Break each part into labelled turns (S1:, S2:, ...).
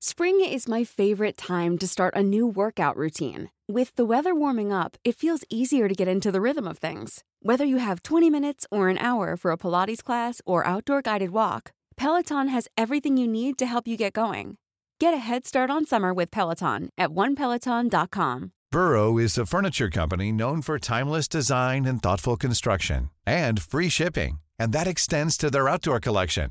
S1: Spring is my favorite time to start a new workout routine. With the weather warming up, it feels easier to get into the rhythm of things. Whether you have 20 minutes or an hour for a Pilates class or outdoor guided walk, Peloton has everything you need to help you get going. Get a head start on summer with Peloton at onepeloton.com.
S2: Burrow is a furniture company known for timeless design and thoughtful construction and free shipping, and that extends to their outdoor collection.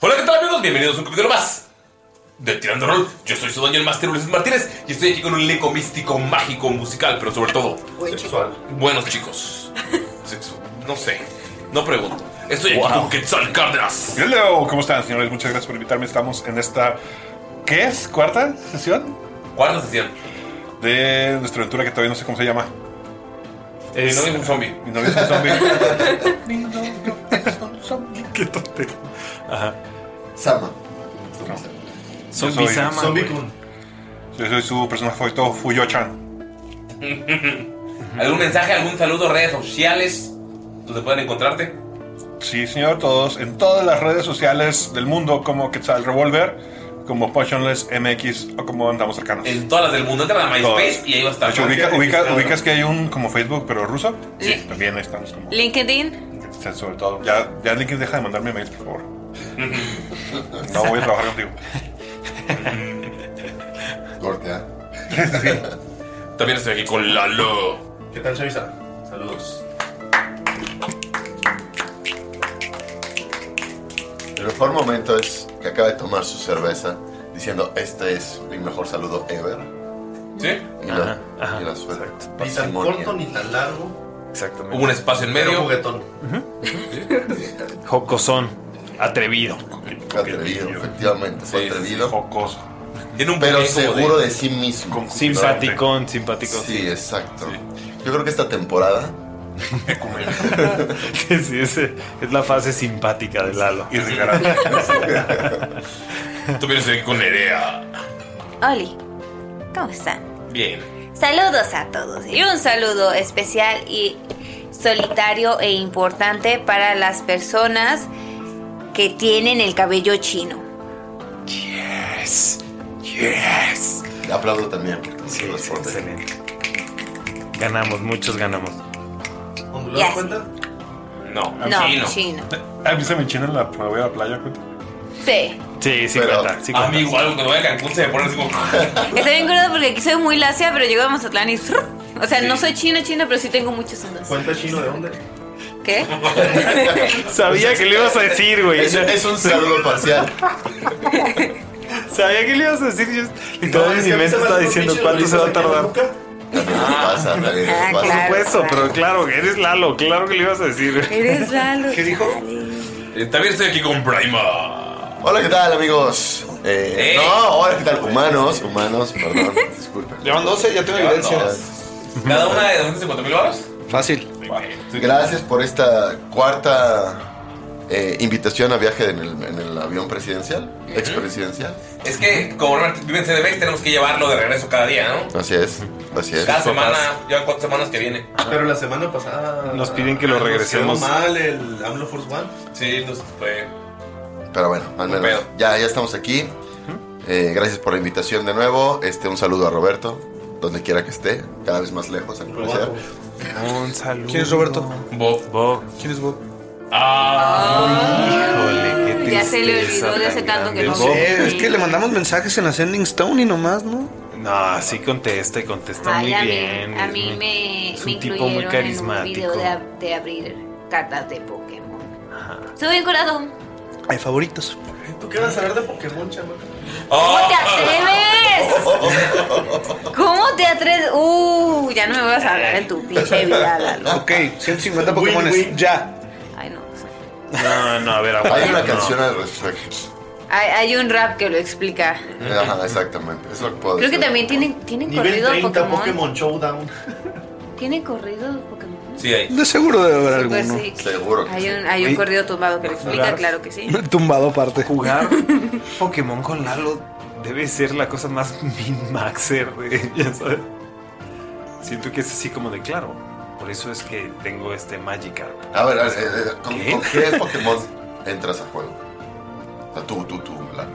S3: Hola, ¿qué tal amigos? Bienvenidos a un capítulo más de Tirando Rol. Yo soy su Dungeon Master Ulises Martínez y estoy aquí con un elenco místico, mágico, musical, pero sobre todo sexual. Buenos chicos. Sexu- no sé, no pregunto. Estoy aquí
S4: Wow.
S3: con Quetzal Cárdenas.
S4: Hello, ¿cómo están, señores? Muchas gracias por invitarme. Estamos en esta. ¿Qué es? ¿Cuarta sesión?
S3: Cuarta sesión.
S4: De nuestra aventura que todavía no sé cómo se llama.
S3: Eh, mi novio es un zombie.
S4: Mi novio es un zombie. Qué tontería. Ajá. Sama.
S5: Zombie Sama, güey.
S4: Yo soy su personaje favorito, Fuyo-chan.
S3: ¿Algún mensaje, algún saludo, redes sociales donde pueden encontrarte?
S4: Sí, señor, todos en todas las redes sociales del mundo, como Quetzal Revolver, como Potionless MX o como andamos cercanos. En
S3: todas las del mundo, entran a MySpace y ahí va a estar.
S4: De hecho, ubica- ubica- ubicas que hay un como Facebook, pero ruso.
S6: Sí.
S4: También ahí estamos como.
S6: LinkedIn.
S4: Sobre todo. Ya, ya LinkedIn deja de mandarme mails, por favor. No voy a trabajar contigo.
S3: Cortea. También estoy aquí con Lalo. ¿Qué tal, Chavisa? Saludos.
S7: El mejor momento es que acaba de tomar su cerveza diciendo este es mi mejor saludo ever.
S3: ¿Sí?
S7: Y la, y la suelta.
S8: Ni tan
S7: Parsimonia.
S8: corto ni tan largo.
S5: Exactamente.
S3: Hubo un espacio en
S8: pero
S3: medio.
S8: juguetón.
S5: Jocosón. Atrevido.
S7: Atrevido, efectivamente. fue atrevido.
S4: Jocoso.
S7: Pero
S5: pellejo de-
S7: seguro de, sí mismo.
S5: Simpaticón, simpaticón.
S7: Sí, exacto. Yo creo que esta temporada.
S5: Sí, sí, es, es la fase simpática de Lalo.
S4: Y Rigarán.
S3: También estoy aquí con Nerea.
S6: Oli, ¿cómo están?
S3: Bien.
S6: Saludos a todos y un saludo especial y solitario e importante para las personas que tienen el cabello chino.
S7: Yes. Yes. Aplaudo también. Sí, excelente.
S5: Ganamos, muchos ganamos.
S6: ¿Ondulado Yes.
S4: cuenta?
S3: No,
S6: Ah, No, chino.
S4: A mí se me china la cuando voy a la playa, cuenta.
S6: Sí.
S5: Sí, sí, cuenta, sí
S3: A mí igual, cuando voy a Cancún se me pone así como.
S6: Está bien curado porque aquí soy muy lacia, pero llego a Mazatlán y... ¡frr! O sea, no soy china, china, pero sí tengo muchos ondas.
S8: ¿Cuenta chino de dónde?
S6: ¿Qué?
S5: Sabía que le ibas a decir, güey.
S7: Es, es un saludo parcial.
S5: Sabía que le ibas a decir. Yo, literalmente mi mente estaba diciendo cuánto se va a tardar.
S4: Ah,
S7: pasa, también
S6: Ah,
S5: Por
S6: claro,
S5: supuesto,
S6: claro.
S5: pero claro, eres Lalo, claro que le ibas a decir.
S6: Eres Lalo. ¿Qué dijo?
S3: Eh, También estoy aquí con Prima.
S7: Hola, ¿qué tal, amigos? Eh,
S3: Ey.
S7: No, hola, ¿qué tal? Humanos, humanos, perdón, disculpen.
S3: Llevan 12, ya tengo evidencia. Cada una de 250 mil dólares.
S7: Fácil. Gracias por esta cuarta eh, invitación a viaje en el, en el avión presidencial, expresidencial.
S3: Es que como Robert vive en CDMX tenemos que llevarlo de regreso cada día, ¿no?
S7: Así es, así es.
S3: Cada semana, ya cuántas semanas que viene.
S8: Ah, Pero la semana pasada.
S7: Nos piden que lo
S8: nos quedó
S7: regresemos.
S8: mal el AMLO Force One.
S3: Sí, nos fue.
S7: Pero bueno, al menos ya, ya estamos aquí. Eh, gracias por la invitación de nuevo. Este, un saludo a Roberto, donde quiera que esté, cada vez más lejos, al parecer.
S9: Un saludo.
S7: ¿Quién es Roberto?
S3: Bob.
S9: Bob. ¿Quién es Bob?
S10: Híjole, qué Ya se le tristeza olvidó de hace tan tanto que grande. no
S9: Bob,
S10: sé.
S9: Es que le mandamos mensajes en la Sending Stone y nomás, ¿no? No, sí contesta y contesta
S10: Ay, a mí, a mí me,
S9: es
S10: me
S9: un tipo
S10: incluyeron
S9: muy
S10: en un video
S9: carismático.
S10: de, ab- de abrir cartas de Pokémon. Estuve bien curado.
S9: Hay favoritos.
S8: ¿Tú qué vas a saber de Pokémon, chamaco?
S10: ¿Cómo te atreves? ¿Cómo te atreves? Uh, ya no me vas a hablar en tu pinche vida, Lalo.
S9: Ok, 150 Pokémones. Ya.
S10: Ay, no.
S9: No, no, a ver,
S7: Hay una canción al respecto.
S10: Hay, hay un rap que lo explica.
S7: Ajá, exactamente. Es lo que puedo
S10: Creo que
S7: decir.
S10: también tienen, tienen
S8: Nivel
S10: corrido
S8: 30
S10: Pokémon.
S8: Pokémon. Showdown.
S10: Tiene corrido Pokémon.
S3: Sí, hay.
S9: De seguro debe haber
S10: Pues
S9: alguno.
S10: sí.
S7: Seguro
S10: Hay un, hay un
S9: Ey.
S10: corrido tumbado que lo explica,
S9: Jugar.
S10: claro que sí.
S9: Tumbado parte.
S10: Jugar.
S9: Pokémon con
S10: Lalo
S9: debe ser la cosa más min-maxer, güey, ya sabes. Siento que es así como de claro. Por eso es que tengo este Magikarp.
S7: A ver, a ver, eh, eh, ¿con
S9: ¿Qué?
S7: con qué Pokémon entras a juego? O sea, tú, tú, tú, la-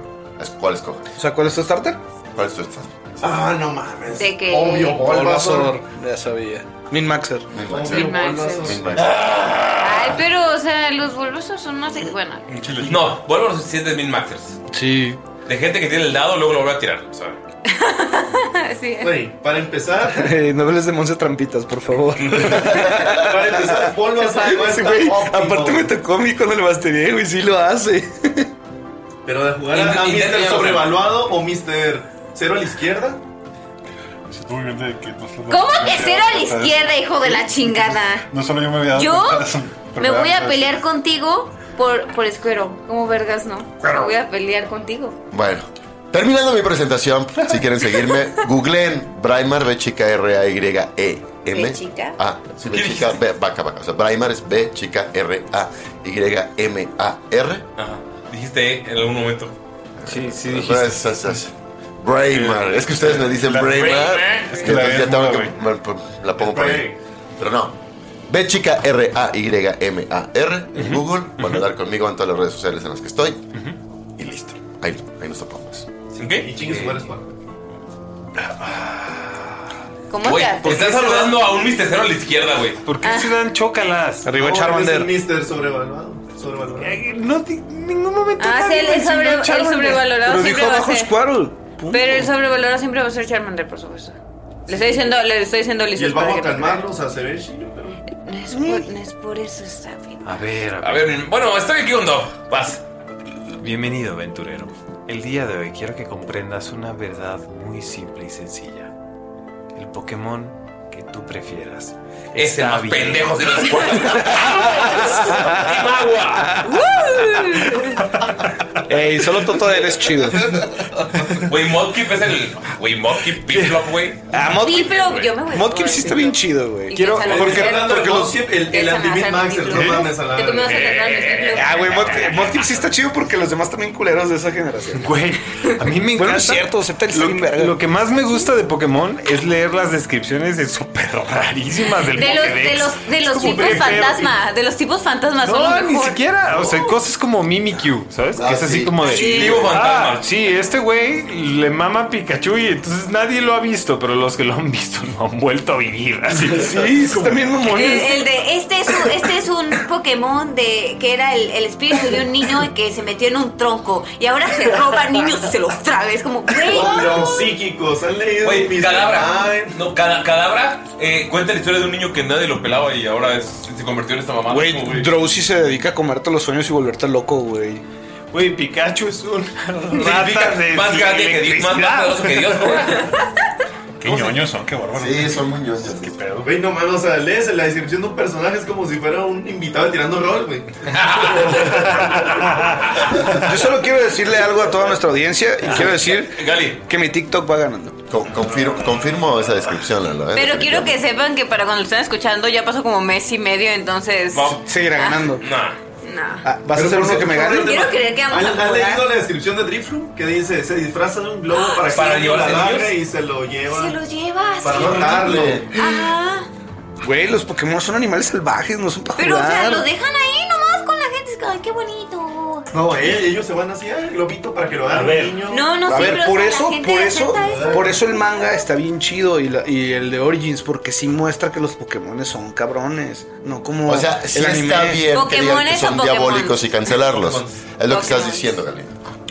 S7: es- ¿Cuál escoges?
S9: O sea, ¿cuál es tu starter?
S7: ¿Cuál es tu starter?
S8: Ah, no mames.
S10: De que-
S8: Obvio, Bulbasaur.
S9: Ya sabía. Min Maxer.
S8: Min-maxer. Min-maxer.
S10: Ay, pero, o sea, los bulbosos son más. Bueno,
S3: No, vuelvo a los 7 mil maxers.
S9: Sí.
S3: De gente que tiene el dado, luego lo vuelve a tirar, ¿sabes?
S10: sí.
S8: para empezar.
S9: Eh, no hables de Monse Trampitas, por favor.
S8: Para empezar, Bulbasaur no
S9: Ese
S8: está
S9: güey,
S8: óptimo.
S9: aparte me tocó a mí cuando le basté, güey, sí lo hace.
S8: Pero de jugar a, a
S3: Int-
S8: Mr.
S3: intenta-
S8: Sobrevaluado o Mr. Cero a la izquierda.
S10: ¿Cómo que cero a la izquierda, hijo de la chingada?
S4: No solo yo me había dado
S10: Yo
S4: cuenta de eso, pero
S10: Me voy
S4: ya,
S10: a pelear contigo por, por escuero. ¿Cómo vergas no? Me voy a pelear contigo.
S7: Bueno, terminando mi presentación, si quieren seguirme, googleen Braimar, B chica R A Y E M.
S10: ¿B chica?
S7: Ah, sí, B chica, B, vaca, vaca. O sea, Braimar es B chica R A Y M A R.
S3: Ajá. Dijiste en algún momento.
S9: Sí, sí
S7: Es, es, es. Braimar. Es que ustedes me dicen
S3: La-
S7: Braimar.
S3: Braimar. Es
S7: Es que
S3: que la
S7: entonces ya
S3: es
S7: tengo
S3: muda,
S7: que.
S3: güey.
S7: me- me- la pongo por ahí. Pero no. B chica R A Y M A R en Google. Van a dar conmigo en todas las redes sociales en las que estoy. Y listo. Ahí, ahí nos topamos.
S3: ¿Qué?
S8: Y chingue su madre, Spark.
S9: pues,
S10: ¿Cómo
S3: Güey,
S10: te Ah. atreves?
S3: estás saludando a un Mr. Cero a la izquierda, güey.
S9: ¿Por qué se dan chócalas? Arriba
S8: No,
S9: Charmander.
S8: eres el Mr. Sobrevaluado. Sobrevaluado.
S7: Eh,
S9: No, en ningún momento.
S10: Ah, sí,
S9: nadie
S10: el,
S9: me
S10: el
S9: enseñó
S10: sobre- el
S9: Charmander.
S10: sobrevalorado
S9: Pero
S10: siempre
S9: dijo
S10: va a
S9: abajo
S10: ser.
S9: Squirtle.
S10: Pero el sobrevalorado siempre va a ser Charmander, por supuesto. Le estoy diciendo, le estoy diciendo
S8: Y
S10: Lizard
S8: el
S10: para
S8: vamos
S10: que
S8: a
S10: te creas.
S8: calmarlos a Severshino, pero.
S10: No es por, no es por eso, está bien.
S9: A ver, a
S3: A ver, bueno, estoy aquí onda. Vas.
S9: Bienvenido, aventurero. El día de hoy quiero que comprendas una verdad muy simple y sencilla. El Pokémon que tú prefieras.
S3: Es el más pendejo de las
S9: Ey, solo Toto eres chido.
S3: Güey, Modkip es el. Güey, Modkip, Biflop, güey.
S9: Ah, Modkip.
S10: Sí, pero yo me voy a
S9: Modkip sí está bien chido,
S10: Y
S9: güey.
S10: Quiero- que salga
S8: Porque hablando de
S9: los-
S8: Gossip, el, el
S10: Esa me hace
S8: Anti-Min Max,
S10: Anti-Min
S8: no
S10: Max.
S8: mames a la
S10: Que tú me vas a tratar de simple.
S9: Ah, güey, Modkip, Modkip sí está chido porque los demás también culeros de esa generación. Güey, a mí me encanta. Bueno, es cierto, acepta el
S11: Lo, que- lo que más me gusta de Pokémon es leer las descripciones de súper rarísimas del
S10: De los,
S11: Pokédex.
S10: de los, de los
S11: Es como
S10: tipos
S11: de-
S10: fantasma, de los tipos fantasma son
S11: No,
S10: los
S11: ni
S10: mejor.
S11: siquiera. O sea, cosas como Mimikyu, ¿sabes?
S7: Ah,
S11: que es así
S7: sí.
S11: como de.
S3: Sí. Vivo fantasma.
S11: ah, sí, este güey le mama a Pikachu y entonces nadie lo ha visto, pero los que lo han visto lo han vuelto a vivir. Así
S9: Sí, es también
S10: El,
S9: mamones.
S10: el de este es un, este es un Pokémon de que era el, el espíritu de un niño que se metió en un tronco y ahora se roba niños y se los traga. Es como, güey,
S8: Los psíquicos, han leído
S3: Güey,
S8: mis
S3: Cadabra. No, cada, Cadabra eh, cuenta la historia de un niño que nadie lo pelaba y ahora es- se convirtió en esta mamá. Como,
S9: Güey, Drowsy se dedica a comerte los sueños y volverte loco, güey.
S11: Güey, Pikachu es un.
S3: Significa más grande que Dios, más poderoso que Dios, güey.
S4: Qué ñoños son, qué bárbaro.
S7: Sí, son muy ñoños.
S4: Qué pedo.
S8: Güey, no mames, o sea, lees la descripción de un personaje es como si fuera un invitado tirando rol, güey.
S9: Yo solo quiero decirle algo a toda nuestra audiencia y quiero decir
S3: Gali,
S9: que mi TikTok va ganando.
S7: Co- confirmo, confirmo esa descripción, Lalo. ¿eh?
S10: Pero quiero que Ah. sepan que para cuando lo estén escuchando ya pasó como mes y medio, entonces.
S3: vamos.
S9: Seguirá ganando.
S3: Nah.
S6: No.
S9: Ah, ¿Vas a hacer uno que me gane?
S6: Quiero creer que vamos a
S8: ¿Han, han
S6: jugar.
S8: leído la descripción de Drifloom? Que dice, se disfraza de un globo para, que
S3: Para llevar
S8: la
S3: a los
S8: agarre
S3: niños.
S8: y se lo lleva.
S6: Se lo llevas.
S8: Para matarlo.
S6: Ajá.
S9: Güey, los Pokémon son animales salvajes, no son para
S6: Pero, o
S9: jugar.
S6: sea, lo dejan ahí nomás con la gente. Es que, Ay, qué bonito.
S8: No, eh, ellos se van así, ah, el globito para que lo agarre el niño.
S6: No, no
S9: a
S6: sí,
S9: ver,
S6: pero, o
S9: por
S6: sea, la
S9: eso,
S6: gente
S9: por eso,
S6: acepta eso.
S9: por eso el manga está bien chido y, la- y el de Origins, porque sí muestra que los Pokémon son cabrones, no como
S7: O sea, sí
S9: el anime.
S7: está bien que digan que son diabólicos y cancelarlos. Es lo que estás diciendo, Galina.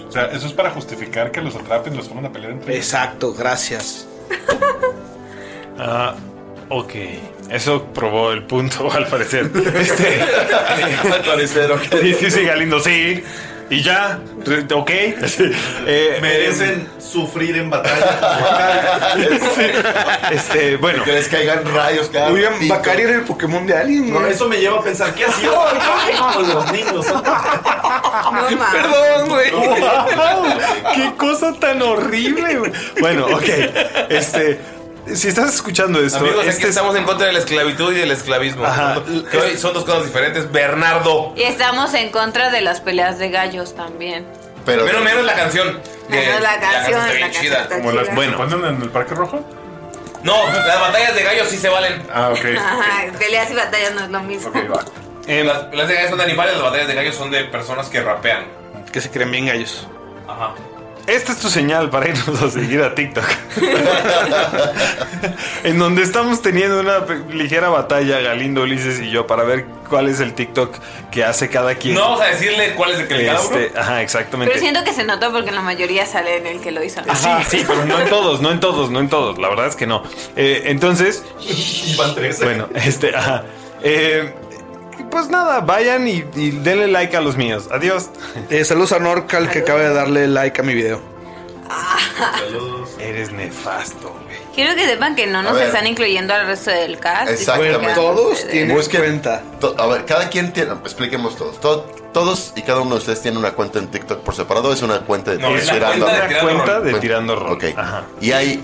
S4: O sea, eso es para justificar que los atrapen y los pongan a pelear entre
S9: Exacto, gracias.
S11: Ah, ok. Eso probó el punto, al parecer. Este, al parecer, ok. Sí, sí, sí, Galindo, sí. Y ya, re- ok. Eh,
S8: Merecen sufrir en batalla.
S11: este, bueno.
S7: Que les caigan rayos cada
S9: Oigan, Bacari era el Pokémon de alguien,
S8: No,
S9: güey.
S8: eso me lleva a pensar, ¿qué hacía? Con los niños.
S9: Perdón, güey.
S11: ¡Qué cosa tan horrible! güey. Bueno, ok. Este, si estás escuchando esto,
S3: Amigos, aquí
S11: este es-
S3: estamos en contra de la esclavitud y del esclavismo.
S11: Ajá.
S3: Que hoy son dos cosas diferentes. Bernardo.
S6: Y estamos en contra de las peleas de gallos también.
S7: Pero
S3: menos, menos la canción.
S6: Menos la canción,
S3: está
S6: la
S3: bien
S6: canción
S3: chida.
S6: está Como las- chida. bueno.
S4: ¿Ponen en el Parque Rojo?
S3: No, las batallas de gallos sí se valen.
S4: Ah, ok.
S6: Ajá, peleas y batallas no es lo mismo.
S3: Eh, las, las de gallos son de animales, las batallas de gallos son de personas que rapean.
S9: Que se creen bien gallos.
S3: Ajá.
S11: Esta este es tu señal para irnos a seguir a TikTok. en donde estamos teniendo una pe- ligera batalla, Galindo, Ulises y yo, para ver cuál es el TikTok que hace cada quien.
S3: No vamos a decirle cuál es el que le cada uno.
S11: Este, Ajá, exactamente.
S6: Pero siento que se nota porque la mayoría sale en el que lo hizo.
S11: Ah, sí, sí, pero no en todos, no en todos, no en todos. La verdad es que no. Eh, entonces. Bueno, este. ajá. Eh, pues nada, vayan y, y denle like a los míos. Adiós.
S9: Eh, saludos a Norcal que acaba de darle like a mi video.
S11: Saludos. Eres nefasto.
S6: Quiero que sepan que no
S7: A
S6: nos
S7: ver.
S6: están incluyendo al resto del cast.
S7: Exactamente. Busquen-
S9: cuenta.
S7: to- a ver, cada quien tiene. Expliquemos todos. To- todos y cada uno de ustedes tiene una cuenta en TikTok por separado. Es una cuenta de
S3: No, es la
S7: tirando
S3: cuenta de
S7: Rol.
S3: Tirando Cuenta Rol. de
S7: Cuenta-
S3: Tirando Rol.
S7: Ok. Y hay.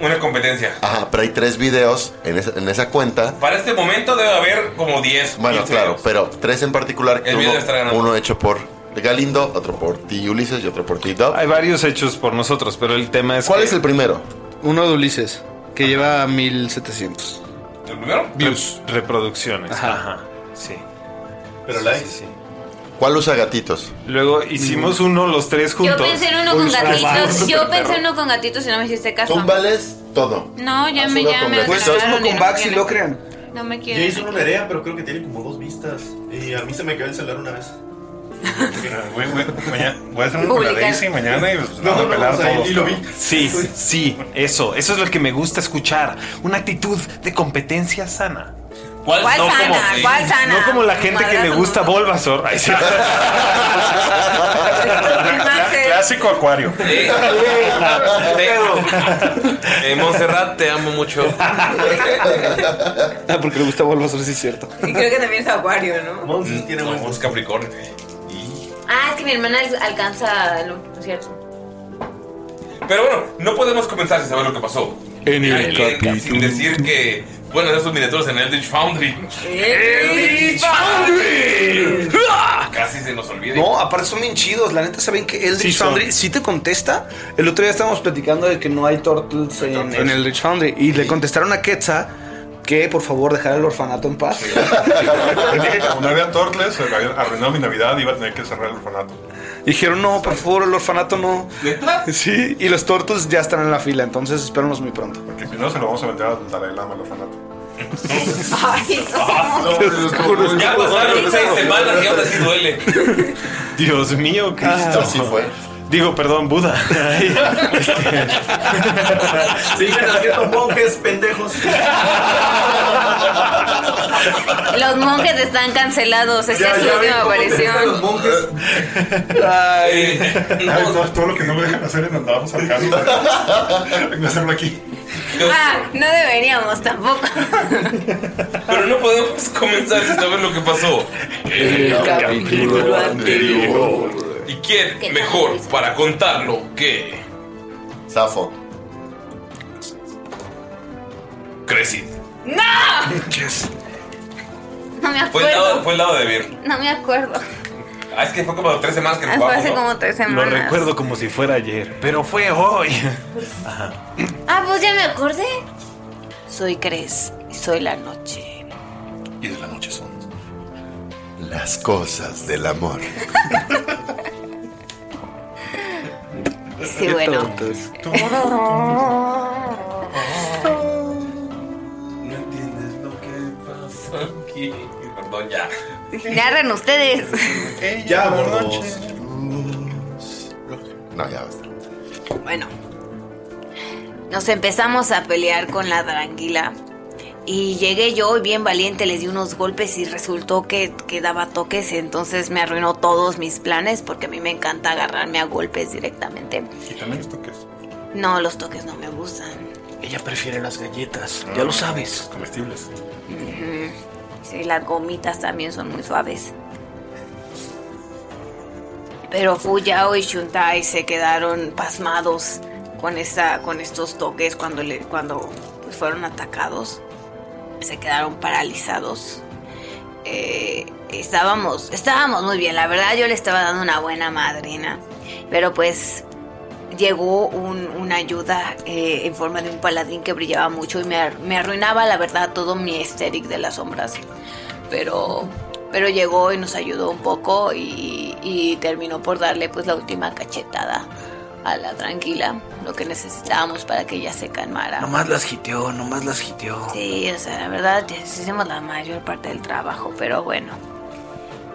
S3: Una competencia.
S7: Ajá, pero hay tres videos en esa, en esa cuenta.
S3: Para este momento debe haber como 10.
S7: Bueno,
S3: 15
S7: claro, pero tres en particular. que
S3: El video está
S7: uno,
S3: ganando.
S7: uno hecho por Galindo, otro por ti, Ulises, y otro por ti, Dob.
S11: Hay varios hechos por nosotros, pero el tema es.
S7: ¿Cuál es el primero?
S9: Uno de Ulises, que lleva 1700.
S3: ¿El primero?
S11: Views. reproducciones. Ajá. Sí.
S8: Pero
S11: likes.
S7: ¿Cuál usa gatitos? Mm.
S11: Luego hicimos uno los tres
S6: Yo
S11: juntos.
S6: pensé en uno con gatitos. Yo pensé en uno con gatitos y no me hiciste caso.
S7: Túmbales todo.
S6: No, ya me,
S7: uno
S6: ya
S7: con
S6: me
S10: Pues,
S7: gatitos.
S6: aclararon
S7: Haz uno
S6: y
S7: con
S6: no
S7: Baxi,
S6: quieren.
S7: lo crean.
S6: No me
S8: Yo
S6: quieren.
S8: hice uno Nerea, pero creo que tiene como dos vistas. Y a mí se me quedó el celular una vez.
S4: Voy, voy- mañana, voy a hacer un con la
S8: Publicar.
S4: Daisy mañana y pues,
S8: No,
S4: vamos
S8: no,
S4: a pelar
S8: o sea,
S4: todos.
S8: y lo vi.
S11: Sí, sí, eso. Eso es lo que me gusta escuchar. Una actitud de competencia sana.
S3: ¿Cuál,
S6: ¿Cuál sana? ¿Cuál sana?
S11: No como la gente que le gusta Bulbasaur. Ay, sí.
S4: Clásico acuario.
S3: Eh, eh, Montserrat, te amo mucho.
S9: Ah, porque le gusta Bulbasaur, sí es cierto.
S6: Y creo que también es acuario, ¿no?
S3: tiene no, es Capricornio.
S6: Ah, es que mi hermana al- alcanza el último, ¿cierto?
S3: Pero bueno, no podemos comenzar sin saber lo que pasó.
S9: En el
S3: Ay, eh,
S9: capítulo.
S3: Sin decir que pueden hacer sus miniaturas en Eldritch Foundry.
S6: Eldritch
S9: Foundry.
S3: Ah, Casi se nos olvida.
S9: No, aparte son bien chidos. La neta, ¿saben que
S3: Sí
S9: Eldritch
S3: son.
S9: Foundry sí te contesta? El otro día estábamos platicando de que no hay turtles en, en Eldritch Foundry. Y le contestaron a Quetzal que por favor dejara el orfanato en paz.
S4: Le dije que Como no había tortles, se me había arruinado mi Navidad y iba a tener que cerrar el orfanato.
S9: Dijeron, no, por favor, el orfanato no. Sí, y los turtles ya están en la fila, entonces espéranos muy pronto.
S4: Porque si no, se lo vamos a vender al Dalai Lama el orfanato.
S6: Ay,
S3: Ya pasaron seis semanas y ahora sí duele.
S11: Dios mío,
S6: Ah,
S11: Cristo.
S7: Así fue.
S11: Digo, perdón, Buda. Ay,
S8: Siguen haciendo monjes, pendejos.
S6: Los monjes están cancelados. Esta es su última aparición.
S8: monjes.
S9: Ay,
S4: Ay, todo, todo lo que no me dejan hacer es andábamos al carro. Vengo a hacerlo aquí.
S6: Ah, no deberíamos tampoco.
S3: Pero no podemos comenzar sin saber lo que pasó.
S6: El capítulo
S3: anterior. ¿Y quién mejor para contarlo que
S7: Safo.
S3: Crescid?
S6: ¡No! No me
S3: Fue el lado,
S6: acuerdo.
S3: fue el lado de Vir.
S6: No me acuerdo.
S3: Ah, es que fue como tres semanas que no
S6: Ah, Fue
S3: jugábamos.
S6: hace
S3: ¿no?
S6: como tres semanas.
S11: como si fuera ayer, pero fue hoy. Ajá.
S6: Ah, pues ya me acordé. Soy Cres, soy la noche.
S7: Y de la noche son las cosas del amor.
S6: Sí, bueno.
S3: No entiendes lo que pasa aquí. Perdón, ya.
S6: Narran ustedes.
S7: Ya, buenas noches. No, ya basta.
S6: Bueno, nos empezamos a pelear con la dranguila. Y llegué yo y bien valiente les di unos golpes y resultó que, que daba toques. Entonces me arruinó todos mis planes porque a mí me encanta agarrarme a golpes directamente.
S4: Y también los toques.
S6: No, los toques no me gustan.
S9: Ella prefiere las galletas, ya lo sabes.
S4: Ah, Comestibles.
S6: Ujú. Sí, las gomitas también son muy suaves. Pero Fuyao y Shuntai se quedaron pasmados con esa, con estos toques cuando le, cuando pues, fueron atacados. Se quedaron paralizados. Eh, estábamos, estábamos muy bien. La verdad, yo le estaba dando una buena madrina. Pero pues llegó un- una ayuda eh, en forma de un paladín que brillaba mucho y me, ar- me arruinaba, la verdad, todo mi esteric de las sombras. Pero, pero llegó y nos ayudó un poco y, y terminó por darle pues la última cachetada a la tranquila, lo que necesitábamos para que ella se calmara.
S9: Nomás las giteó, nomás las giteó.
S6: Sí, o sea, la verdad, hicimos la mayor parte del trabajo, pero bueno,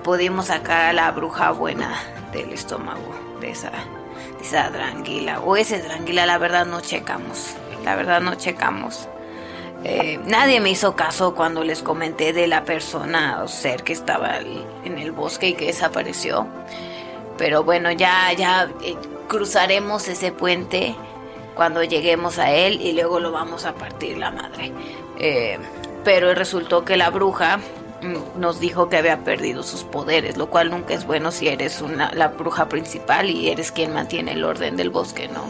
S6: pudimos sacar a la bruja buena del estómago de esa, de esa dranguila. O ese dranguila, la verdad, no checamos. La verdad, no checamos. Eh, nadie me hizo caso cuando les comenté de la persona o ser que estaba al- en el bosque y que desapareció. Pero bueno, ya, ya eh, cruzaremos ese puente cuando lleguemos a él y luego lo vamos a partir la madre. Eh, pero resultó que la bruja mm, nos dijo que había perdido sus poderes, lo cual nunca es bueno si eres una, la bruja principal y eres quien mantiene el orden del bosque, ¿no?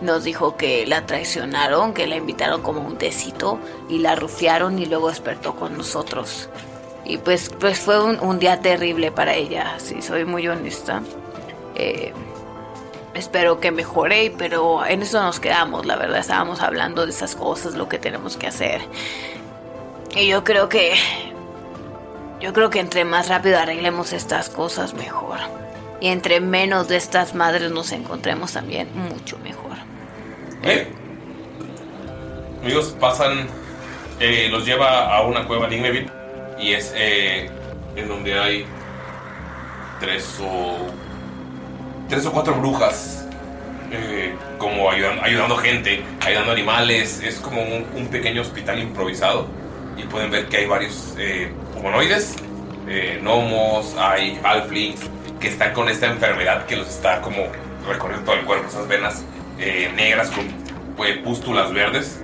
S6: Nos dijo que la traicionaron, que la invitaron como un tecito y la rufiaron y luego despertó con nosotros. Y pues, pues fue un, un día terrible para ella, si soy muy honesta. Eh, espero que mejore, pero en eso nos quedamos, la verdad. Estábamos hablando de esas cosas, lo que tenemos que hacer. Y yo creo que. Yo creo que entre más rápido arreglemos estas cosas, mejor. Y entre menos de estas madres nos encontremos también, mucho mejor.
S3: Bien. Eh, Amigos, pasan. eh, los lleva a una cueva de Igneville. Y es eh, en donde hay. Tres o. Tres o cuatro brujas. eh, como ayudan- ayudando gente, ayudando animales. Es como un, un pequeño hospital improvisado. Y pueden ver que hay varios eh, humanoides. eh, gnomos, hay halflings. Que están con esta enfermedad que los está como recorriendo todo el cuerpo. Esas venas eh, negras con pues, pústulas verdes.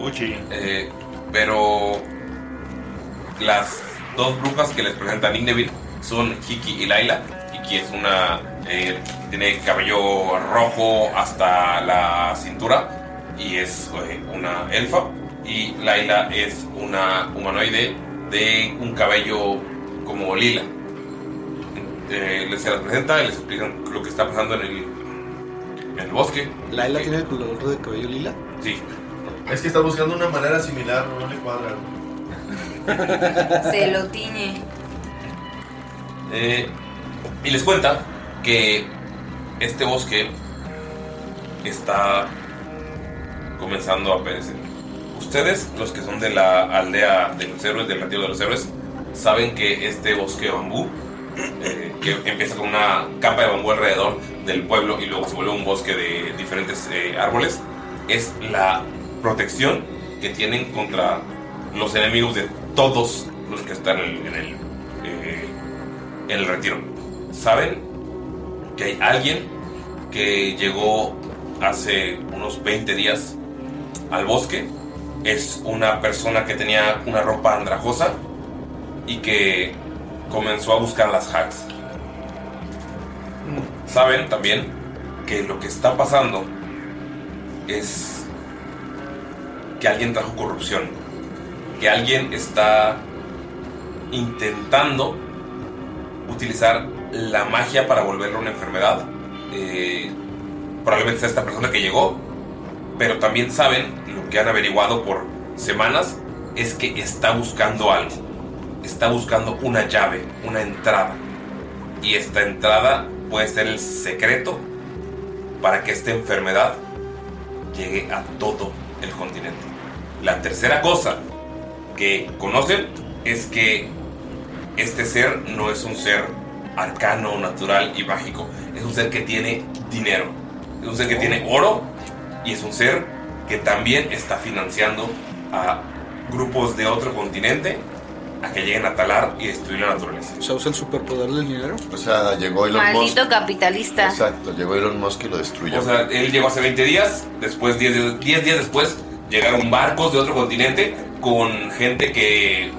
S3: Uchi. pero las dos brujas que les presentan Igneville son Hiki y Laila. Hiki es una. eh, tiene cabello rojo hasta la cintura y es eh, una elfa. Y Laila es una humanoide de un cabello como lila. Eh, les se las presenta y les explican lo que está pasando en el, en el bosque.
S9: ¿Laila tiene el color de cabello lila?
S3: Sí.
S8: Es que está buscando una manera similar, no le cuadra.
S6: Se lo tiñe.
S3: Eh, y les cuenta que este bosque está comenzando a perecer. Ustedes, los que son de la aldea de los héroes, del retiro de los héroes, saben que este bosque de bambú, eh, que empieza con una capa de bambú alrededor del pueblo y luego se vuelve un bosque de diferentes eh, árboles, es la protección que tienen contra los enemigos de todos los que están en, en el eh, en el retiro. Saben que hay alguien que llegó hace unos 20 días al bosque. Es una persona que tenía una ropa andrajosa y que comenzó a buscar las hacks. Saben también que lo que está pasando es que alguien trajo corrupción que alguien está intentando utilizar la magia para volverlo una enfermedad. Eh, probablemente sea esta persona que llegó, pero también saben, lo que han averiguado por semanas, es que está buscando algo. Está buscando una llave, una entrada. Y esta entrada puede ser el secreto para que esta enfermedad llegue a todo el continente. La tercera cosa que conocen es que este ser no es un ser arcano, natural y mágico. Es un ser que tiene dinero. Es un ser que tiene oro y es un ser que también está financiando a grupos de otro continente a que lleguen a talar y destruir la naturaleza.
S9: ¿Se usa el superpoder del dinero?
S7: O sea, llegó Elon Musk.
S6: Maldito capitalista.
S7: Exacto, llegó Elon Musk y lo destruyó.
S3: O sea, él llegó hace 20 días, después 10, días- 10 días después llegaron barcos de otro continente con gente que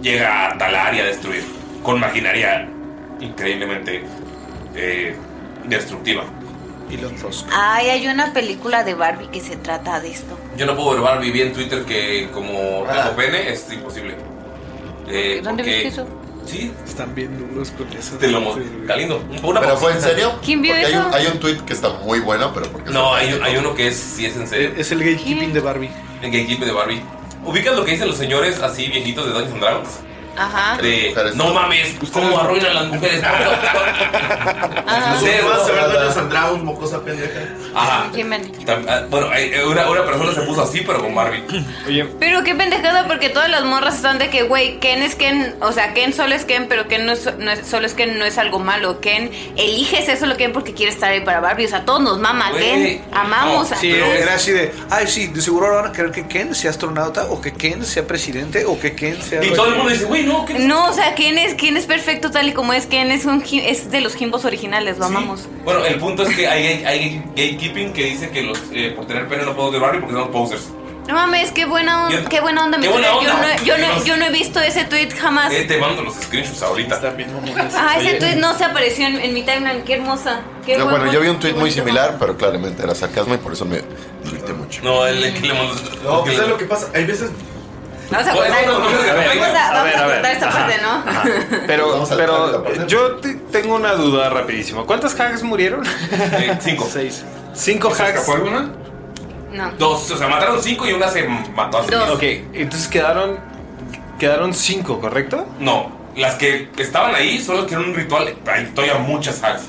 S3: llega a talar y a destruir, con maquinaria increíblemente eh, destructiva.
S9: Elon Musk.
S6: Ay, hay una película de Barbie que se trata de esto.
S3: Yo no puedo ver Barbie vi en Twitter que como
S7: Ah.
S3: tengo pene es imposible. Eh,
S6: ¿Dónde
S3: porque-
S6: viste eso?
S3: Sí.
S9: Están bien duros con eso.
S3: Te lo mo- Galindo. una
S7: ¿Pero fue en
S3: pausa.
S7: serio?
S6: ¿Quién vio
S7: Porque hay
S6: eso?
S7: un, hay un tweet que está muy bueno, pero porque...
S3: No, hay, hay uno que es, sí es en serio.
S9: Eh, Es el gatekeeping de Barbie.
S3: El gatekeeper de Barbie. ¿Ubicas lo que dicen los señores así viejitos de Dungeons and Dragons?
S6: Ajá.
S3: De, no mames, ¿cómo arruinan las mujeres?
S6: Ah.
S8: Ustedes van a saber de los
S3: Andragos, mocosa pendeja. Ajá.
S6: Jimena.
S3: Tam- ah, Bueno, hay- eh, una, una persona se puso así, pero con Barbie. Oye,
S6: Pero qué pendejada porque todas las morras están de que, güey, Ken es Ken, o sea, Ken solo es Ken, pero Ken no es, no es- solo es Ken, no es algo malo. Ken eliges eso lo Ken porque quiere estar ahí para Barbie, o sea, todos nos mama a
S9: Güey,
S6: Ken, amamos a
S9: Sí,
S6: Ken.
S9: era así de, ay, sí, de seguro ahora van a querer que Ken sea astronauta, o que Ken sea presidente, o que Ken sea.
S3: Y todo el mundo dice, güey, no,
S6: No, o sea, Ken es, Ken es perfecto tal y como es, Ken es, un, gi- es de los Jimbos originales, lo amamos.
S3: Bueno, el punto es que hay, hay gatekeeping que dice que los, eh, por tener pene no podemos de Barbie porque somos posers.
S6: No mames, qué buena, on-
S3: Yo-
S6: qué buena onda,
S3: qué
S6: mi
S3: buena
S6: Twitter. Yo,
S3: onda.
S6: no, yo, no, yo no he visto ese tweet jamás.
S3: Eh, te mando los screenshots ahorita. También,
S6: Ah, ese tweet no se apareció en, en mi timeline, qué hermosa. Qué
S7: No,
S6: buen
S7: bueno, yo vi un tweet
S6: qué
S7: muy
S6: bonito.
S7: similar, pero claramente era sarcasmo y por eso me grité mucho.
S3: No, el que le mandó.
S8: No, pues es lo que pasa. Hay veces.
S6: Vamos a cortar, vamos a, vamos a cortar esta parte, ¿no?
S11: Pero, pero yo te- tengo una duda rapidísimo. ¿Cuántas hacks murieron?
S3: Eh, cinco.
S11: Seis. ¿Cinco hacks?
S3: escapó alguna?
S6: No.
S3: Dos, o sea, mataron cinco y una se mató a sí misma.
S11: Ok, entonces quedaron, quedaron cinco, ¿correcto?
S3: No, las que estaban ahí solo que eran un ritual. Hay todavía muchas hacks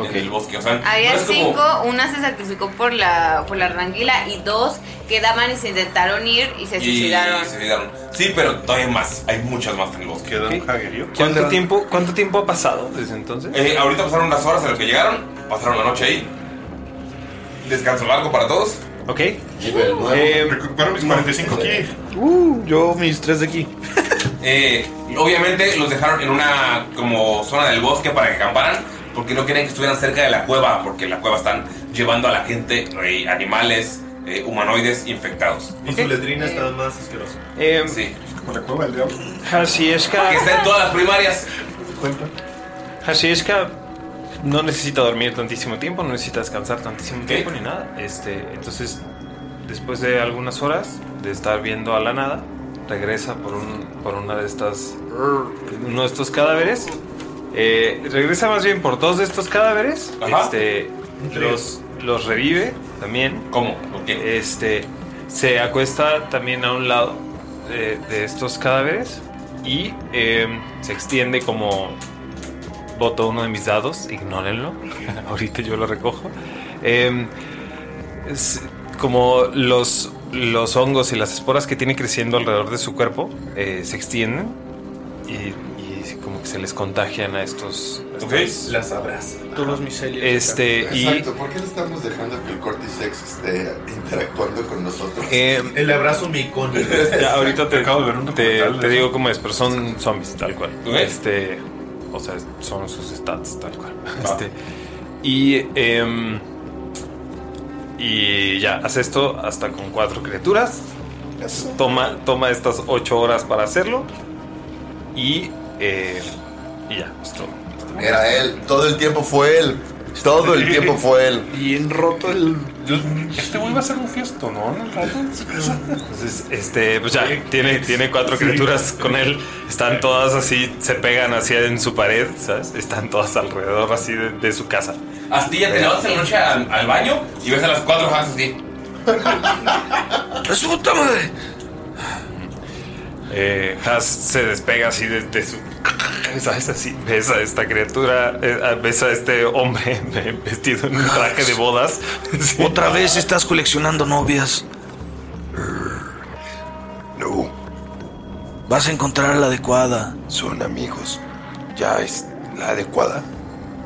S3: en el bosque. O sea,
S6: Había
S3: no es como-
S6: cinco, una se sacrificó por la, por la ranguila y dos quedaban y se intentaron ir y se
S3: y-
S6: suicidaron.
S3: y se suicidaron. Sí, pero todavía hay más. Hay muchas más en el bosque.
S11: ¿Cuánto tiempo, ¿Cuánto tiempo ha pasado desde entonces?
S3: Eh, ahorita pasaron unas horas en las que llegaron. Pasaron la noche ahí. Descanso largo para todos.
S11: Ok.
S3: Eh,
S4: Recupero mis 45 aquí.
S9: Uh, yo mis tres de aquí.
S3: Eh, obviamente los dejaron en una como zona del bosque para que acamparan porque no querían que estuvieran cerca de la cueva porque en la cueva están llevando a la gente eh, animales eh, humanoides infectados.
S8: Y su letrina está más asquerosa.
S11: Eh,
S3: sí.
S4: Como la cueva del diablo.
S11: Así es que... Que
S3: está en todas las primarias.
S11: Así es que no necesita dormir tantísimo tiempo, no necesita descansar tantísimo tiempo ni nada. Este, entonces, después de algunas horas de estar viendo a la nada, regresa por, un, por una de estas, uno de estos cadáveres. Eh, regresa más bien por dos de estos cadáveres.
S3: Ajá.
S11: Este, los, los revive también.
S3: ¿Cómo?
S11: Este, se acuesta también a un lado eh, de estos cadáveres y eh, se extiende como voto uno de mis dados, ignórenlo. Ahorita yo lo recojo. Eh, es como los, los hongos y las esporas que tiene creciendo alrededor de su cuerpo eh, se extienden y, y como que se les contagian a estos. estos-
S8: Las abraza.
S9: Todos los micelios.
S11: Este, y-
S7: Exacto, ¿por qué le estamos dejando que el cortisex esté interactuando con nosotros?
S11: Eh,
S8: El abrazo micónico.
S11: Ya, ahorita te,
S7: Acabo de ver un
S11: te,
S7: documental de
S11: te
S7: eso.
S11: digo cómo es, pero son zombies, tal cual.
S3: Ok.
S11: Este, o sea, son sus stats, tal cual. Este, y, em, y ya, hace esto hasta con cuatro criaturas. Toma, toma estas ocho horas para hacerlo. Y, eh, y ya, es todo.
S7: Era él, todo el tiempo fue él. Todo el tiempo fue él.
S9: Bien roto el.
S4: Este güey va a ser un fiesto, ¿no? En el rato en su casa.
S11: Entonces, este, pues ya, tiene, tiene cuatro criaturas con él. Están todas así, se pegan así en su pared, ¿sabes? Están todas alrededor así de, de su casa.
S3: Astilla, te levantas en la noche al, al baño y ves a las cuatro hadas así.
S11: ¡Es puta madre! Eh, Has se despega así de, de su. ¿Sabes? Así. Ves a esta criatura, eh, ves a este hombre vestido en un traje de bodas.
S12: Otra vez estás coleccionando novias. No. Vas a encontrar la adecuada.
S5: Son amigos. Ya es la adecuada.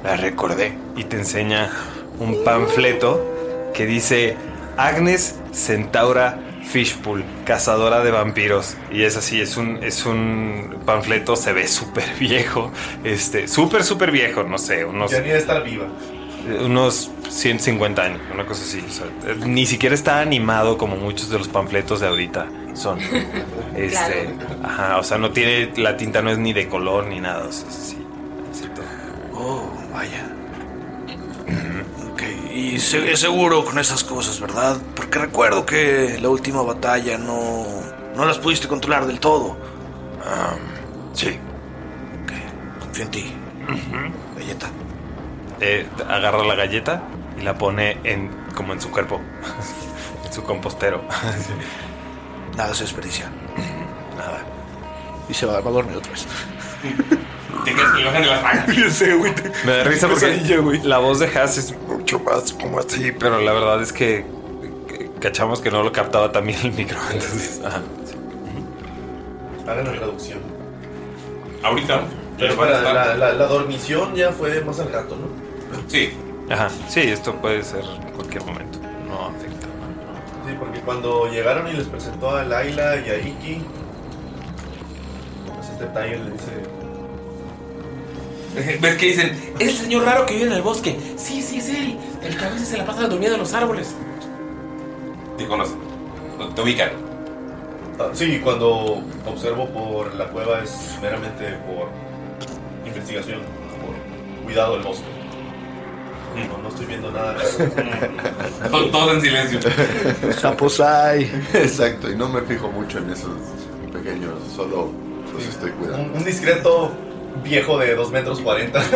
S11: La recordé. Y te enseña un panfleto que dice Agnes Centaura Fishpool, cazadora de vampiros. Y es así, es un, es un panfleto, se ve súper viejo. Este, súper, súper viejo, no sé, unos,
S8: Ya ni de estar viva.
S11: unos 150 años, una cosa así. o sea, eh, ni siquiera está animado como muchos de los panfletos de ahorita son. Este, ajá, o sea, no tiene, la tinta no es ni de color ni nada, o sea, es así, así todo.
S12: Oh, vaya. Ok, y se- es seguro con esas cosas, ¿verdad? Porque recuerdo que la última batalla no, no las pudiste controlar del todo.
S5: sí.
S12: Ok, confío en ti. Galleta.
S11: Eh, agarra la galleta y la pone en como en su cuerpo, en su compostero.
S12: Nada se desperdicia. Nada. Y se va, va a dormir otra vez.
S3: Te quedas con la imagen de la
S11: Me da risa porque la voz de Haas es mucho más como así, pero la verdad es que que- cachamos que no lo captaba también el micro. Entonces, ajá.
S8: Hagan la traducción.
S3: Ahorita.
S8: Pero para la, la, la dormición ya fue más al rato, ¿no?
S3: Sí.
S11: Ajá, sí, esto puede ser en cualquier momento. No afecta.
S8: Sí, porque cuando llegaron y les presentó a Laila y a Iki, pues este Tiger le dice,
S3: ¿Ves que dicen? Es el señor raro que vive en el bosque. Sí, sí, es él. El que a veces se la pasa durmiendo en los árboles. Te conocen. Te ubican.
S8: "Ah, sí, cuando observo por la cueva es meramente por investigación, por cuidado del bosque. No, no estoy viendo nada.
S3: Mm. Todo- todo en silencio.
S7: Sapos hay. Exacto, y no me fijo mucho en esos pequeños, solo los estoy cuidando.
S8: Un discreto viejo de 2 metros 40.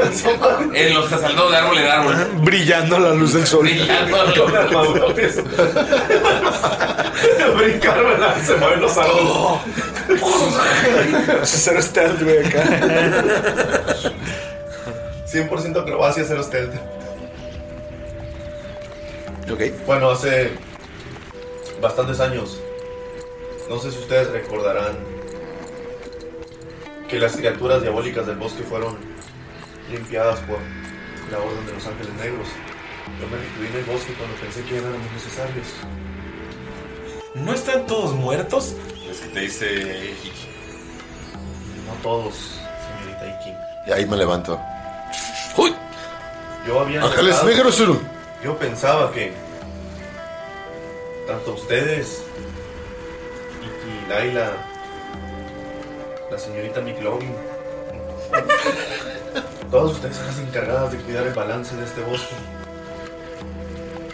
S3: En los casaldos de árbol en árbol.
S9: Brillando a la luz del sol.
S8: Brincaron, se mueven los
S3: Oh.
S8: árboles.
S9: Cero stealth, güey, acá.
S8: 100% acrobacia, cero stealth.
S7: Ok.
S8: Bueno, hace bastantes años, no sé si ustedes recordarán que las criaturas diabólicas del bosque fueron limpiadas por la Orden de los Ángeles Negros. Yo me recluí en el bosque cuando pensé que eran muy necesarios.
S3: ¿No están todos muertos? Es que te dice Iki.
S8: No todos, señorita Iki.
S7: Y ahí me levanto.
S8: Yo había
S7: Ángeles
S8: pensado-
S7: Negros, Zulu.
S8: Yo pensaba que tanto ustedes, Iki, Laila, la señorita McLovin, todas ustedes son las encargadas de cuidar el balance de este bosque.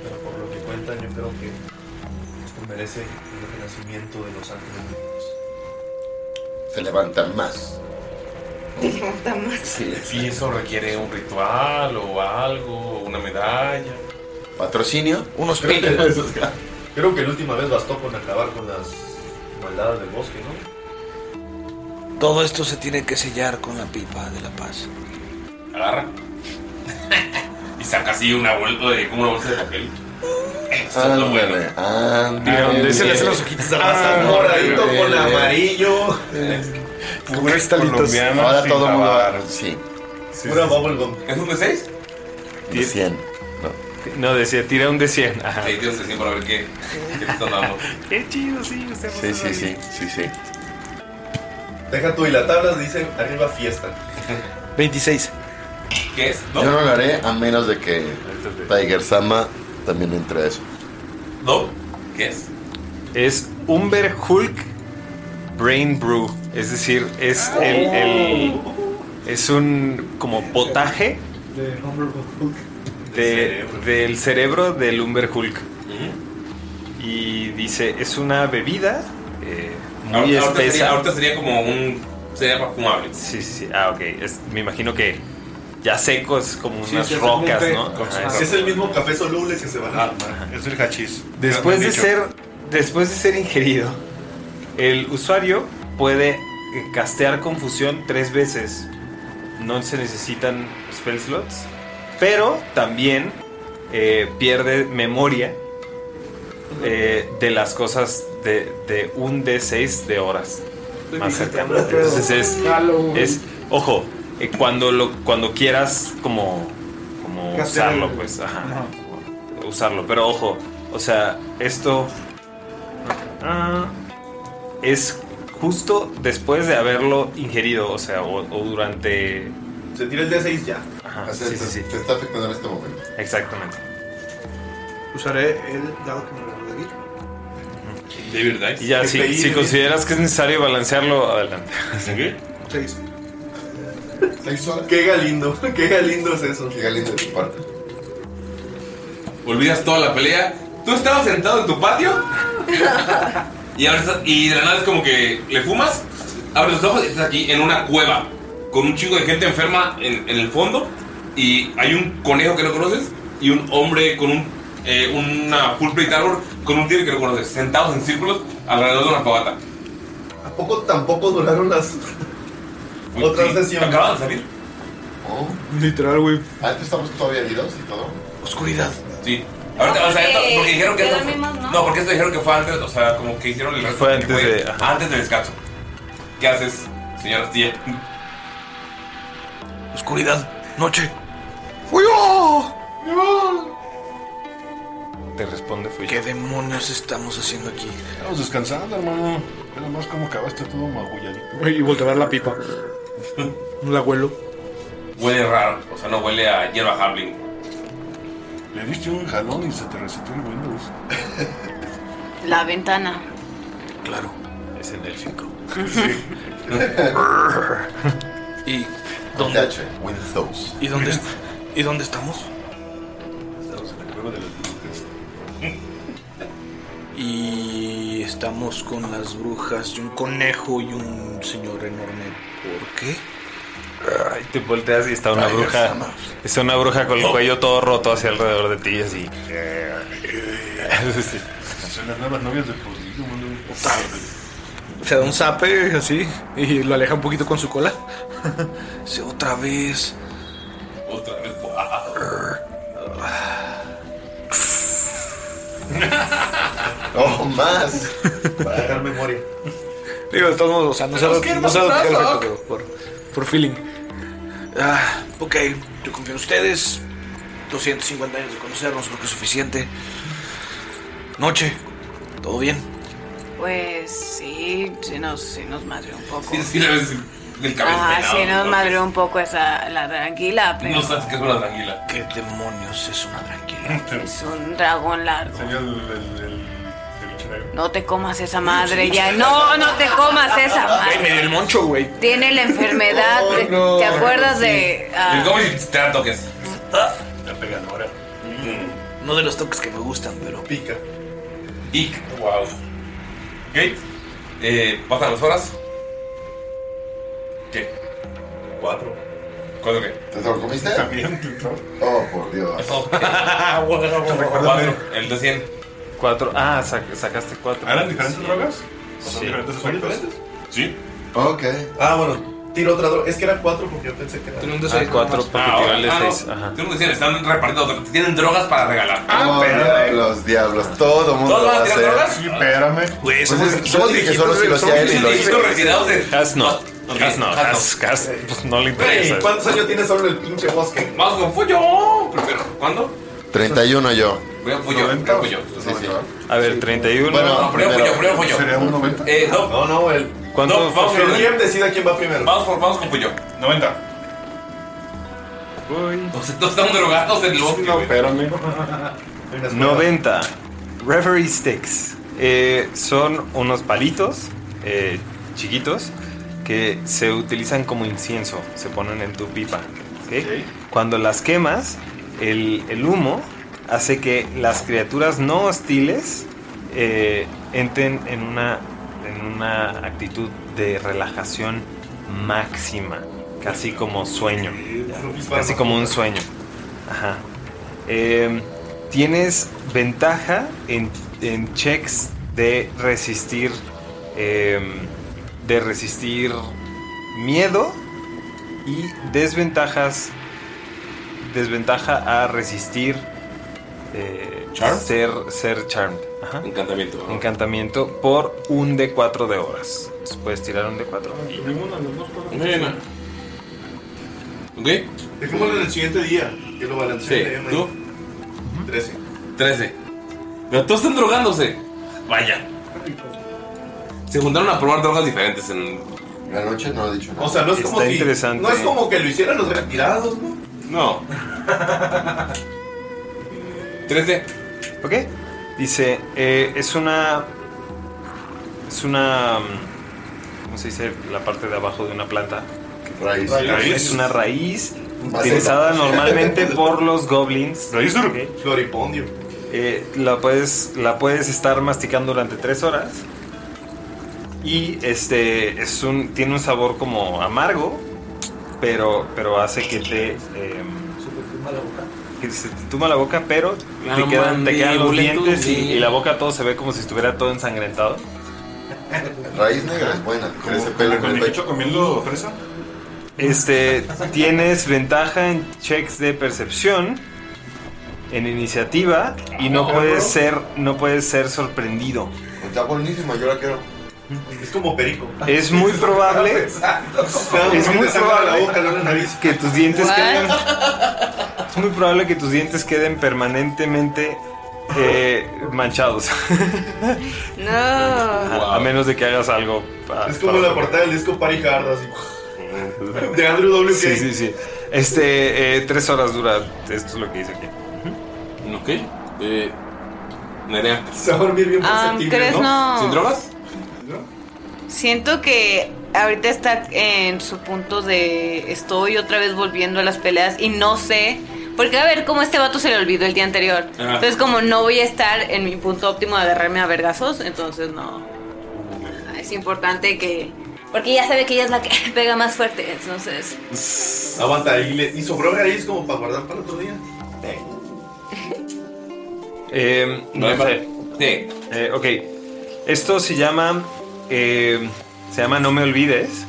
S8: Pero por lo que cuentan, yo creo que esto merece el renacimiento de los ángeles negros.
S7: Se levantan más.
S3: Y eso requiere un ritual o algo, una medalla.
S7: Patrocinio, unos
S8: Creo que-
S7: pinos.
S8: Creo que la última vez bastó con acabar con las maldades del bosque, ¿no?
S12: Todo esto se tiene que sellar con la pipa de la paz.
S3: Agarra. Y saca así una bolsa de. como una bolsa de papel. Esto es lo bueno.
S11: Mira, donde se le hacen los
S3: ojitos
S11: a la
S7: Ah,
S11: sangre.
S8: Moradito
S11: Ándale,
S8: con
S11: güey.
S8: amarillo.
S7: colombiano Ahora sin todo el mundo va- lavar. sí.
S8: Pura bubblegum.
S3: ¿Es un D6?
S7: De 100.
S11: No, decía, tira un de 100. Ajá.
S3: Ahí tienes que decir para ver qué, qué te están dando.
S11: Qué chido, sí, hacemos
S7: Sí, sí, sí, sí, sí.
S8: Deja tú y la tabla dice arriba fiesta.
S9: 26.
S3: ¿Qué es?
S7: Yo no lo haré a menos de que Tiger Sama también entre a eso.
S3: ¿No? ¿Qué es?
S11: Es Umber Hulk Brain Brew. Es decir, es el, el- Es un como potaje
S13: De Humble Hulk.
S11: de- del cerebro del Umber Hulk. Y dice, es una bebida eh, muy
S3: Ahorita- ahorita
S11: espesa.
S3: sería- ahorita sería
S11: como un... Sería fumable. Sí, sí, sí. Ah, ok. Es- me imagino que ya seco es como
S8: Sí,
S11: unas
S8: sí, es como un
S11: rocas,
S8: té.
S11: ¿no?
S8: Ajá.
S11: Ajá.
S8: Es el mismo café soluble que se va a
S4: Es el hachís.
S11: Después de ser después de ser ingerido, el usuario puede eh, castear confusión tres veces. No se necesitan spell slots, pero también eh, pierde memoria eh, de las cosas de, de un D6 de horas. Más cerca. Entonces es, es- ojo, eh, cuando lo cuando quieras como como
S5: Castear.
S11: usarlo, pues, ajá usarlo. Pero ojo, o sea, esto ah, es justo después de haberlo ingerido, o sea, o, o durante...
S8: Se tira el D6 ya.
S11: Ajá,
S7: O sea,
S11: sí,
S7: te-
S11: sí, sí.
S7: te está afectando en este momento.
S11: Exactamente.
S9: Usaré el dado que me lo regalé.
S11: Y ya, si, si consideras que es necesario balancearlo, adelante.
S9: Seis.
S7: Seis horas.
S8: Qué galindo, qué galindo es eso.
S7: Qué galindo de tu parte.
S3: Olvidas toda la pelea. Tú estabas sentado en tu patio. Y, ahora estás- y de la nada es como que le fumas, abres los ojos y estás aquí en una cueva. Con un chingo de gente enferma en, en el fondo. Y hay un conejo que no conoces. Y un hombre con un, eh, una full plate armor con un tigre que no conoces. Sentados en círculos alrededor de una fogata.
S8: ¿A poco tampoco duraron las otras sesiones? Oh.
S3: Acaban de salir.
S9: Literal, güey.
S7: Antes Ah, estamos todavía heridos y todo.
S3: Oscuridad. Sí. Ahorita, o sea, esto- porque dijeron que
S6: ¿Te
S3: esto fue-
S6: dormimos, no?
S3: No, porque esto dijeron que fue antes, o sea, como que hicieron el resto
S11: Fue
S3: que
S11: antes de-
S3: antes del descanso. ¿Qué haces, señor Astilla?
S12: Oscuridad, noche.
S11: Te responde Fuyo.
S12: ¿Qué demonios estamos haciendo aquí?
S4: Estamos descansando, hermano. Ve nomás cómo acabaste todo magulladito.
S9: Y voltear a ver la pipa. La abuelo.
S3: Huele raro, o sea, no huele a hierba Harling.
S4: Le diste un jalón y se te reseteó el Windows.
S6: La ventana.
S12: Claro, es en el 5. ¿Y
S7: ¿Dónde?
S12: dónde?
S7: H, Windows.
S12: ¿Y dónde, est- ¿Y dónde estamos?
S4: Estamos en la cueva de las brujas.
S12: Y estamos con las brujas y un conejo y un señor enorme. ¿Por qué?
S11: Ay, te volteas y está una bruja. Está una bruja con el cuello todo roto hacia alrededor de ti y así. Sí.
S4: Pues Son las nuevas novias del Rodrigo, mano.
S9: Se da un zape así y lo aleja un poquito con su cola.
S12: Sí, otra vez.
S3: Otra vez.
S7: Oh, más.
S8: Para dejar memoria.
S9: Digo, estamos, o sea, no sé
S12: Pero
S9: lo
S12: qué
S9: no sé lo que
S12: hermosazo.
S9: quiero hacer, pero por, por feeling.
S12: Ah, ok, yo confío en ustedes. 250 años de conocernos, creo que es suficiente. Noche, ¿todo bien?
S6: Pues sí, sí nos, sí nos madrió un poco.
S3: Sí, sí, la ves del cabello
S6: Ajá,
S3: pelado,
S6: sí nos
S3: ¿no?
S6: madrió un poco esa, la tranquila, pero
S3: No sabes qué es una tranquila.
S12: ¿Qué demonios es una tranquila?
S6: es un dragón largo.
S4: Sería el. el. el. el chinero.
S6: No te comas esa madre ya. No, no te comas esa
S9: Ay, me
S6: madre.
S9: dio el moncho, güey.
S6: Tiene la enfermedad.
S9: Oh,
S6: de-
S9: no.
S6: ¿Te acuerdas de.? ah,
S3: El cómic te da toques.
S4: La pegadora.
S12: No de los toques que me gustan, pero.
S8: Pica.
S3: Ick, wow. Ok. Eh, pasan las horas. ¿Qué?
S8: Cuatro.
S3: ¿Cuándo qué?
S7: ¿Te lo comiste?
S4: También, claro.
S7: Oh, por Dios.
S3: Cuatro. El de 100.
S11: Cuatro. Ah, sac- sacaste cuatro.
S4: ¿Eran diferentes
S11: Sí.
S4: drogas? ¿Son
S11: Sí.
S4: diferentes
S8: ¿Son
S4: efectos?
S8: diferentes?
S3: Sí.
S7: Ok.
S8: Ah, bueno. Tiro otra. do- Es que eran cuatro porque yo pensé que eran.
S3: Tiene un D6 nomás. Ah, ah, no. Tiene un D6, están repartiendo drogas. Tienen drogas para regalar.
S7: Oh, diablos, diablos. Todo mundo
S3: ¿Todos van a
S7: va a
S3: tirar
S7: hacer.
S3: drogas?
S7: Sí, espérame.
S12: Güey,
S7: somos, yo dije Pues que solo si lo hacía él y lo hizo.
S3: retirados de.
S11: Cas no. Cas no. Cas, Cas, pues no le interesa.
S8: Güey, ¿Cuántos años tienes solo en el pinche bosque?
S3: Vamos con Fuyo. Primero, ¿cuándo?
S7: 31 yo.
S3: Voy a Fuyo. Voy a Fuyo. Sí, sí.
S11: A ver, 31.
S3: No, primero Fuyo, primero Fuyo.
S4: Sería un 90.
S3: Eh, no.
S8: No, no, el.
S11: ¿Cuánto
S3: No, vamos,
S11: fue?
S8: El DM decida quién va primero.
S3: vamos, por- vamos con Fuyo.
S4: 90.
S11: Voy.
S3: Entonces, todos están drogados en el bosque.
S4: No,
S3: güey.
S4: espérame.
S11: 90. Reverie Sticks. Eh, son unos palitos eh, chiquitos que se utilizan como incienso. Se ponen en tu pipa. ¿ok? Cuando las quemas, el, el humo hace que las criaturas no hostiles eh, entren en una, en una actitud de relajación máxima, casi como sueño, casi como un sueño. Ajá. Eh, tienes ventaja en, en checks de resistir, eh, de resistir miedo y desventajas, desventaja a resistir eh, ser, ser charmed. Ajá.
S3: Encantamiento. ¿no?
S11: Encantamiento por un D4 de horas. Entonces, puedes tirar un D4. y-
S3: Bueno. ¿Ok?
S8: Dejémoslo en el siguiente día, que lo
S3: Sí,
S8: balancee.
S3: ¿tú? 13. 13. Pero todos están drogándose. Vaya. Se juntaron a probar drogas diferentes en. La noche no he dicho
S8: O sea, no es como si- No es como que lo hicieran los retirados, ¿no?
S3: No.
S11: 13. Ok. Dice, eh, es una... Es una... mm, ¿Cómo se dice? La parte de abajo de una planta.
S7: Raíz.
S11: Es una raíz utilizada normalmente por los goblins.
S8: Raíz de
S11: Ok. Eh, la, puedes, la puedes estar masticando durante tres horas. Y este es un, tiene un sabor como amargo, pero, pero hace que te... em, que se te tuma la boca, pero
S3: La
S11: te quedan, te quedan los
S3: mandíbula,
S11: dientes y,
S3: sí.
S11: y la boca todo se ve como si estuviera todo ensangrentado.
S7: Raíz negra es buena. Crece pelo en el pecho.
S4: comiendo fresa?
S11: Este, tienes ventaja en checks de percepción, en iniciativa y Ah, no puedes ser, no puedes ser sorprendido.
S7: Está buenísimo, yo la quiero.
S8: Es como perico.
S11: Es muy probable, es muy probable que tus dientes queden, es muy probable que tus dientes queden permanentemente eh, manchados,
S6: No.
S11: a, a menos de que hagas algo. pa-
S8: Es como
S11: para-
S8: la portada del disco Party Hard, así. De Andrew W.
S11: Sí, sí, sí. Este, eh, tres horas dura. Esto es lo que dice aquí.
S3: Ok. Eh, Nerea.
S8: Se va a dormir bien
S6: Ah,
S8: perceptible,
S6: ¿crees no?
S3: ¿Sin drogas?
S6: Siento que ahorita está en su punto de estoy otra vez volviendo a las peleas y no sé. Porque a ver, como este vato se le olvidó el día anterior.
S3: Ajá.
S6: Entonces, como no voy a estar en mi punto óptimo de agarrarme a vergazos, entonces no. Es importante que. Porque ya sabe que ella es la que pega más fuerte, entonces.
S8: Aguanta, y, le, y sobró raíz como para guardar para el otro día.
S11: Eh, no sé. Eh, ok. Esto se llama. eh, se llama No me olvides.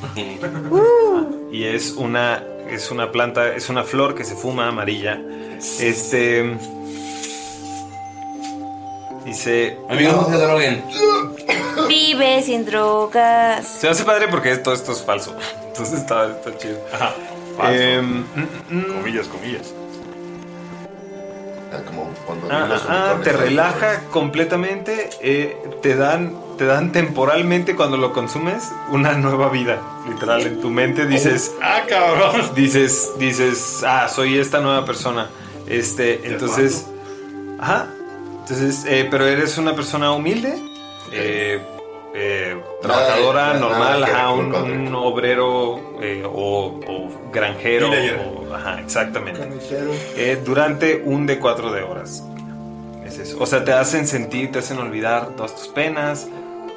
S11: y es una. Es una planta. Es una flor que se fuma amarilla. Este. Dice.
S3: Amigos, no se droguen.
S6: Vive sin drogas.
S11: Se hace padre porque todo esto es falso. Entonces está, está chido. Em, mm,
S4: falso.
S11: comillas, comillas.
S7: Como cuando
S11: Ah,
S7: los
S11: ah,
S7: unicornios
S11: te
S7: salen.
S11: relaja completamente. eh, te dan, te dan temporalmente cuando lo consumes una nueva vida. Literal, en tu mente dices, ah,
S3: Oh,
S11: cabrón. Dices, dices, ah, soy esta nueva persona. Este, entonces, ajá. Entonces, eh, pero eres una persona humilde, eh, eh, trabajadora
S3: nada que
S11: normal,
S3: ver
S11: ajá,
S3: con
S11: un,
S3: Patrick.
S11: un obrero eh, o, o granjero,
S3: Villager.
S11: o- ajá, exactamente. Eh, durante un de cuatro de horas. Es eso. O sea, te hacen sentir, te hacen olvidar todas tus penas,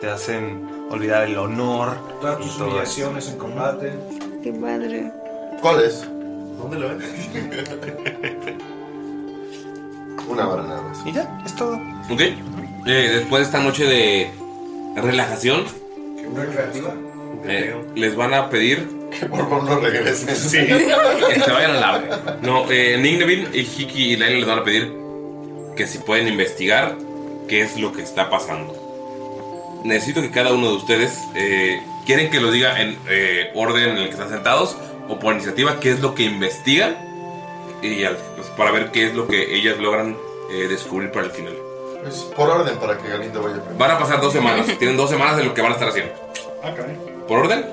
S11: te hacen olvidar el honor
S13: Todas
S11: y
S13: tus
S11: todo eso.
S13: humillaciones en combate.
S6: Qué padre.
S7: ¿Cuál es?
S8: ¿Dónde lo ves?
S7: Una vara nada más.
S11: Y ya, es todo.
S3: Ok. Eh, después de esta noche de relajación,
S13: Una creativa.
S3: eh, les van a pedir. Que por favor no regresen. Sí. que se vayan a la. No, eh, Nick Neville, y Hiki y Laila les van a pedir que si pueden investigar qué es lo que está pasando. Necesito que cada uno de ustedes. eh, ¿Quieren que lo diga en eh, orden en el que están sentados? O por iniciativa, ¿qué es lo que investigan? Y al- pues, para ver qué es lo que ellas logran eh, descubrir para el final.
S7: Es por orden para que Galindo vaya primero.
S3: Van a pasar dos semanas. Tienen dos semanas de lo que van a estar haciendo.
S4: Ah, caray.
S3: ¿Por orden?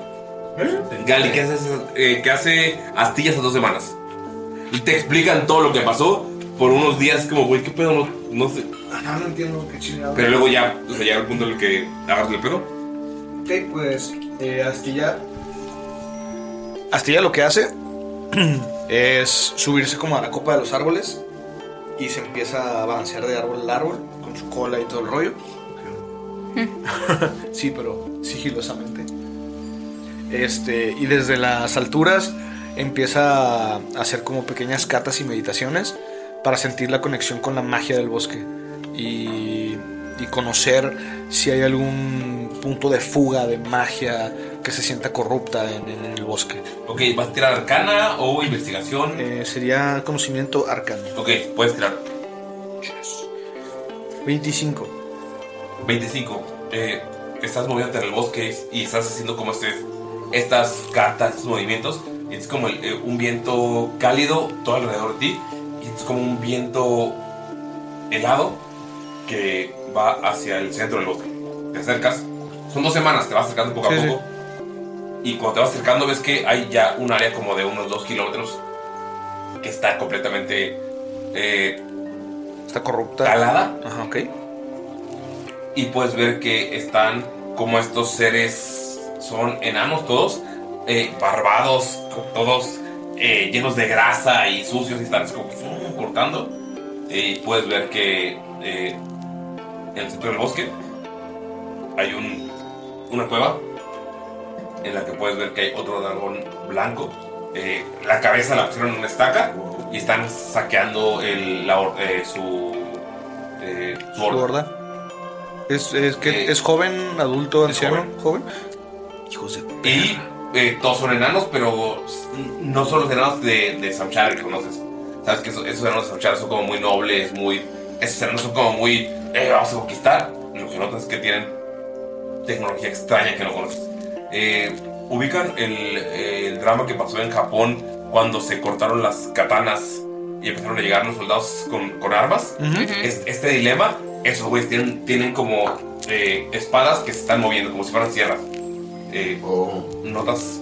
S3: Gali, ¿qué haces, eh, qué hace Astilla esas dos semanas? Y te explican todo lo que pasó por unos días, como, güey, ¿qué pedo? No, no sé.
S13: Ah, no entiendo qué chingado.
S3: Pero luego ya, o sea, llega el punto en el que agarras el pedo.
S13: Ok, pues eh, Astilla. Astilla lo que hace es subirse como a la copa de los árboles
S9: y se empieza a balancear de árbol al árbol con su cola y todo el rollo. sí, pero sigilosamente. Este, y desde las alturas empieza a hacer como pequeñas catas y meditaciones para sentir la conexión con la magia del bosque y, y conocer si hay algún punto de fuga de magia que se sienta corrupta en, en el bosque. Eh,
S3: Ok, ¿vas a tirar arcana o investigación?
S9: sería conocimiento arcano.
S3: Ok, puedes tirar.
S9: 25.
S3: 25. eh, estás moviéndote en el bosque y estás haciendo como este, estas cartas, estos movimientos. y Es como el, eh, un viento cálido todo alrededor de ti. Y es como un viento helado que va hacia el centro del bosque. Te acercas. Son dos semanas, te vas acercando poco a poco. Y cuando te vas acercando ves que hay ya un área como de unos dos kilómetros que está completamente... eh,
S9: está corrupta.
S3: Talada.
S9: Ajá, ok.
S3: Y puedes ver que están como estos seres, son enanos todos, eh, barbados, co- todos eh, llenos de grasa y sucios y están así como ¡fum! cortando. Y puedes ver que eh, en el centro del bosque hay un, una cueva en la que puedes ver que hay otro dragón blanco. Eh, la cabeza la pusieron en una estaca y están saqueando el, la or- eh, su, eh, su
S9: Su
S3: horda.
S9: horda. ¿Es, es, que,
S3: Eh,
S9: ¿Es joven, adulto, anciano? Joven. Hijos de...
S3: Y eh, todos son enanos, pero s- no son los enanos de, de Samchar que conoces. Sabes que esos, esos enanos de Samchar son como muy nobles, muy. Esos enanos son como muy. "Eh, vamos a conquistar. Lo que notas es que tienen tecnología extraña que no conoces. Eh, Ubican el, el drama que pasó en Japón cuando se cortaron las katanas y empezaron a llegar los soldados con, con armas.
S11: Ujú.
S3: Es- este dilema, esos güeyes tienen, tienen como eh, espadas que se están moviendo, como si fueran sierras. Eh, Notas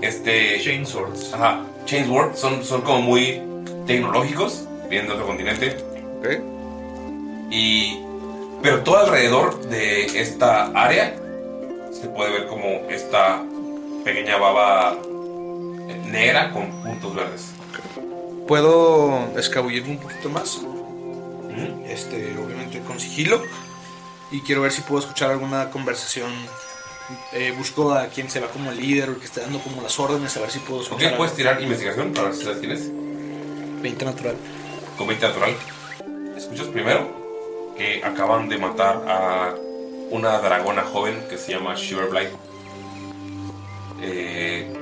S3: este. Chain Swords. Ajá, Chain Swords son, son como muy tecnológicos, vienen de otro continente. Y. Pero todo alrededor de esta área se puede ver como esta pequeña baba eh, negra con puntos verdes.
S9: Puedo escabullirme un poquito más. Este, obviamente con sigilo. Y quiero ver si puedo escuchar alguna conversación. Eh, busco a quien se va como el líder o el que está dando como las órdenes, a ver si puedo
S3: Ok,
S9: escuchar. algo.
S3: puedes tirar investigación para ver si las tienes.
S9: 20 natural.
S3: Con 20 natural. Escuchas primero que acaban de matar a una dragona joven que se llama Shiverblight. Eh,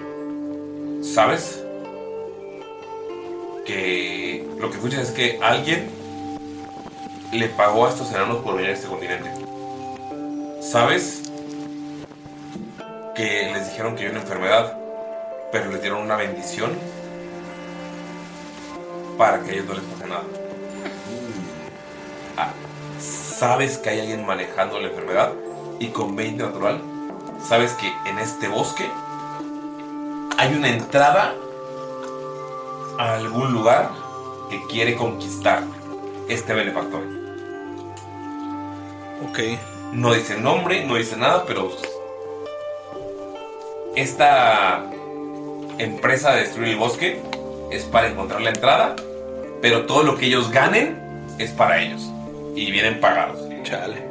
S3: ¿Sabes? Que lo que escuchas es que alguien le pagó a estos enanos por venir a este continente. ¿Sabes? Que les dijeron que había una enfermedad, pero les dieron una bendición para que a ellos no les pase nada. Ah, sabes que hay alguien manejando la enfermedad y con 20 natural, sabes que en este bosque hay una entrada a algún lugar que quiere conquistar este benefactor.
S9: Ok.
S3: No dice nombre, no dice nada, pero esta empresa de destruir el bosque es para encontrar la entrada, pero todo lo que ellos ganen es para ellos y vienen pagados.
S9: Chale.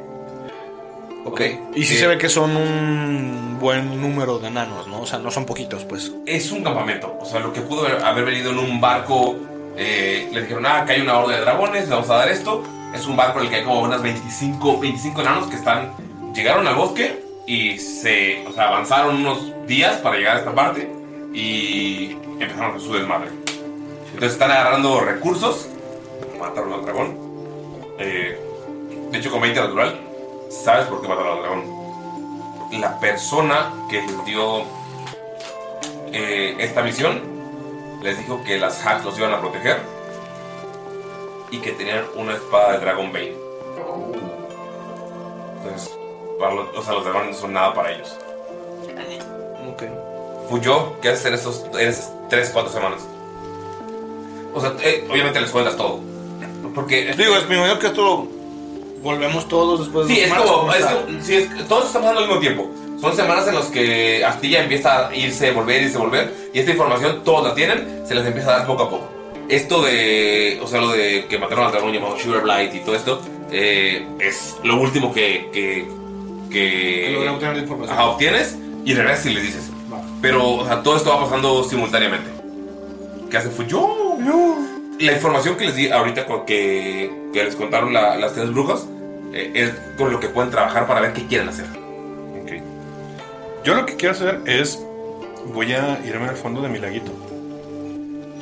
S9: Ok. Y
S3: Eh,
S9: sí se ve que son un buen número de enanos, ¿no? O sea, no son poquitos, pues.
S3: Es un campamento. O sea, lo que pudo haber- haber venido en un barco, eh, le dijeron, ah, acá hay una horda de dragones, le vamos a dar esto. Es un barco en el que hay como unas 25, 25 enanos que están, llegaron al bosque y se, o sea, avanzaron unos días para llegar a esta parte y empezaron con su desmadre. Entonces están agarrando recursos, mataron al dragón. Eh, de hecho, con 20 natural, ¿sabes por qué mataron al dragón? La persona que les dio eh, esta misión, les dijo que las hacks los iban a proteger y que tenían una espada de Dragon Bane. Entonces, para los, o sea, los dragones no son nada para ellos.
S9: Ok.
S3: Fui yo, ¿qué haces en, esos, en esas 3, 4 semanas? O sea, eh, obviamente les cuentas todo. Porque.
S9: Digo, es mi idea que esto. Volvemos todos después de
S3: Sí,
S9: dos
S3: es
S9: semanas,
S3: como.
S9: ¿cómo
S3: Es
S9: está?
S3: como- sí, es- todos están pasando al mismo tiempo. Son semanas en las que Astilla empieza a irse, volver, irse, volver. Y esta información todos la tienen, se las empieza a dar poco a poco. Esto de. O sea, lo de que mataron al dragón llamado Sugar Blight y todo esto. eh, es lo último que. que. que.
S9: Que logra obtener la información.
S3: Ajá, obtienes y regresas y le dices. Pero, o sea, todo esto va pasando simultáneamente. ¿Qué hace fue yo? La información que les di ahorita con que, que les contaron la- las tres brujas eh, es con lo que pueden trabajar para ver qué quieren hacer.
S4: Yo lo que quiero hacer es. Voy a irme al fondo de mi laguito.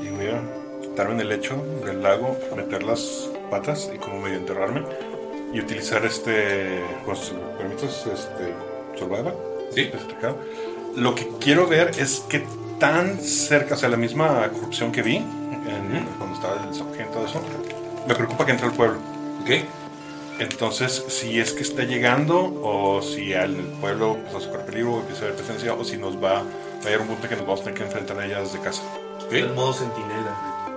S4: Y voy a estar en el lecho del lago, meter las patas y como medio enterrarme. Y utilizar este. Pues, si me permites, este. Survival. Sí. Lo que quiero ver es que tan cerca, o sea, la misma corrupción que vi en- cuando estaba el sargento, todo eso. Me preocupa que entre al pueblo.
S3: ¿Ok?
S4: Entonces, si es que está llegando, o si al pueblo empieza a sacar peligro, empieza a haber presencia, o si nos va, va a llegar un punto que nos vamos a tener que enfrentar a ellas desde casa.
S3: El
S4: modo sentinela.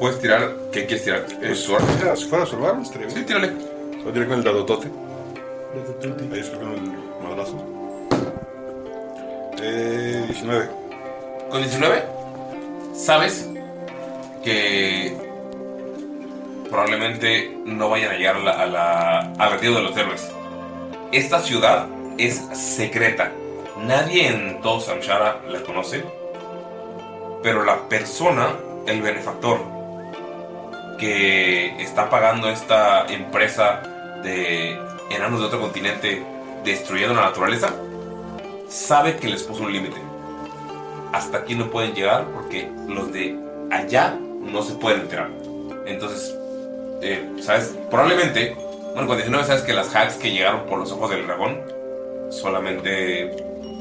S3: Puedes tirar, ¿qué quieres tirar? ¿El
S4: Ah, Si fuera a salvar, estaría bien.
S3: Sí, tírale.
S4: Voy a tirar con el dadotote. Ahí estoy con el madrazo. Eh, 19.
S3: Con 19, sabes que probablemente no vayan a llegar a la- a la- al retiro de los héroes. Esta ciudad es secreta. Nadie en todo Samshara la conoce. Pero la persona, el benefactor, que está pagando esta empresa de enanos de otro continente destruyendo la naturaleza, sabe que les puso un límite hasta aquí no pueden llegar porque los de allá no se pueden enterar. Entonces, eh, sabes, probablemente, bueno, con 19 sabes que las hacks que llegaron por los ojos del dragón solamente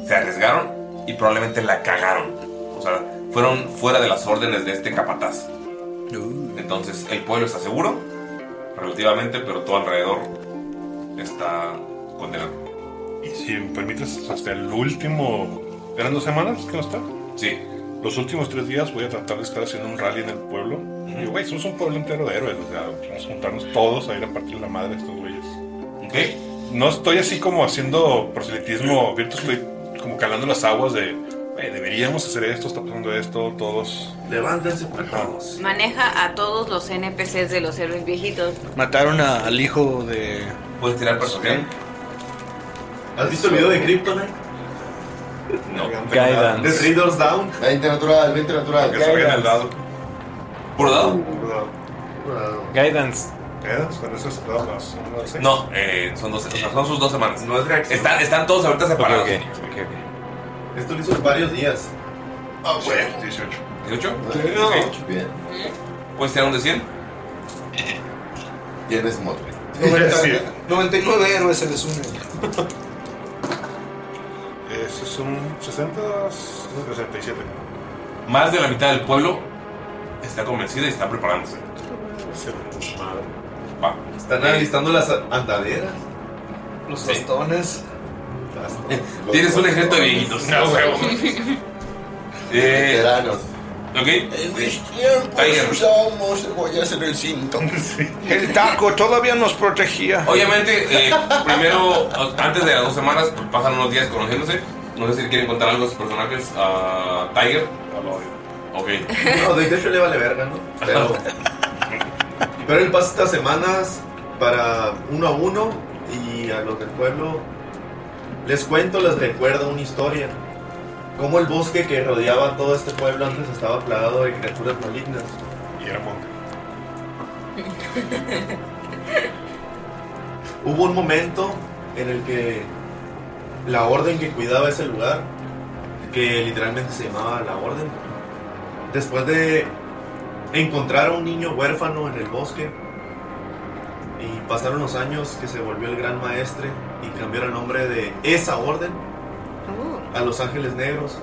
S3: se arriesgaron y probablemente la cagaron. O sea, fueron fuera de las órdenes de este capataz. Entonces, el pueblo está seguro, relativamente, pero todo alrededor está condenado.
S4: Y si me permites, hasta el último. ¿Eran dos semanas que no está?
S3: Sí.
S4: Los últimos tres días voy a tratar de estar haciendo un rally en el pueblo. Y digo, güey, somos un pueblo entero de héroes. O sea, vamos a juntarnos todos a ir a partir la madre de estos güeyes. No estoy así como haciendo proselitismo abierto, estoy como calando las aguas de. "Güey, deberíamos hacer esto, está pasando esto, todos. Levántense, todos.
S6: Maneja a todos los NPCs de los héroes viejitos.
S9: Mataron a- al hijo de.
S3: ¿Puedes tirar personal?
S8: ¿Has visto el video de Kryptonite?
S3: No.
S8: De Three Doors Down.
S7: 20 natural, 20 natural.
S8: Que se vayan al dado.
S3: ¿Por dado?
S11: Guidance.
S4: ¿Guidance? Con eso es dado más.
S3: No, eh, son, dos, o sea, son sus dos semanas. están, están todos ahorita separados.
S8: Esto lo hizo en varios días.
S7: Ah, bueno.
S4: 18.
S3: ¿18?
S8: Sí.
S3: Ok. ¿Puedes tirar un de 100?
S7: Tienes moto.
S13: 99 héroes se les une.
S4: Eso es un 60, 67.
S3: Más de la mitad del pueblo está convencida y está preparándose. Va.
S8: Están alistando las andaderas.
S13: Los
S3: Sí.
S13: bastones.
S3: Tienes un ejército de viejitos.
S13: No, huevo.
S3: Eh,
S7: Veteranos.
S3: Ok.
S8: Eh,
S7: Tiempos usamos cebollas en el cinto.
S9: El taco todavía nos protegía.
S3: Obviamente, eh, primero, antes de las dos semanas, pues, pasan unos días conociéndose. No sé si quieren contar algo a sus personajes. A Tiger. Ok.
S8: No, de de hecho le vale verga, ¿no? Pero, pero él pasa estas semanas para uno a uno y a los del pueblo les cuento, les recuerdo una historia. Cómo el bosque que rodeaba todo este pueblo antes estaba plagado de criaturas malignas.
S4: Y era monte.
S8: Hubo un momento en el que la orden que cuidaba ese lugar, que literalmente se llamaba la orden, después de encontrar a un niño huérfano en el bosque, y pasaron los años que se volvió el gran maestre y cambió el nombre de esa orden
S3: Oh.
S8: a Los Ángeles Negros.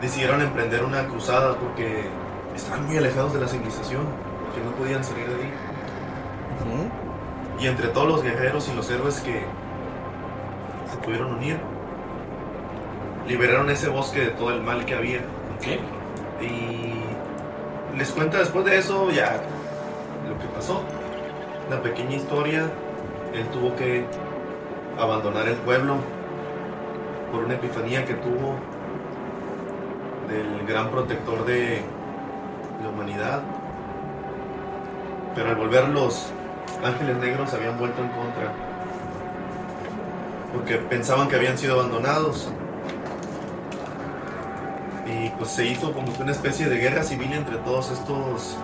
S8: Decidieron emprender una cruzada porque estaban muy alejados de la civilización, que no podían salir de ahí. Y entre todos los guerreros y los héroes que se pudieron unir, liberaron ese bosque de todo el mal que había. Y les cuenta después de eso ya lo que pasó. La pequeña historia, él tuvo que abandonar el pueblo por una epifanía que tuvo del gran protector de la humanidad. humanidad. Pero al volver los ángeles negros se habían vuelto en contra. Porque pensaban que habían sido abandonados. Y pues se hizo como que una especie de guerra civil entre todos estos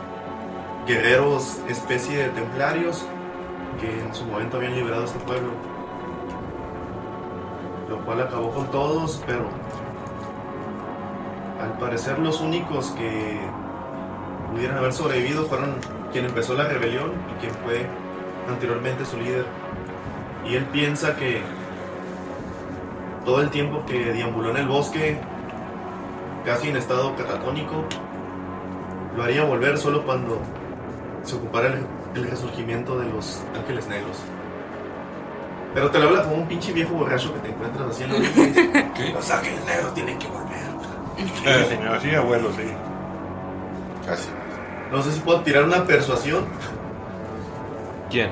S8: guerreros, especie de templarios, que en su momento habían liberado a este pueblo. Lo cual acabó con todos, pero al parecer los únicos que pudieron haber sobrevivido fueron quien empezó la rebelión y quien fue anteriormente su líder. Y él piensa que todo el tiempo que deambuló en el bosque, casi en estado catatónico, lo haría volver solo cuando se ocupara el, el resurgimiento de los ángeles negros. Pero te lo habla como un pinche viejo borracho que te encuentras así en la orilla. Los ángeles negros tienen que volver.
S4: señor, sí, Eh, abuelo, sí.
S14: Casi.
S8: No sé si puedo tirar una persuasión.
S11: ¿Quién?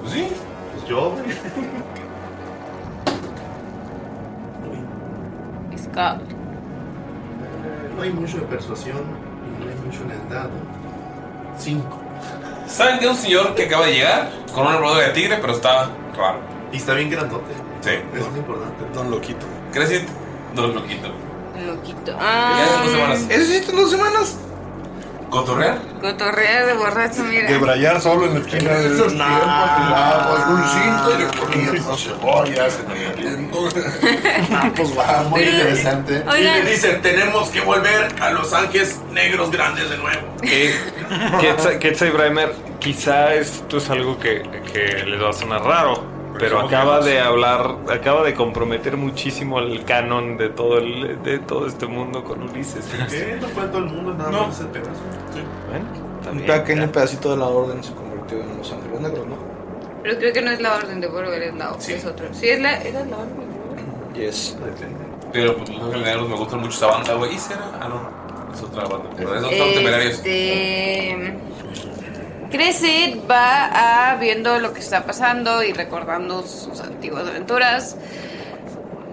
S8: Pues sí. Pues yo. güey.
S10: Scott.
S8: No hay mucho de persuasión y no hay mucho en el dado. Cinco.
S3: ¿Saben que es un señor que acaba de llegar con una armadura de tigre, pero está raro?
S8: Y está bien grandote.
S3: Sí.
S8: Es lo importante.
S3: Don Loquito. Crescent, Don Loquito.
S10: Loquito.
S3: Ya hace dos semanas.
S9: ¿Eso hiciste en dos semanas?
S3: ¿Cotorrear?
S10: Cotorrea de borracho, mira.
S4: Debrayar solo en la esquina de
S7: Esos
S4: No.
S7: tiempos, un cinto y le ponías dos cebollas en el aliento. Ah, pues va, muy interesante.
S8: Y le
S7: dicen,
S8: tenemos que volver a los ángeles negros grandes de nuevo.
S3: Eh,
S11: Ketsa Ketsa y Bremer, quizá esto es algo que, que les va a sonar raro, pero
S15: somos
S11: acaba
S15: buenos.
S11: de hablar, acaba de comprometer muchísimo el canon de todo el, de todo este mundo con Ulises.
S8: ¿Qué? No fue todo el mundo, nada
S11: No.
S8: más ese pedazo.
S9: Un
S11: También,
S9: pequeño pedacito de la orden se convirtió en los ángeles negros, ¿no?
S10: Pero creo que no es la orden de volver, es la es otra. Sí, es la, era la orden.
S9: Yes.
S3: Pero pues, los ángeles negros me gustan mucho esa banda, güey. ¿Y será? Ah, no. Es otra banda. Pero esos son temerarios.
S10: Este. Crescent va a viendo lo que está pasando y recordando sus antiguas aventuras.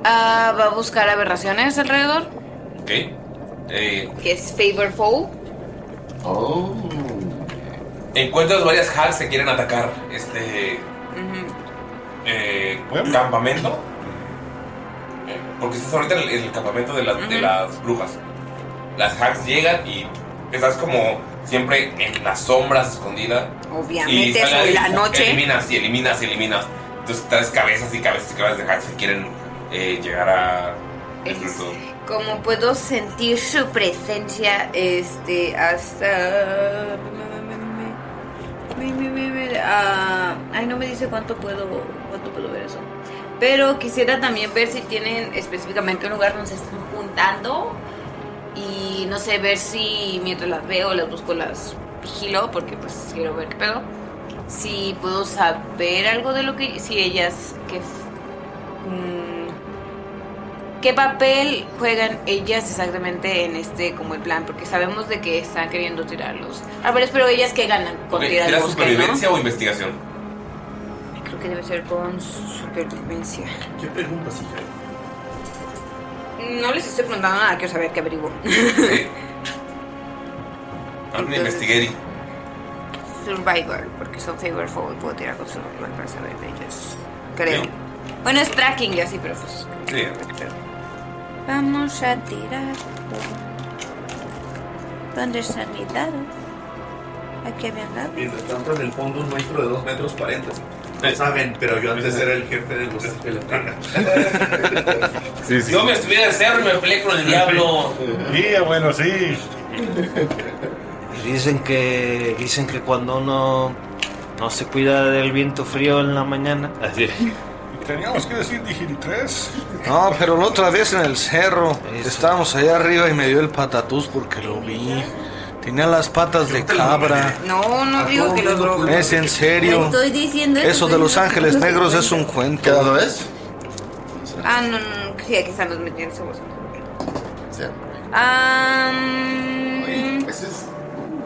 S10: Ah, va a buscar aberraciones alrededor,
S3: Ok. Eh,
S10: que es Favor Foe.
S3: encuentras varias hacks que quieren atacar este eh, campamento. Eh, Porque estás ahorita en el, en el campamento de, las- de las brujas. Las hacks llegan y estás como siempre en las sombras escondida. Y
S10: Obviamente,
S3: sale
S10: soy
S3: ahí,
S10: la noche.
S3: Eliminas y eliminas y eliminas. Entonces traes cabezas y cabezas y cabezas de hacks que quieren eh, llegar a destruir todo.
S10: Como puedo sentir su presencia, este, hasta... me, me, me, me, ah, ay, no me dice cuánto puedo, cuánto puedo ver eso. Pero quisiera también ver si tienen específicamente un lugar donde se están juntando y no sé, ver si mientras las veo, las busco, las vigilo, porque pues quiero ver qué pedo. Si puedo saber algo de lo que, si ellas, que... mm, ¿Qué papel juegan ellas exactamente en este como el plan? Porque sabemos de que están queriendo tirarlos. A ver, pero ellas que ganan con
S3: Ok,
S10: tirar
S3: ¿Era
S10: el bosque, ¿no?
S3: supervivencia o investigación?
S10: Creo que debe ser con supervivencia.
S8: ¿Qué preguntas, hija?
S10: No les estoy preguntando nada, quiero saber qué averiguo.
S3: Hazme investigueri.
S10: Survivor, porque son favorable, puedo tirar con Survivor para saber de ellos. Creo. Bueno, es tracking y así, pero pues.
S3: Sí.
S10: Vamos a tirar. ¿Dónde están mis dados? Aquí habían dados.
S8: Mientras tanto, en el fondo, un maestro de 2 metros 40. No saben, pero yo antes era el jefe de los ángeles negros.
S3: Yo me estuviera en el cerro y me peleé con el diablo.
S4: Sí, abuelo, sí.
S16: Dicen que, dicen que cuando uno no se cuida del viento frío en la mañana. Así.
S4: Teníamos que decir Digiritres.
S9: No, pero la otra vez en el cerro estábamos allá arriba y me dio el patatús porque lo vi. Tenía las patas de cabra.
S10: No, no digo que los drogues.
S9: Es en serio.
S10: Estoy diciendo
S9: Eso de los ángeles negros es un cuento. ¿Qué
S14: dado es?
S10: Ah, no, no, no, sí, aquí están los metidos.
S14: Sí.
S10: Ah.
S14: ese es.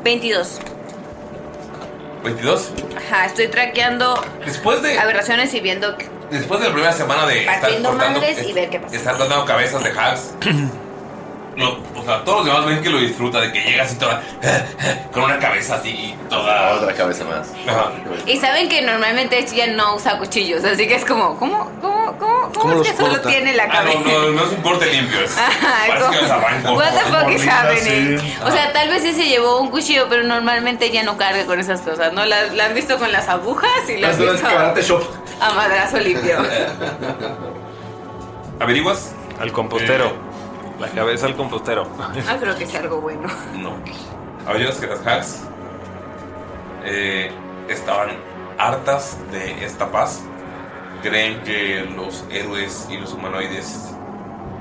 S10: 22.
S3: 22.
S10: Ajá, estoy traqueando
S3: Después de,
S10: aberraciones y viendo que-
S3: después de la primera semana de estar
S10: partiendo
S3: cortando,
S10: madres
S3: es-
S10: y ver qué pasa.
S3: estar cortando cabezas de hacks, no, o sea, sea, todos los demás ven que lo disfruta, de que llega así toda. con una cabeza así y toda. Otra
S7: cabeza más.
S3: Ajá.
S10: Y saben que normalmente ella no usa cuchillos, así que es como, ¿cómo, cómo, cómo, cómo, es que solo tiene la
S3: Ah,
S10: cabeza?
S3: no, no, no es un corte limpio, es.
S10: Ajá,
S3: parece que
S10: como,
S3: los arranco.
S10: What the fuck is
S3: Mordidas,
S10: happening?
S3: sí.
S10: O sea, tal vez sí se llevó un cuchillo, pero normalmente ella no carga con esas cosas, ¿no? La, la han visto con las agujas
S3: Ah,
S10: y la han visto
S8: shop.
S10: a madrazo limpio.
S3: ¿Averiguas? Eh.
S17: Al compostero. La cabeza al compostero.
S10: No creo que sea algo bueno.
S3: No. Averiguas que las hacks eh, estaban hartas de esta paz. Creen que los héroes y los humanoides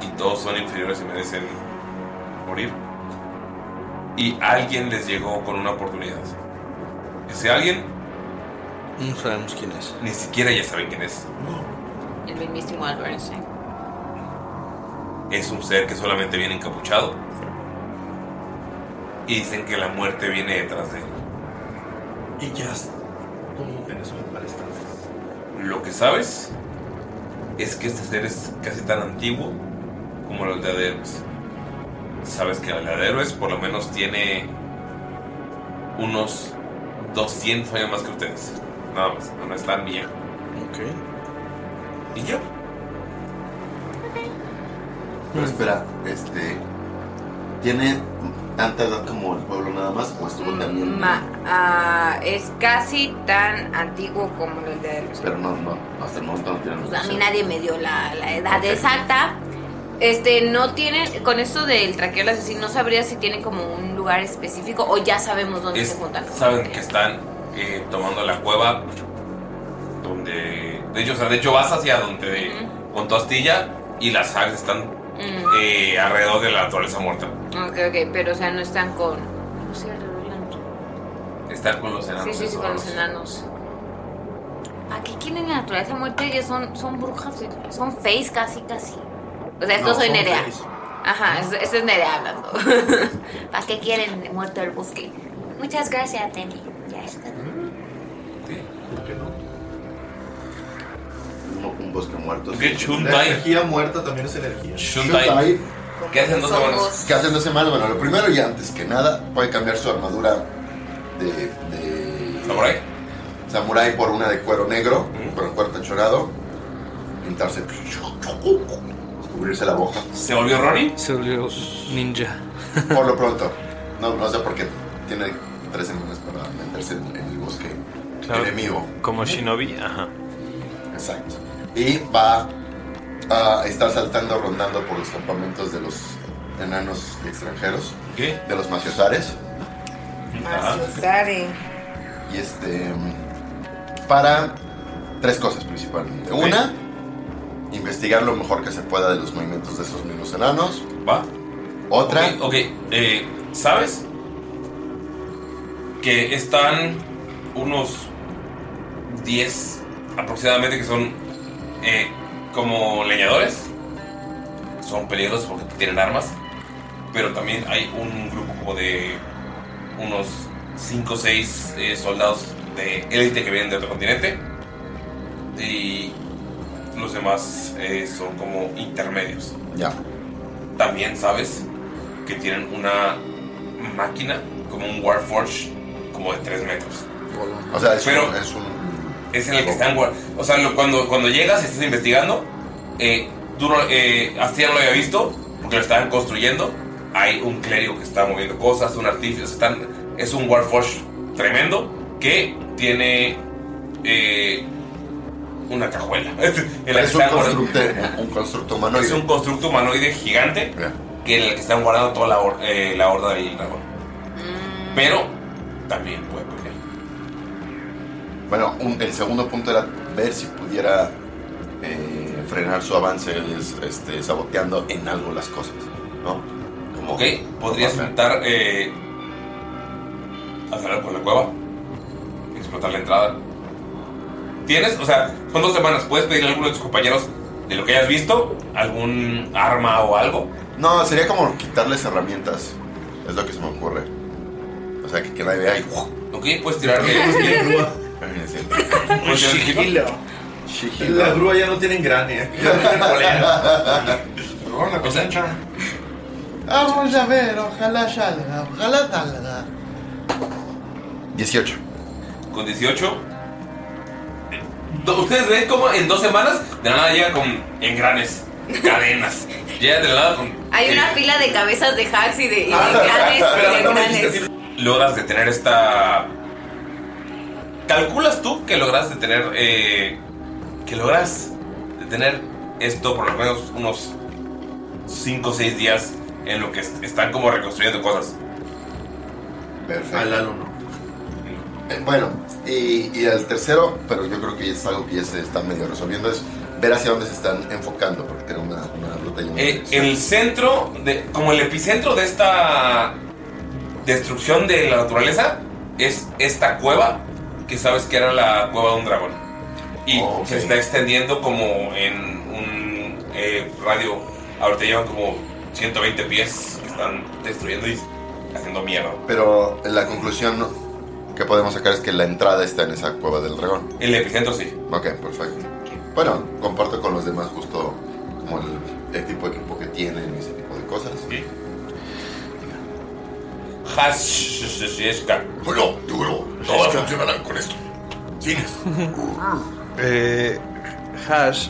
S3: y todos son inferiores y merecen morir. Y alguien les llegó con una oportunidad. Ese alguien
S18: No sabemos quién es.
S3: ni siquiera ya saben quién es.
S10: El mismísimo Albert Einstein.
S3: es un ser que solamente viene encapuchado. Y dicen que la muerte viene detrás de él.
S8: Y ya. ¿Cómo tenés un palestino?
S3: Lo que sabes es que este ser es casi tan antiguo como la aldea de héroes. Sabes que la aldea de héroes por lo menos tiene unos 200 años más que ustedes. Nada más, no es tan viejo. ¿Y yo?
S7: Pero espera, este. ¿Tiene tanta edad como el pueblo nada más? ¿O estuvo también?
S10: Ma- ah, es casi tan antiguo como el de los
S7: Pero no, no, hasta el momento no tiene
S10: Pues a mí
S7: información.
S10: nadie me dio la, la edad exacta. Este, no tienen, con esto del traqueo del asesino, no sabría si tienen como un lugar específico o ya sabemos dónde
S3: Es-
S10: se juntan.
S3: saben que están eh, tomando la cueva donde de hecho, o sea, de hecho vas hacia donde con tu astilla y las hags están
S10: Mm,
S3: eh, alrededor de la naturaleza muerta.
S10: ok, ok, pero o sea, no están con. ¿Cómo se revelan?
S3: Están con los enanos.
S10: Sí, sí, sí,
S3: esos
S10: con los
S3: raros.
S10: enanos. Aquí tienen la naturaleza muerta, ellos son, son brujas, son face casi, casi. O sea, esto
S6: No,
S10: soy
S6: son
S10: Nerea.
S6: feys.
S10: Ajá, es- esto es Nerea hablando. ¿Para qué quieren muerto el bosque? Muchas gracias, Temi. Ya está.
S7: Un, un bosque muerto.
S3: ¿Qué
S7: Shuntai?
S8: energía muerta también es energía.
S7: Shuntai.
S3: ¿Qué hacen dos semanas?
S7: ¿Qué hacen dos semanas? Bueno, lo primero y antes que nada, puede cambiar su armadura de. de
S3: ¿Samurai?
S7: Samurai por una de cuero negro, con el cuerpo enchorado, pintarse. cubrirse la boca.
S3: ¿Se volvió Rory?
S9: Se volvió ninja.
S7: Por lo pronto. No, no sé por qué tiene tres semanas para meterse en, en el bosque
S17: Claro,
S7: enemigo.
S17: Como shinobi, ajá.
S7: Exacto. Y va a estar saltando, rondando por los campamentos de los enanos extranjeros.
S3: ¿Qué?
S7: De los maciosares.
S8: Ah.
S10: Asustaré.
S7: Y este. Para tres cosas principalmente.
S3: Ok.
S7: Una, investigar lo mejor que se pueda de los movimientos de esos mismos enanos.
S3: Va.
S7: Otra.
S3: Ok, ok, eh, ¿sabes? Que están unos 10 aproximadamente que son eh, como leñadores. Son peligrosos porque tienen armas. Pero también hay un grupo como de unos 5 o 6 soldados de élite que vienen de otro continente. Y los demás eh, son como intermedios
S7: Ya.
S3: también sabes que tienen una máquina como un Warforge como de 3 metros.
S7: O sea, es
S3: Pero
S7: un- es un
S3: es en el que están. guar- O sea, lo- cuando, cuando llegas y estás investigando, eh, tú no- eh, Astilla no lo había visto porque lo estaban construyendo. Hay un clérigo que está moviendo cosas, un artífice. Están, es un Warforge tremendo que tiene eh, una cajuela. En la que
S7: es un
S3: están guardando-
S7: constructo, un constructo humanoide.
S3: es un constructo humanoide gigante que en el que están guardando toda la, hor- eh, la horda del dragón. Pero también puede pelear.
S7: Bueno, un- el segundo punto era ver si pudiera eh, frenar su avance es- este, saboteando en algo las cosas, ¿no? Como,
S3: Ok, podrías
S7: como-
S3: intentar eh, hacer algo con la cueva, explotar la entrada. Tienes, o sea, son dos semanas. Puedes pedir a alguno de tus compañeros de lo que hayas visto, algún arma o algo.
S7: No, sería como quitarles herramientas. Es lo que se me ocurre. O sea, que, que nadie vea y...
S3: Ok, puedes tirar. Sigilo.
S8: La grúa ya no tiene engrane. Ya no tiene polea.
S3: O sea,
S9: Vamos a ver, ojalá salga, ojalá salga.
S7: 18.
S3: Con 18. eh, Ustedes ven como en dos semanas de la nada llega con engranes, cadenas. Llega de la nada con.
S10: Hay una fila de cabezas de hacks y de, y de canes y de canes.
S3: Logras detener esta. Calculas tú que logras detener. eh, que logras detener esto por lo menos unos 5 o 6 días en lo que est- están como reconstruyendo cosas.
S7: Perfecto.
S3: Al Lalo
S7: Eh, Bueno, y, y el tercero, pero yo creo que es algo que ya se está medio resolviendo, es ver hacia dónde se están enfocando, porque tiene una, una ruta y una
S3: Eh, el centro, de, como el epicentro de esta destrucción de la naturaleza, es esta cueva que sabes que era la cueva de un dragón.
S7: Oh,
S3: Y se está extendiendo como en un eh, radio. Ahorita llevan como 120 pies que están destruyendo y haciendo mierda.
S7: Pero la conclusión que podemos sacar es que la entrada está en esa cueva del dragón.
S3: El epicentro sí.
S7: Ok, perfecto. Bueno, comparto con los demás justo como el, el tipo de equipo que tienen y ese tipo de cosas.
S3: Hashesheshka.
S7: Bueno, duro.
S3: Todas
S7: funcionarán con esto. Tienes.
S10: Ah.
S11: Eh, Hash.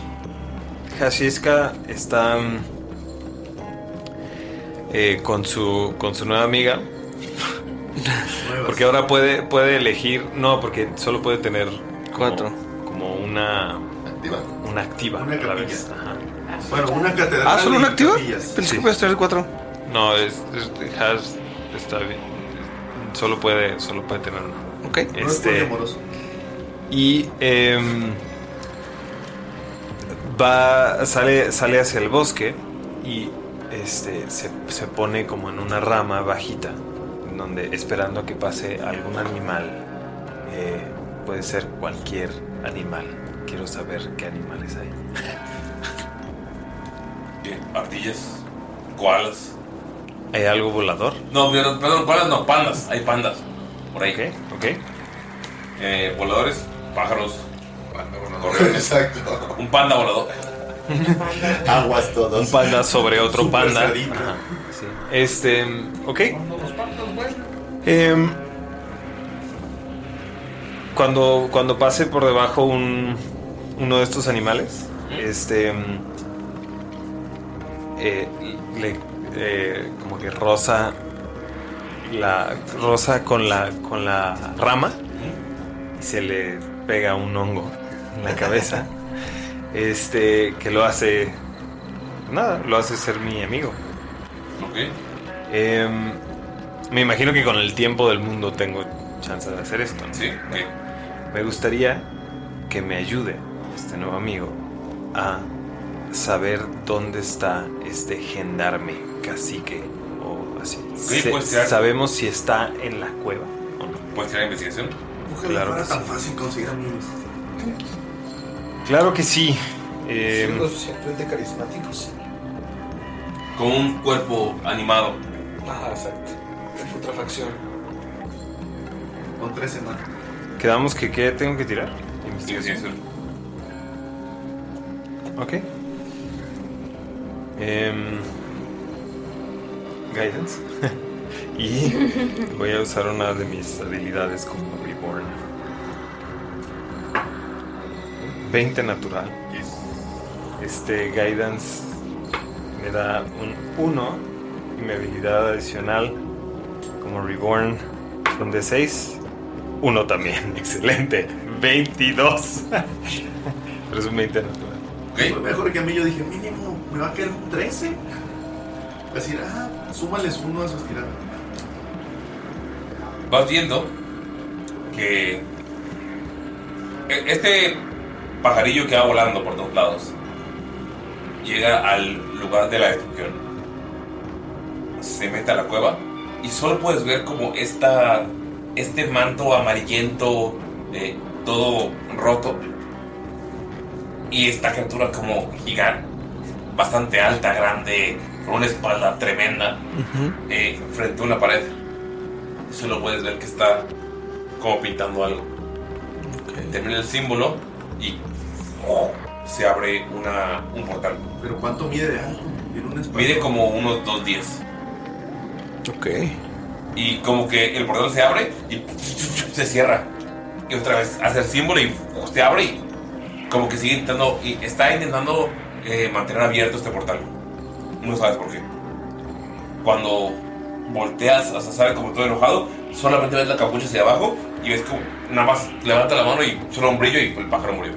S11: Hashiska está. mm, eh, con, su, con su nueva amiga. Porque ahora puede, puede elegir. No, porque solo puede tener. Cuatro. Como una.
S7: Activa.
S11: Una activa a la vez. Ajá.
S8: Bueno, una catedral.
S12: Ah, solo
S8: y
S12: una activa.
S8: capillas.
S12: Pensé que puedes tener cuatro.
S11: No, es, es- Hash está bien. Solo puede, solo puede tener una.
S12: Ok.
S8: No es
S11: Este,
S8: poliamoroso.
S11: y em, va, sale, sale hacia el bosque y este, se, se pone como en una rama bajita, en donde esperando a que pase algún animal. Eh, puede ser cualquier animal. Quiero saber qué animales hay.
S3: Ardillas, koalas.
S11: ¿Hay algo volador?
S3: No, pero- perdón, koalas no, pandas. Hay pandas. Por ahí.
S11: Ok, ok.
S3: Eh, voladores, pájaros.
S7: Exacto.
S3: Un panda volador.
S7: Aguas todos.
S11: Un panda sobre otro
S3: Super
S11: panda.
S3: sadito.
S11: Ajá, sí. Este, ok. Em, cuando, cuando pase por debajo un, uno de estos animales, este. mm, eh, le, eh, como que rosa. La rosa con la, con la rama y se le pega un hongo en la cabeza. Este, que lo hace. Nada, lo hace ser mi amigo.
S3: Ok.
S11: Em, me imagino que con el tiempo del mundo tengo chance de hacer esto. ¿no? Bueno, Me gustaría que me ayude este nuevo amigo a saber dónde está este gendarme cacique o así. Se-
S3: puedes tirar.
S11: sabemos si está en la cueva o no.
S3: ¿Puedes tirar investigación?
S8: Ojalá
S11: Claro
S8: fuera
S11: que
S8: tan
S11: sí.
S8: fácil conseguir amigos.
S11: Claro que sí. Em,
S9: lo suficientemente carismático, sí.
S3: con un cuerpo animado.
S12: Ah, exacto. Putrefacción.
S8: Con tres semanas.
S11: Quedamos que qué tengo que tirar. Ok. Em, guidance. y voy a usar una de mis habilidades como Reborn. 20 natural. Este guidance me da un 1 y mi habilidad adicional como Reborn son de 6. Uno también, excelente. 22. Pero es un 20 natural.
S8: Fue Mejor que a mí yo dije, mínimo, me va a quedar un 13. Es decir, ah, súmales uno a sus tiradas.
S3: Vas viendo que e- este pajarillo que va volando por todos lados llega al lugar de la destrucción. Se mete a la cueva y solo puedes ver como esta, este manto amarillento, eh, todo roto. Y esta criatura como gigante, bastante alta, grande, con una espalda tremenda eh, frente a una pared. Solo puedes ver que está como pintando algo. Termina el símbolo y ¡oh! se abre una, un portal.
S8: Pero ¿cuánto mide de alto? Tiene un espacio.
S3: Mide como unos 2.10.
S9: Ok.
S3: Y como que el portal se abre y se cierra. Y otra vez hace el símbolo y se abre y como que sigue intentando. Y está intentando eh, mantener abierto este portal. No sabes por qué. Cuando volteas a Sasara como todo enojado, solamente ves la capucha hacia abajo y ves como nada más levanta la mano y solo un brillo y el pájaro murió.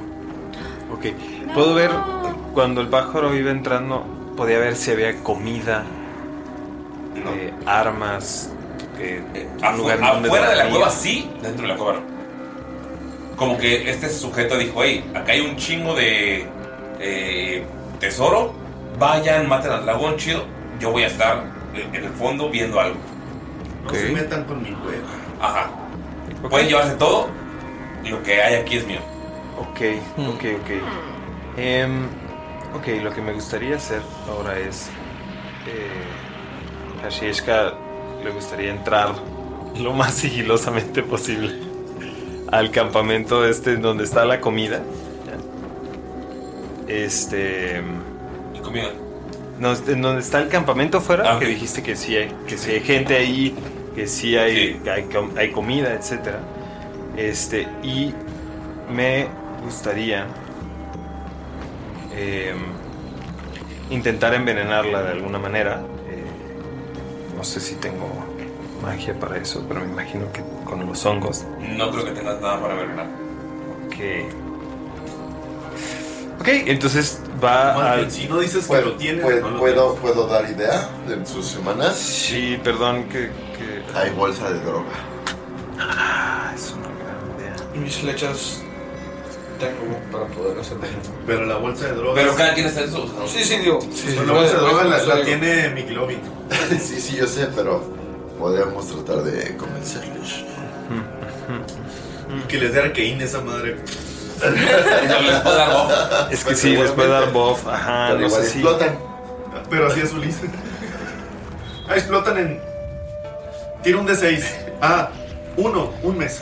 S11: Ok. Puedo ver cuando el pájaro iba entrando, podía ver si había comida, eh, armas, que,
S3: Eh, Afu-
S11: un lugar donde
S3: afuera de la
S11: dormía.
S3: cueva sí, dentro de la cueva no. Como que este sujeto dijo, hey, acá hay un chingo de eh, tesoro, vayan, maten al dragón, chido, yo voy a estar en en el fondo viendo algo.
S8: No se metan con mi cueva.
S3: Ajá. Pueden llevarse todo, lo que hay aquí es mío.
S11: Ok, ok, ok. Em, ok, lo que me gustaría hacer ahora es. Eh, a Shishka le gustaría entrar lo más sigilosamente posible al campamento este en donde está la comida. Este.
S3: ¿Qué comida? Ah,
S11: No, este, en donde está el campamento fuera, que dijiste que sí hay, que sí hay gente ahí, que sí hay, que hay, com- hay comida, etcétera. Este, y me gustaría eh, intentar envenenarla de alguna manera. Eh, no sé si tengo magia para eso, pero me imagino que con los hongos.
S3: No creo que tengas nada para ver nada.
S11: Ok. Ok, entonces va al.
S8: no dices
S7: Ah, Puedo-
S8: que lo tienes,
S7: puedo,
S8: no lo
S7: puedo, puedo dar idea de sus semanas?
S11: Sí, perdón, que,
S7: Hay bolsa de droga.
S11: es una gran idea.
S9: Y mis flechas tengo para poder hacer daño.
S8: Pero la bolsa de drogas.
S3: Pero cada quien está en su. ¿no?
S9: Sí, sí, digo.
S8: Pero la bolsa de drogas la, la tiene mi
S7: sí, sí, yo sé, pero podríamos tratar de convencerles.
S8: Que les dé arqueín esa madre.
S11: Es que sí, les puede dar buff. Ajá,
S8: Pero
S11: no
S8: igual
S11: sé si.
S8: explotan. Pero así es Ulises. Ah, explotan en. Tira un D6. Ah, uno, un mes.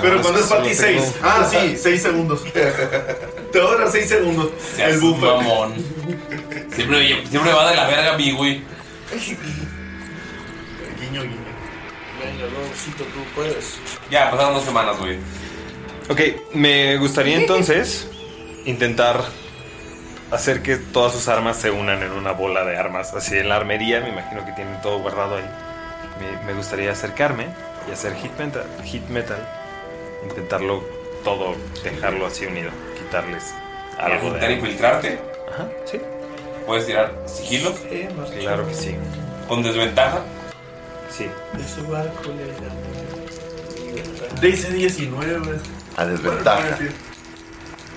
S8: Pero cuando es para ti,
S3: Solo tengo-
S8: 6. Ah, sí, 6 segundos. Te voy a dar 6 segundos.
S3: El bufo. Mamón. Siempre, siempre me va de la verga a mí, güey.
S8: Guiño, guiño.
S9: Venga, Lorcito, tú puedes.
S3: Ya, pasaron dos semanas, güey.
S11: Ok, me gustaría entonces intentar hacer que todas sus armas se unan en una bola de armas. Así en la armería, me imagino que tienen todo guardado ahí. Me, me gustaría acercarme y hacer hit metal, hit metal. Intentarlo todo, dejarlo así unido, quitarles algo
S3: ¿Intentar
S11: de.
S3: infiltrarte?
S11: Ajá, sí.
S3: ¿Puedes tirar sigilo?
S11: Claro que sí.
S3: ¿Con desventaja?
S11: Sí.
S9: De su barco le
S8: Dice 19.
S7: A desventaja.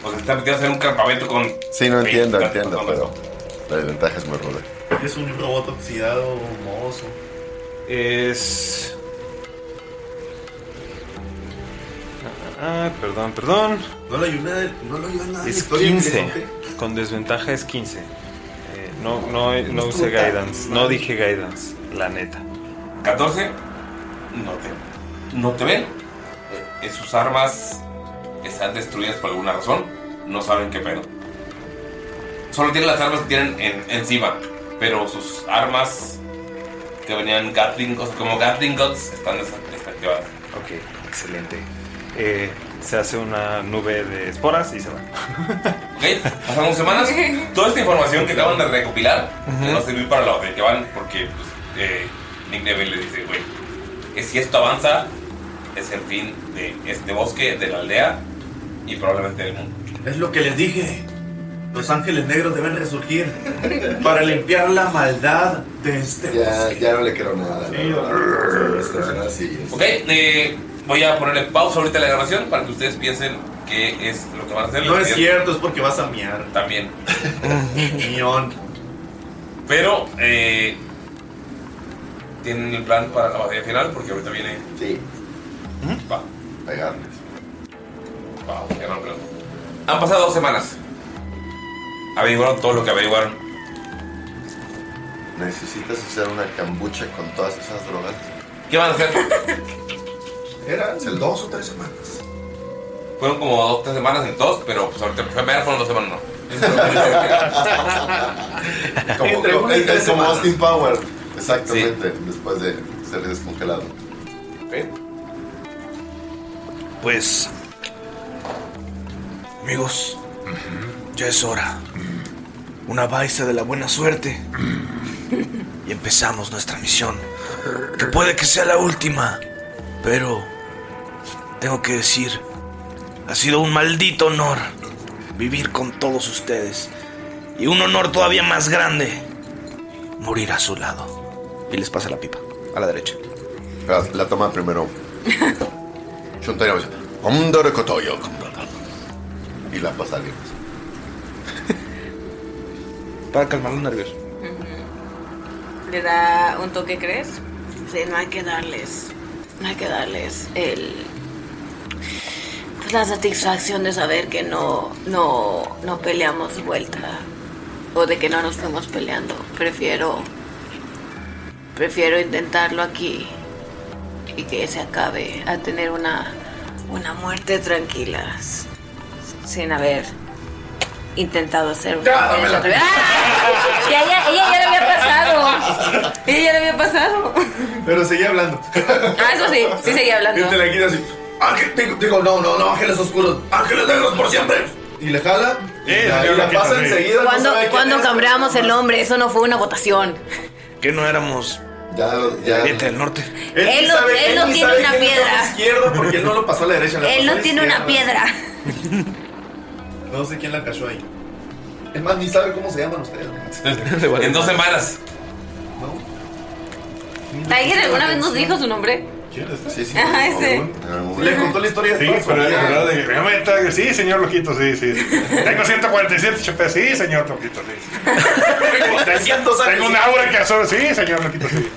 S3: O sea, está metido a hacer un campamento con.
S7: Sí, no entiendo,
S3: 20
S7: entiendo, pero la desventaja es muy ruda.
S8: Es un robot oxidado, mohoso.
S3: Eh,
S11: Es. Ah, perdón, perdón.
S8: No lo ayuda, no lo ayuda nada.
S11: Es
S8: Estoy
S11: 15.
S8: inteligente.
S11: Con desventaja es 15. Eh, no, no, no
S8: No
S11: usé
S8: estuvo tan
S11: guidance.
S3: mal.
S11: No dije guidance, la neta.
S3: 14. No te, no te ven. Eh, Sus armas están destruidas por alguna razón. No saben qué pedo. Solo tienen las armas que tienen en- encima. Pero sus armas que venían Gatling, o sea, como Gatling Guts, están des- desactivadas.
S11: Ok, excelente. Eh, se hace una nube de esporas y se va.
S3: Ok, pasaron semanas. Toda esta información que acaban de recopilar
S11: Ujú.
S3: les va a servir para la batalla que van. Porque pues, eh, Nick Neville le dice: güey, que si esto avanza, es el fin de este bosque, de la aldea y probablemente del mundo.
S8: Es lo que les dije. Los ángeles negros deben resurgir para limpiar la maldad de este
S7: Ya,
S8: bosque.
S7: ya no le creo nada. la verdad. Sí, esta semana sí es.
S3: Ok, eh, voy a ponerle pausa ahorita a la grabación para que ustedes piensen qué es lo que van a hacer.
S8: No es
S3: Ustedes-
S8: cierto, es porque vas a miar.
S3: También.
S8: Mion.
S3: Pero eh, tienen el plan para la batalla final porque ahorita viene. ¿Mm?
S7: Sí.
S3: Va.
S7: Pegarles.
S3: Va, ok, no, pero- Han pasado dos semanas. Averiguaron todo lo que averiguaron.
S7: Necesitas usar una cambucha con todas esas drogas.
S3: ¿Qué van a hacer?
S7: Eran el dos o tres semanas.
S3: Fueron como dos, tres semanas en dos, pero pues ahorita fue primero fueron dos semanas, no.
S7: Como, como- es como Austin Power. Exactamente, después de ser descongelado.
S12: Pues. Amigos, ya es hora. Una baisa de la buena suerte. Y empezamos nuestra misión. Que puede que sea la última, pero. Tengo que decir. Ha sido un maldito honor vivir con todos ustedes. Y un honor todavía más grande. Morir a su lado. Y les pasa la pipa, a la derecha.
S7: La, Ah, la toma primero. Chuntaro dice, "Hondo recotoyo, comprado". Y la pasa a alguien más.
S9: Para calmar los nervios.
S6: ¿Le da un toque, crees? Sí, no hay que darles. No hay que darles el. pues, la satisfacción de saber que no, no, no peleamos vuelta. O de que no nos fuimos peleando. Prefiero. Prefiero intentarlo aquí. Y que se acabe. A tener una. Una muerte tranquila. s- Sin haber intentado hacer una.
S13: dámela.
S6: ¡Ah! Ya, ya, ella ya le había pasado. Ella ya le había pasado.
S8: Pero seguía hablando.
S6: Ah, eso sí, sí seguía hablando.
S8: Y te la quita así. Ángel, digo, digo, no, no, no, ángeles oscuros. Ángeles negros por siempre. Y le jala. Y la, y
S9: yo
S8: la
S9: la quito
S8: pasa
S9: también.
S8: enseguida. no
S6: Cuando,
S8: sabe quién
S6: cuando
S8: es.
S6: cambiamos el nombre, eso no fue una votación.
S12: Que no éramos.
S7: Ya,
S12: Gente del norte.
S10: Eh,
S6: Él,
S8: sí
S6: no, él
S8: sabe- él
S6: no
S8: sí
S6: tiene
S8: sabe
S6: una
S8: quién es
S6: piedra.
S8: Izquierda, porque él no lo pasó a la derecha. la
S6: Él
S8: pasó Pues, a
S6: no
S8: la
S6: tiene una
S8: izquierda.
S6: piedra.
S8: No sé quién la cachó ahí. Es más, ni sabe cómo se llaman ustedes.
S3: en dos semanas.
S6: Tiger alguna vez nos dijo su nombre.
S7: Sí, sí.
S6: Ajá, ese.
S8: Le contó la historia de
S4: Ah, Sí,
S8: toda su
S4: pero
S8: vida.
S4: era de. "Dígame, Tiger". Sí, señor Loquito, sí, sí. sí. Tengo 147 HP, sí, señor Loquito, sí. sí. Tengo, tengo, tengo una aura que absorbe, sí, señor Loquito, sí.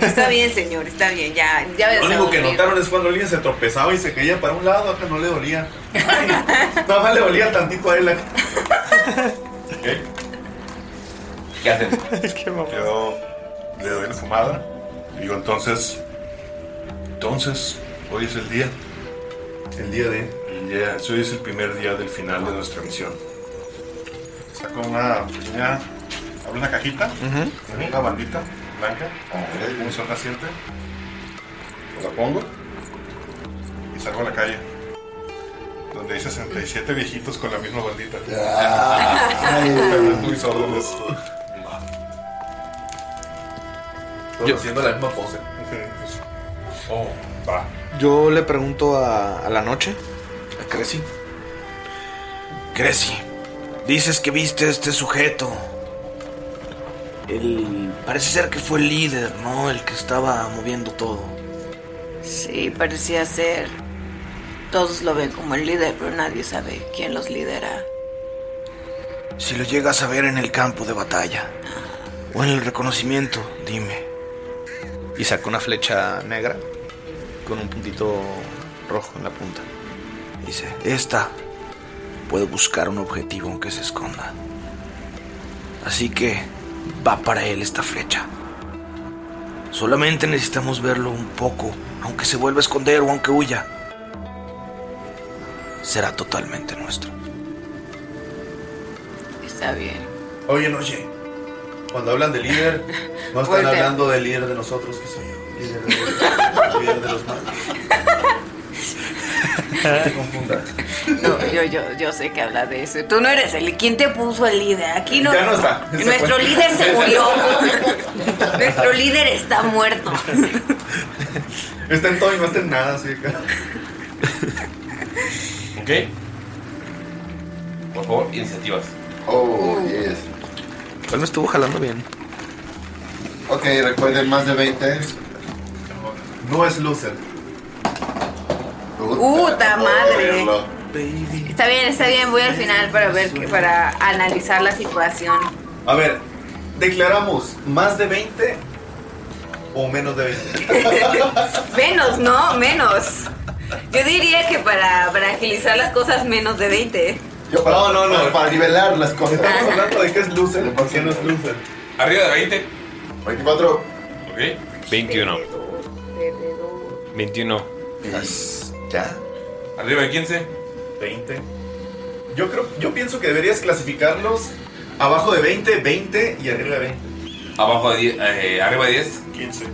S6: Está bien, señor, está bien, ya. ya ves
S8: Lo
S6: a
S8: único que
S6: dormir.
S8: notaron es cuando alguien se tropezaba y se caía para un lado, acá no le dolía. Nada más le dolía tantito a él. acá.
S3: ¿Qué hacen?
S4: Yo le doy la fumada. Digo, entonces. Entonces, hoy es el día.
S8: El día de.
S4: El día- hoy es el primer día del final de nuestra misión. Saco una pequeña. Abro una cajita. Una bandita blanca. Un sol naciente. La pongo. Y salgo a la calle. Donde hay 67 viejitos con la misma bandita. Pero es muy solo eso.
S8: Todos haciendo la misma pose.
S4: Oh, va.
S9: Yo le pregunto a, a la noche, a Cressy.
S12: Creci, dices que viste a este sujeto. El, parece ser que fue el líder, ¿no? El que estaba moviendo todo.
S6: Sí, parecía ser. Todos lo ven como el líder, pero nadie sabe quién los lidera.
S12: Si lo llegas a ver en el campo de batalla o en el reconocimiento, dime.
S9: Y saca una flecha negra con un puntito rojo en la punta. "Eh,
S12: Dice, esta puede buscar un objetivo aunque se esconda. Así que va para él esta flecha. Solamente necesitamos verlo un poco, aunque se vuelva a esconder o aunque huya. Será totalmente nuestro.
S6: Está bien.
S8: Oye, oye. Cuando hablan de líder, no están
S6: Voltea.
S8: hablando del líder de nosotros, que soy yo. Líder de los, líder de los malos. No te confundas.
S6: No, yo, yo, yo sé que habla de eso. Tú no eres el. ¿Quién te puso el líder? Aquí no.
S8: Ya no está. Se
S6: Nuestro
S8: fue.
S6: líder se murió. Nuestro líder está muerto.
S8: Está en todo y no está en nada, así acá.
S3: ¿Ok? Por favor, iniciativas.
S7: Oh, yes.
S9: Él pues me estuvo jalando bien.
S7: Ok, recuerden, más de 20.
S8: No es loser.
S6: ¡Puta madre! Uh, Está bien, está bien. Voy al final para ver, que- para analizar la situación.
S8: A ver, declaramos más de 20 o menos de 20.
S6: Menos, ¿no? Menos. Yo diría que para, para agilizar las cosas, menos de 20.
S7: no, no, no. Para nivelar las cosas.
S8: Estamos hablando de qué es loser, por qué no es loser.
S3: Arriba de 20.
S7: 24.
S3: Ok.
S5: 21. 21.
S7: Ya.
S3: Arriba de 15.
S8: 20. Yo creo, yo pienso que deberías clasificarlos Abajo de 20, 20 y arriba de 20.
S3: Abajo de 10, eh, arriba de 10.
S8: 15.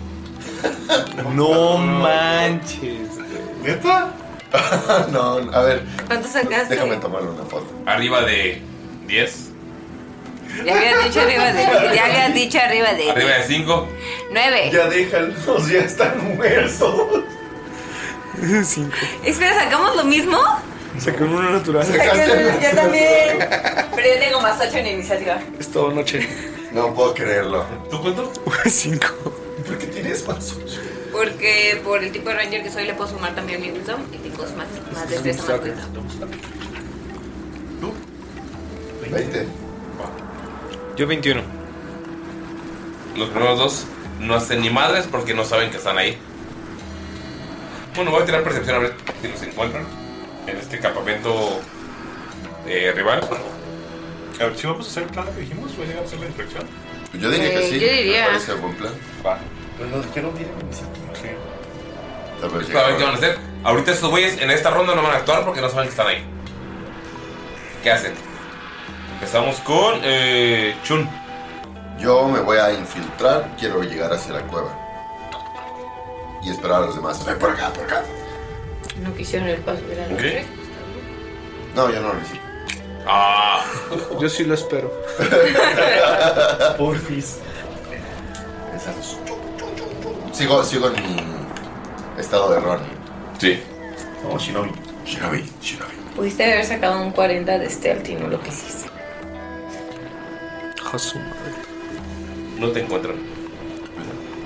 S11: No manches.
S7: ¿Neta? no, a ver,
S10: ¿Cuánto sacaste?
S7: déjame tomarle una foto.
S3: Arriba de 10.
S10: Ya habías dicho arriba de. Ya habías dicho arriba de.
S3: Arriba de 5.
S4: Eh.
S10: Nueve.
S8: déjalos, ya están muertos.
S9: Cinco.
S10: Espera, ¿sacamos lo mismo?
S9: Saqué un uno natural.
S10: Yo también. Pero yo tengo más ocho en iniciativa.
S9: Es toda noche.
S7: No puedo creerlo.
S3: ¿Tú cuánto?
S9: Cinco.
S7: ¿Por qué tienes más?
S10: Porque por el tipo de ranger que soy le puedo sumar también mi wisdom y tengo más, más destreza más wisdom.
S7: 20.
S11: Yo 21.
S3: Los primeros dos no hacen ni madres porque no saben que están ahí. Bueno, voy a tirar percepción a ver si los encuentran en este campamento eh, rival.
S4: A ver, si vamos a hacer el plan que dijimos, voy a llegar a hacer la inspección.
S7: Yo diría que
S4: Eh,
S7: sí.
S4: yo diría.
S7: Me parece buen plan.
S3: Va.
S8: Pero no dijeron bien.
S7: Tal vez
S3: Para ver qué van a hacer. Ahorita estos güeyes en esta ronda no van a actuar porque no saben que están ahí. ¿Qué hacen? Empezamos con eh, Chun.
S7: Yo me voy a infiltrar, quiero llegar hacia la cueva. Y esperar a los demás. Ven por acá, por acá.
S10: No quisieron el paso de la noche.
S7: No, yo no lo hice.
S3: Ah.
S9: Yo sí lo espero. Porfis.
S7: Esas- Sigo, sigo en mi estado de Ronnie.
S3: Sí.
S7: Como Shinobi. Shinobi, Shinobi.
S10: Pudiste haber sacado un 40 de stealth y no lo quisiste.
S3: No te encuentran.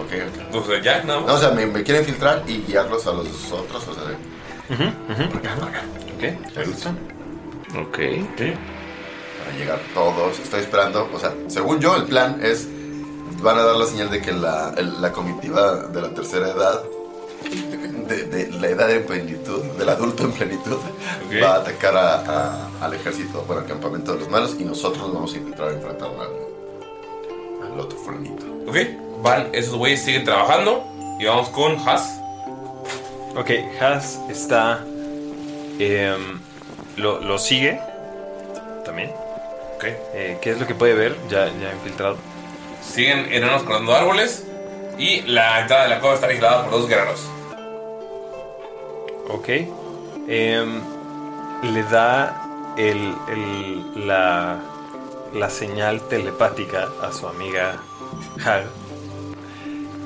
S7: Ok, ok.
S3: O sea, ya, nada más.
S7: No, o sea, me, me quieren filtrar y guiarlos a los otros. O sea, de-
S11: Por
S7: acá, por acá.
S11: Ok,
S7: me gusta.
S11: Ok.
S7: Para llegar todos. Estoy esperando. O sea, según yo, el plan es. Van a dar la señal de que la, el- la comitiva de la tercera edad, de, de la edad en plenitud, del adulto en plenitud, va a atacar a- a- al ejército, bueno, al campamento de los malos, y nosotros nos vamos a intentar enfrentar al, al otro fulanito.
S3: Ok, van, esos güeyes siguen trabajando. Y vamos con Has.
S11: Ok, Has está. em, lo, lo sigue. También. Eh,
S3: Ok.
S11: ¿Qué es lo que puede ver? Ya, ya infiltrado.
S3: Siguen enanos cortando árboles. Y la entrada de la cueva está vigilada por dos guerreros.
S11: Ok. Em, le da el, el- la, la señal telepática a su amiga Hal.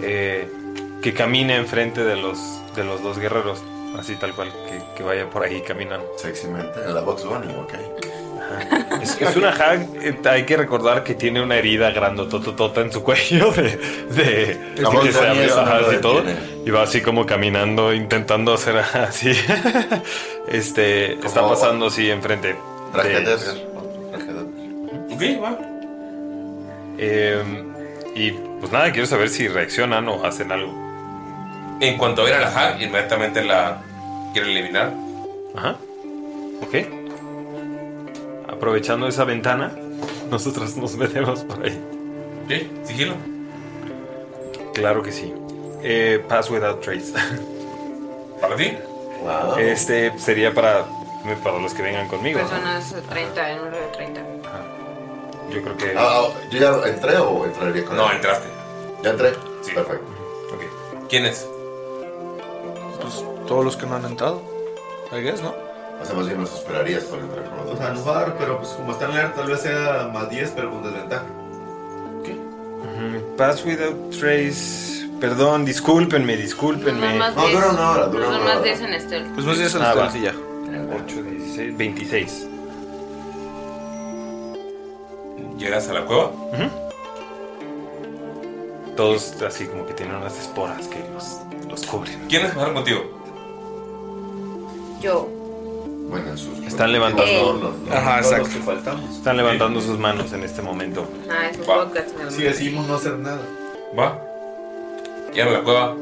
S11: eh, que camine enfrente de los, de los dos guerreros. Así tal cual, que, que vaya por ahí caminando.
S7: Sexymente, en la Box Bunny, ok.
S11: Es, es una hag, eh, hay que recordar que tiene una herida grandotototota en su cuello de, de,
S7: La
S11: de que se
S7: montaña
S11: abre
S7: eso no
S11: ajá,
S7: lo
S11: así todo.
S7: detiene.
S11: Y va así como caminando, intentando hacer así. Este está pasando así enfrente.
S7: Traje
S11: de-
S7: de Edgar, traje de Edgar.
S3: Ok, va.
S11: Em, y pues nada, quiero saber si reaccionan o hacen algo.
S3: En cuanto ven a la Hag, inmediatamente la quieren eliminar.
S11: Ajá. Ok. Aprovechando esa ventana, nosotros nos metemos por ahí.
S3: Sí, sigilo.
S11: Claro que sí. Eh, pass without trace.
S3: ¿Para ti?
S10: Wow.
S11: Este sería para, para los que vengan conmigo. ¿no?
S10: Personas 30, en número de 30.
S11: Yo creo que.
S7: Ah, ah, ¿Yo ya entré o entraría con
S3: No,
S7: él?
S3: entraste.
S7: ¿Ya entré? Sí. Perfecto.
S3: Ok. ¿Quién es?
S9: Pues todos los que no han entrado. I guess, ¿no?
S7: Hacemos bien, nos esperarías por entrar con
S8: O sea, no va a dar, pero pues como está en leer, tal vez sea más 10, pero con desventaja.
S11: Ujú. Pass without trace. Perdón, discúlpenme, discúlpenme.
S10: Son más 10. Son más 10 en stealth.
S11: Pues
S9: más diez en
S8: Ah,
S9: stealth y ya.
S11: 8, 16, 26.
S3: Llegas a la cueva.
S11: Todos así como que tienen unas esporas que los, los cubren.
S3: ¿Quiénes pasaron contigo?
S10: Yo.
S7: Bueno, sus.
S11: Están levantando.
S7: Los-
S11: Ajá,
S8: todos
S11: exacto.
S8: los que faltamos.
S11: Están levantando sus manos en este momento.
S10: Ah, es un podcast. mi amor.
S8: Si decidimos no hacer nada.
S3: Va. Llegan a la cueva.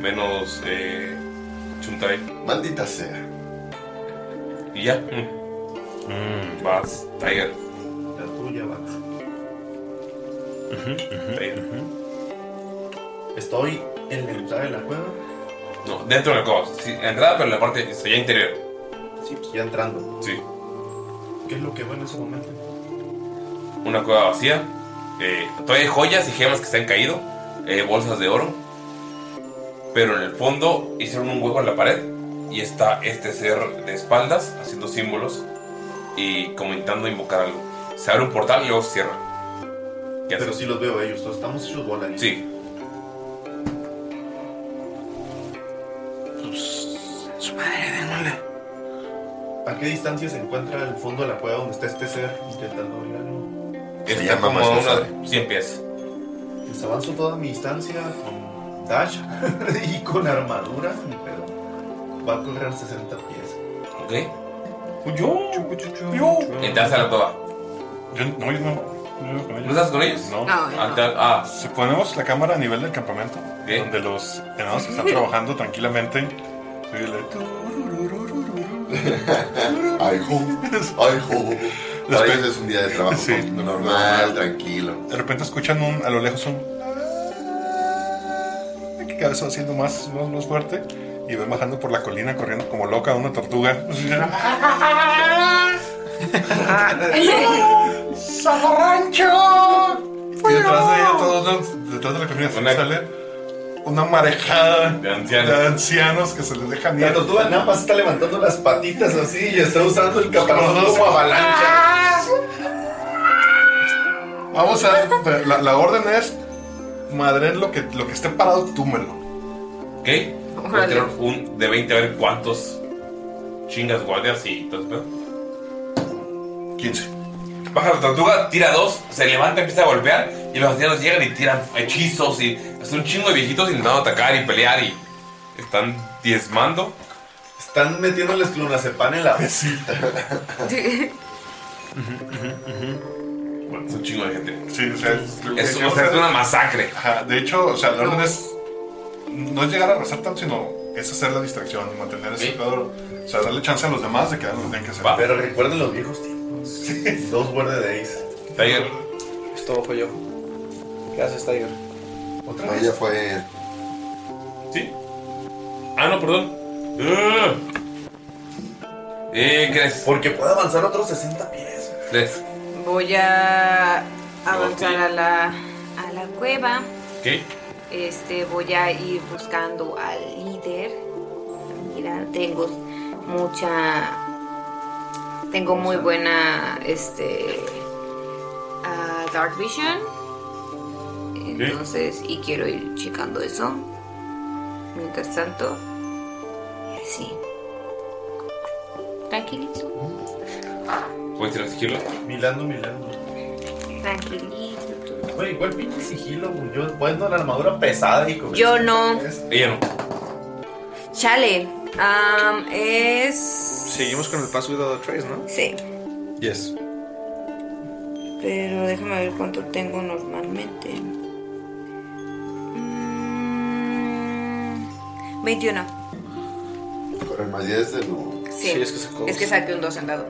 S3: Menos eh, Chuntai.
S7: Maldita sea.
S3: Y ya. Mm, Vas, Tiger.
S8: La tuya, va.
S3: Tiger.
S8: Estoy en la entrada de la cueva.
S3: No, dentro de la cueva. Sí, entrada, pero en la parte o sea, ya interior.
S8: Sí, pues ya entrando.
S3: Sí.
S8: ¿Qué es lo que va en ese momento?
S3: una cueva vacía. Eh, todavía hay joyas y gemas que se han caído, eh, bolsas de oro. Pero en el fondo hicieron un hueco en la pared y está este ser de espaldas haciendo símbolos y como intentando invocar algo. Se abre un portal y luego se cierra. ¿Qué
S8: Pero
S3: haces?
S8: sí los veo a ellos, todos estamos hechos bola. ¿eh? ahí.
S3: Sí.
S6: Pues,
S8: Su madre, ¿A qué distancia se encuentra el fondo de la cueva donde está este ser intentando abrir algo?
S3: Está
S7: llama
S3: como a
S7: Maestro
S3: unas
S7: Sade.
S3: 100 pies.
S8: Les pues avanzo toda mi distancia con dash y con armadura, ni pedo. Va a correr 60 pies.
S3: ¿Ok? Pues Yo. Yo. Entras a la cueva.
S4: Yo, no, yo no. yo no con ellos.
S3: ¿No estás con ellos?
S4: No.
S3: No, no. Acá- ah.
S4: Si ponemos la cámara a nivel del campamento, donde los enanos están trabajando tranquilamente, síguele.
S7: Ay, jo, ay, jo. Para ellos es un día de trabajo normal, tranquilo.
S4: De repente escuchan un- a lo lejos un. que cada vez va siendo más, más, más fuerte y ven bajando por la colina corriendo como loca una tortuga.
S19: ¡Zafarrancho!
S4: Y detrás de ella, todos los- detrás de la colina, sale una marejada de ancianos. que se les dejan ir.
S8: La tortuga nada más está levantando las patitas así y está usando el caparazón como avalancha.
S3: Ah.
S4: Vamos a. La, la orden es. Madre, lo que, lo que esté parado, túmelo.
S3: ¿Ok? Voy a tirar un de 20 a ver cuántos chingas guardias y todo ese pedo.
S4: 15.
S3: Baja la tortuga, tira dos, se levanta, empieza a golpear y los ancianos llegan y tiran hechizos y hacen un chingo de viejitos intentando atacar y pelear y están diezmando.
S8: Están metiéndoles clonazepam en la
S3: Bueno, es un chingo de gente.
S4: Sí, o sea, es,
S3: Es- o sea, es una masacre.
S4: Ajá, de hecho, o sea, la orden es. No es llegar a arrasar tanto, sino es hacer la distracción, mantener ese cuadro. O sea, darle chance a los demás de que hagan lo que tengan que hacer.
S8: Pero recuerden los viejos tiempos. Dos guardia days.
S3: Tiger.
S9: Esto lo fue yo. ¿Qué haces, Tiger?
S8: Otra
S7: Ahí ya fue.
S3: Ah, no, perdón. Eh, ¿qué es?
S8: Porque puede avanzar otros 60 pies.
S3: Tres.
S10: Voy a avanzar a la, a la cueva.
S3: ¿Qué?
S10: Este, voy a ir buscando al líder. Mira, tengo mucha. Tengo muy buena. Este. ah, Dark Vision. Entonces, y quiero ir checando eso. Mientras tanto. Y así. Tranquilito.
S3: ¿Puedes tirar sigilo?
S8: Milando, milando.
S10: Tranquilito.
S8: Güey, igual pinche sigilo, güey. Yo poniendo la armadura pesada y con.
S10: Yo no.
S3: Ella no.
S10: Chale. am, es.
S9: Seguimos con el pass without a trace, ¿no?
S10: Sí.
S9: Yes.
S10: Pero déjame ver cuánto tengo normalmente. Mm, 21.
S7: Pero el más 10 de nuevo.
S10: Sí. Es que saqué un 2 en dado.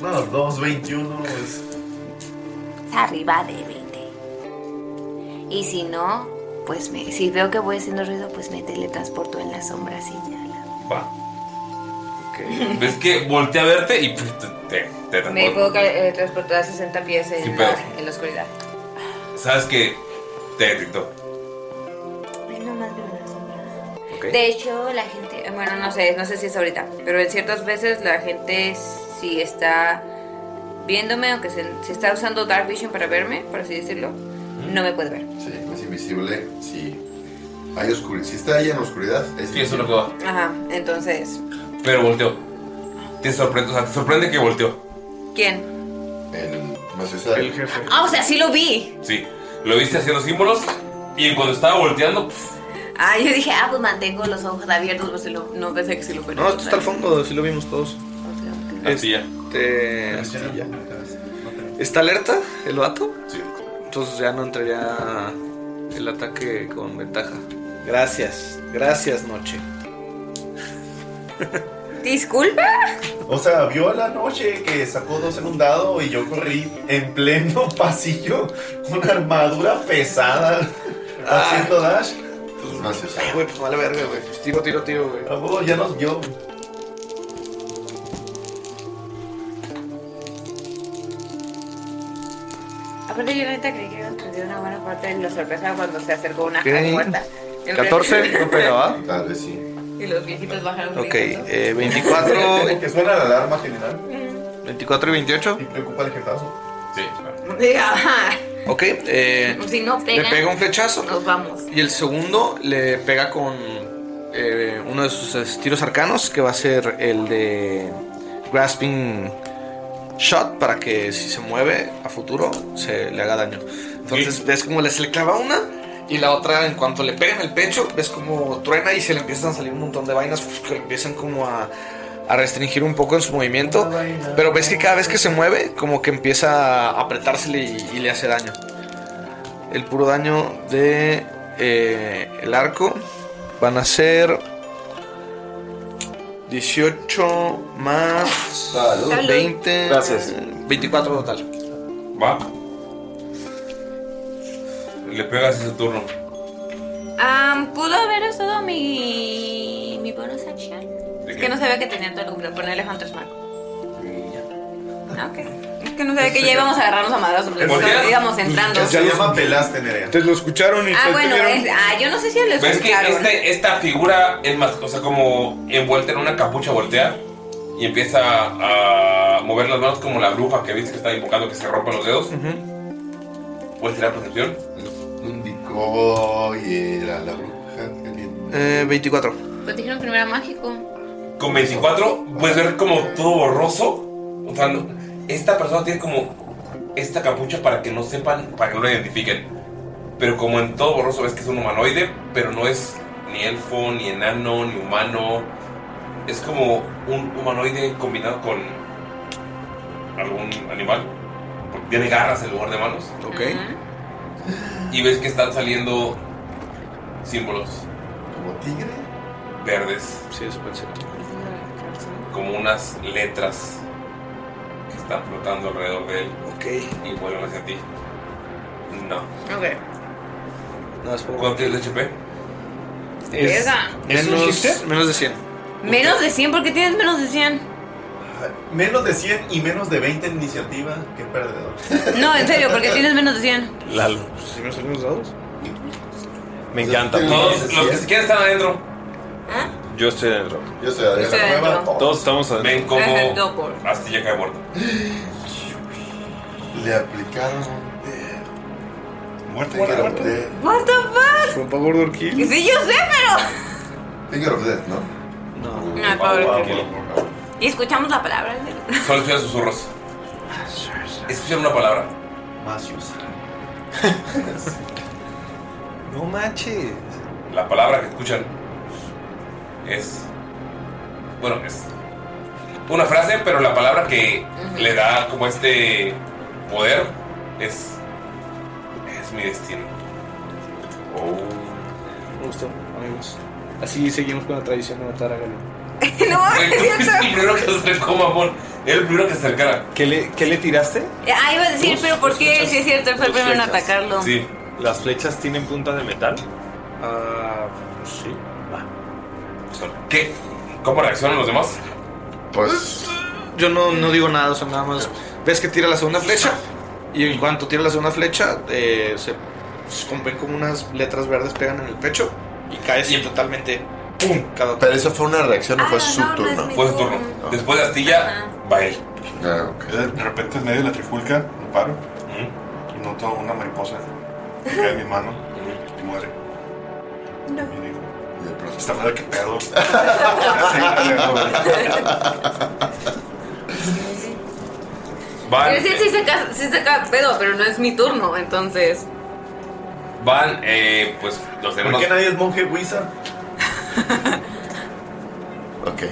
S8: No, 221 es.
S10: Está arriba de 20. Y si no, pues me, si veo que voy haciendo ruido, pues me teletransporto en las sombras y ya.
S3: Va. ¿Ves que volteé a verte y pf, te, te, te
S10: Me
S3: transporta.
S10: puedo eh, transportar a 60 pies
S3: Sin
S10: en,
S3: pedos.
S10: la, en la oscuridad.
S3: Sabes que te detectó.
S10: Ay, no más veo una sombra. De hecho, la gente, bueno, no sé, no sé si es ahorita, pero en ciertas veces la gente si está viéndome, aunque se, si está usando Dark Vision para verme, por así decirlo, no me puede ver.
S7: Sí, es eh, invisible. Sí. Hay oscuridad. Si está ahí en oscuridad, es
S3: Sí, eso es lo que va.
S10: Ajá, entonces,
S3: Pero volteó. Te sorprende, o sea, te sorprende que volteó.
S10: ¿quién?
S3: El jefe.
S10: Ah, o sea, sí lo vi.
S3: Sí. Lo viste haciendo símbolos y cuando estaba volteando, pf,
S10: Ah, yo dije, ah, pues mantengo los ojos abiertos, pues, si lo- no pensé que sí lo fuera.
S9: No, esto está al fondo, sí lo vimos todos.
S3: Astilla.
S9: Este, astilla. ¿Está alerta el vato?
S3: Sí.
S9: Entonces ya no entraría el ataque con ventaja. Gracias, gracias, noche.
S10: Disculpa.
S8: O sea, vio la noche que sacó dos en un dado y yo corrí en pleno pasillo con armadura pesada haciendo dash.
S7: Gracias.
S9: Ay, güey, Ah. pues vale verga, güey. Pues tiro, tiro, tiro, güey.
S8: Ah, ya nos vio.
S6: Aparte, yo neta creí que iba a perder una buena parte de la sorpresa cuando se acercó una
S9: Ok.
S6: puerta.
S9: 14, no pegaba.
S7: Tal vez sí.
S6: Y los viejitos bajaron.
S9: Ok, eh, 24.
S13: ¿Que suena la alarma general?
S9: 24 y 28.
S13: ¿Te ocupa el jetazo?
S3: Sí.
S6: Diga, ajá.
S9: Ok, eh,
S6: Si no pega.
S9: Le pega un flechazo.
S6: Nos vamos.
S9: y el segundo le pega con eh, uno de sus eh, tiros arcanos, que va a ser el de Grasping Shot, para que si se mueve a futuro se le haga daño. Entonces ves como le, se le clava una y la otra en cuanto le pega en el pecho, ves como truena y se le empiezan a salir un montón de vainas pues, que le empiezan como a, a restringir un poco en su movimiento. Pero ves que cada vez que se mueve, como que empieza a apretársele y, y le hace daño. El puro daño de eh, el arco van a ser 18 más
S7: Salud. Salud.
S9: 20.
S7: Gracias.
S9: 24 total.
S3: Va. Le pegas ese turno.
S10: Am, ¿Pudo haber usado mi, mi bonus action? Es que no sabía que tenía todo el cumple, ponerle Hunter's Mark. Ah, ok. Es que no sabía que ya íbamos a agarrarnos a madrazos, porque
S8: ¿Por qué?
S10: íbamos entrando.
S8: Ya lo pelaste, Nerea. Entonces
S11: lo escucharon
S10: Ah, bueno, es- ah, yo no sé si lo
S3: ¿Ves que
S10: escucharon.
S3: este- esta figura es más, o sea, como envuelta en una capucha voltea y empieza a mover las manos como la bruja que viste que está invocando que se rompan los dedos? ¿Puedes tirar percepción?
S7: Indicó y era la bruja. que bien-
S9: Eh, 24.
S10: Pues dijeron que no era mágico.
S3: Con 24 puedes ver como todo borroso. O sea, no- esta persona tiene como esta capucha para que no sepan, para que no lo identifiquen. Pero como en todo borroso ves que es un humanoide, pero no es ni elfo, ni enano, ni humano. Es como un humanoide combinado con algún animal. Porque tiene garras en lugar de manos.
S9: Ok.
S3: Y ves que están saliendo símbolos. ¿Como tigre? Verdes.
S9: Sí, eso pensé.
S3: Como unas letras que están flotando alrededor de él. Ok. Y vuelven hacia ti. No.
S10: Ok.
S9: No, es poco.
S3: ¿Cuánto tienes de HP?
S10: Es- Verga.
S8: ¿es un
S9: menos,
S8: chiste?
S9: menos de 100.
S10: Menos de 100, ¿por qué tienes menos de 100?
S8: Menos de 100 y menos de 20 en iniciativa. Qué perdedor.
S10: No, en serio, porque tienes menos de 100.
S8: Lalo.
S9: ¿Sí me salen los dados?
S11: Me encanta.
S3: Todos los que se quedan están adentro.
S11: Yo estoy adentro.
S7: Yo estoy
S3: adentro. Estoy adentro.
S11: Todos estamos adentro.
S3: Ven cómo Astilla cae muerto.
S7: Le aplicaron. eh, Muerte,
S3: muerte,
S7: muerte.
S10: What the fuck?
S7: Fue un favor de Orquídea.
S10: Sí, yo sé, pero.
S7: Finger of Death, ¿no?
S9: No.
S10: No, el Power of Death. Y escuchamos la palabra.
S3: Solo escuchan susurros.
S8: Ah,
S3: Escuchan una palabra. Masius.
S11: No manches.
S3: La palabra que escuchan es. Bueno, es una frase, pero la palabra que le da como este poder es. Es mi destino.
S9: Me gustó, amigos. Así seguimos con la tradición de matar a Galo.
S10: no mames,
S3: es el primero que se acercó, mamón. Es el primero que se acercara.
S11: ¿Qué le, qué le tiraste?
S10: Ah, iba a decir,
S11: Dos,
S10: pero ¿por
S11: dos
S10: qué?
S11: flechas.
S10: Sí, es cierto, él fue el
S11: Dos
S10: primero en
S11: flechas.
S10: atacarlo.
S3: Sí.
S11: ¿Las flechas tienen punta de metal?
S9: Ah,
S11: pues
S9: sí.
S3: ¿Qué? ¿Cómo reaccionan los demás?
S9: Pues. Yo no, no digo nada, o sea, nada más. Ves que tira la segunda flecha. Y en cuanto tira la segunda flecha, eh, se se ven como unas letras verdes pegan en el pecho. Y cae así totalmente. ¡Pum! Cada
S7: Pero eso fue una reacción o fue su
S3: Ah, no
S7: turno.
S3: es mi Fue su turno. Después de Astilla, va él.
S7: Ah,
S4: Eh, De repente en medio de la trifulca, me paro y noto una mariposa que cae en mi mano y muere.
S10: No.
S4: Y digo, esta madre que pedo.
S3: Van,
S10: Es decir,
S3: eh,
S10: sí saca, sí saca pedo, pero no es mi turno, entonces.
S3: van, eh, pues los demás.
S8: ¿Por qué nadie es monje wizard?
S7: Ok.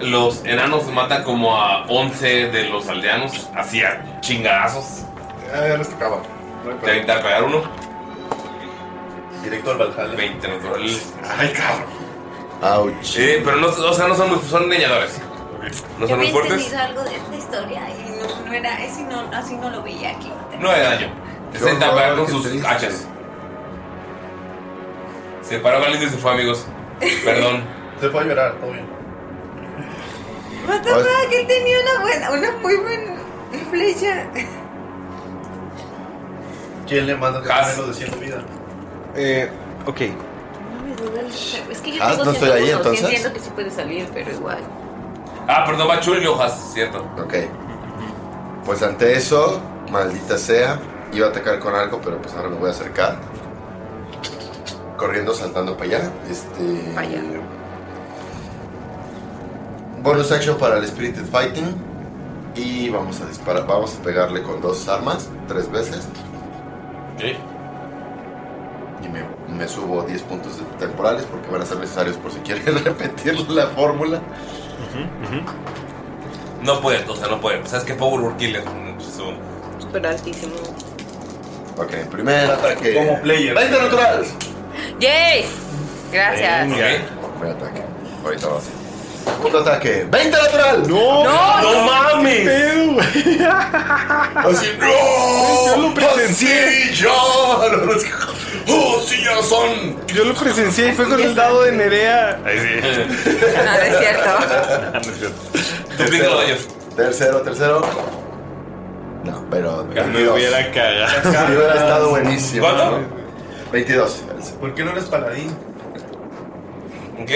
S3: Los enanos matan como a 11 de los aldeanos, así a chingadazos.
S13: Ya, ya les tocaba.
S3: Te aventé a pegar uno.
S8: Directo al Valhalla.
S3: 20 natural.
S4: Ay, cabrón.
S7: Ouch.
S3: Eh, pero no, o sea, no son, son leñadores. No son
S10: Yo
S3: muy
S10: había
S3: fuertes.
S10: entendido algo de esta historia y no, no era, así no, así no lo veía aquí.
S3: No de daño. Se senta a pegar con sus hachas. Se paró Galindo y se fue, amigos. Perdón.
S8: Se puede llorar, todo bien.
S10: What the fuck, él tenía una buena, una muy buena flecha.
S8: ¿Quién le manda a hacer los de 100 de vida?
S11: Eh, ok.
S10: Es que yo
S3: Ah,
S10: tengo
S3: no estoy ahí,
S10: seguro, sí
S3: entonces.
S10: entiendo que sí puede salir, pero igual.
S3: Ah, perdón, va Chulo y Hojas, cierto.
S7: Ok. Pues ante eso, maldita sea, iba a atacar con algo, pero pues ahora me voy a acercar. Corriendo, saltando para allá. Este. Para allá. Bonus action para el Spirited Fighting. Y vamos a disparar. Vamos a pegarle con dos armas, tres veces.
S3: ¿Eh?
S7: Y me, me subo 10 puntos de- temporales porque van a ser necesarios por si quieren repetir la fórmula.
S3: No pueden, o sea, no pueden. ¿Sabes qué? Power Word Killer. mm, su-
S10: Súper altísimo.
S7: Ok, primer ataque.
S8: Como player.
S7: 20 natural.
S10: ¡Yay! Gracias.
S7: Primer ataque. Ahorita va a ser. Segundo ataque. 20 natural. No,
S10: No, no
S7: mames. Así, no.
S20: Yo lo presencié.
S7: Así, yo. Oh, sí, ya son.
S20: Yo lo presencié y fue con el dado de Nerea. Ahí sí.
S10: Ah, No, no es cierto.
S7: Tercero, tercero, tercero. No, pero.
S11: Me hubiera cagado.
S7: Sí, hubiera estado buenísimo.
S11: ¿Cuánto?
S7: ¿no? 22.
S8: ¿Por qué no eres paladín?
S3: ¿Ok?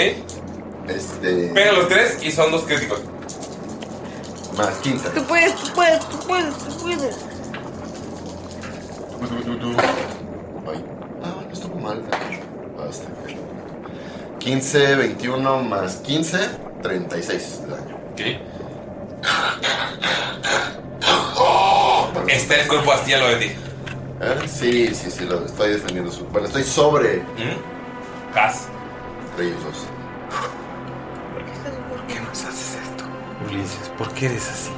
S7: Este.
S3: Pega los tres y son dos críticos.
S7: Más 15.
S21: Tú puedes, tú puedes, tú puedes, tú puedes.
S7: Ay, ah, no estuvo mal. Basta. 15, 21 más 15, 36 de daño.
S3: Está el cuerpo hasta lo de ti.
S7: ¿Eh? Sí, sí, sí, lo estoy defendiendo. su- Bueno, estoy sobre.
S3: ¿Mm? Cas.
S7: De ellos dos.
S11: ¿Por qué nos haces esto? Ulises, ¿por qué eres así?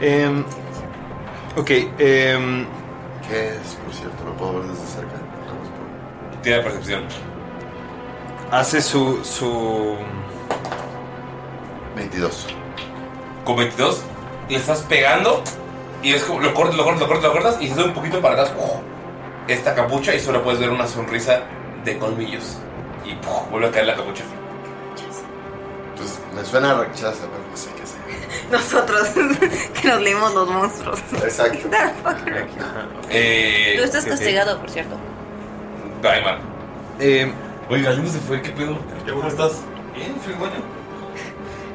S11: Em, ok, em,
S7: ¿Qué es, por cierto? ¿Lo puedo ver desde cerca? Vamos
S3: Tiene percepción.
S11: hace su, su...
S7: 22.
S3: Con 22 le estás pegando y es como lo cortas, lo cortas, lo cortas, lo cortas y se hace un poquito para atrás. ¡puf! Esta capucha y solo puedes ver una sonrisa de colmillos. Y ¡puf! vuelve a caer la capucha.
S7: Pues me suena a rechaza, pero no sé qué sea.
S21: Nosotros, que nos leemos los monstruos.
S7: Exacto.
S3: Eh,
S21: Tú estás
S3: ok.
S21: castigado, por cierto.
S3: Daimar.
S11: Eh,
S3: Oiga, ¿dónde se fue? ¿Qué pedo? ¿Cómo estás? Bien, soy bueno.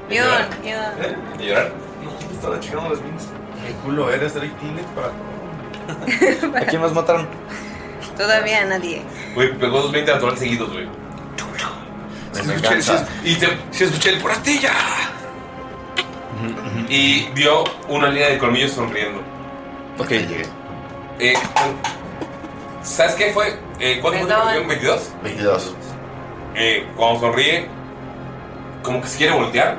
S10: Guión, guión.
S3: ¿Y llorar?
S8: No, estaba checando las minas. El culo eres Drake Teenage para.
S20: ¿A
S3: ¿Eh?
S20: quién más mataron?
S21: Todavía nadie.
S3: Güey, pegó dos 20 natural seguidos, güey.
S7: encanta.
S3: y te, se escuché el porastilla. Y vio una línea de colmillos sonriendo.
S11: Ok,
S3: Eh, ¿Sabes qué fue? Eh, ¿Cuánto fue tu percepción? ¿22?
S7: 22.
S3: Eh, cuando sonríe, como que se quiere voltear.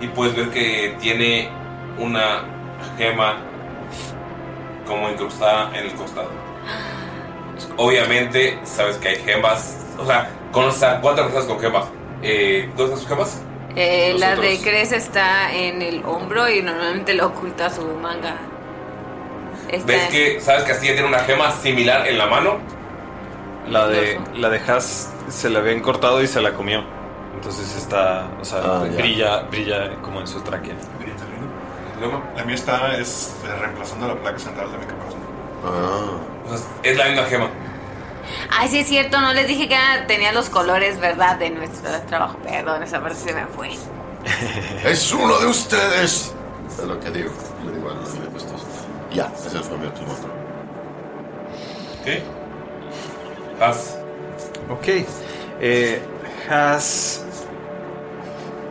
S3: Y puedes ver que tiene una gema como incrustada en el costado. Obviamente, sabes que hay gemas. O sea, conoces a cuántas personas con gemas. Eh, ¿Dónde están sus gemas?
S10: Eh, la
S3: Nosotros.
S10: de Cres está en el hombro y normalmente lo oculta su manga. Está
S3: ¿Ves que sabes que Astilla tiene una gema similar en la mano?
S11: La de, la de Haas se la habían cortado y se la comió. Entonces está, o sea,
S3: Ah, ya.
S11: brilla, brilla como en su tráquea.
S4: La mía está es, eh, reemplazando la placa central de mi caparazón.
S3: Ah. Es la misma gema.
S10: Ay, sí es cierto, no les dije que era- tenía los colores, ¿verdad? De nuestro trabajo. Perdón, esa parte se me fue.
S7: ¡Es uno de ustedes! Es lo que digo. Le digo a los de estos. Ya, ese fue mi último otro.
S3: ¿Qué? Haas.
S11: Ok. Eh, Haas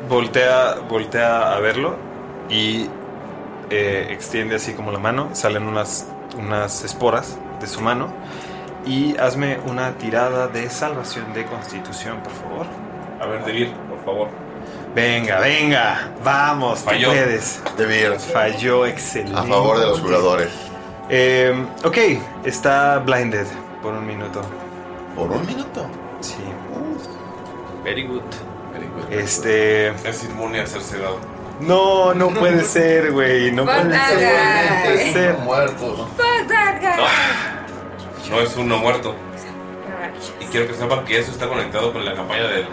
S11: voltea, voltea a verlo y eh, extiende así como la mano. Salen unas, unas esporas de su mano. Y hazme una tirada de salvación de constitución, por favor.
S3: A ver, Debir, por favor.
S11: Venga, venga. Vamos,
S3: Falló.
S11: tú puedes.
S7: Debir.
S11: Falló, excelente.
S7: A favor de los jugadores.
S11: Eh, ok, está blinded por un minuto.
S7: ¿Por un minuto?
S11: Sí.
S22: Very good.
S11: Este.
S3: Es inmune a ser sedado.
S11: No, no puede ser, güey. No puede
S10: Guarda,
S11: ser. No puede
S10: guy.
S11: ser.
S3: Oh,
S7: Muerto.
S10: Fuck that guy.
S3: No es uno muerto. Y quiero que sepan que eso está conectado con la campaña de,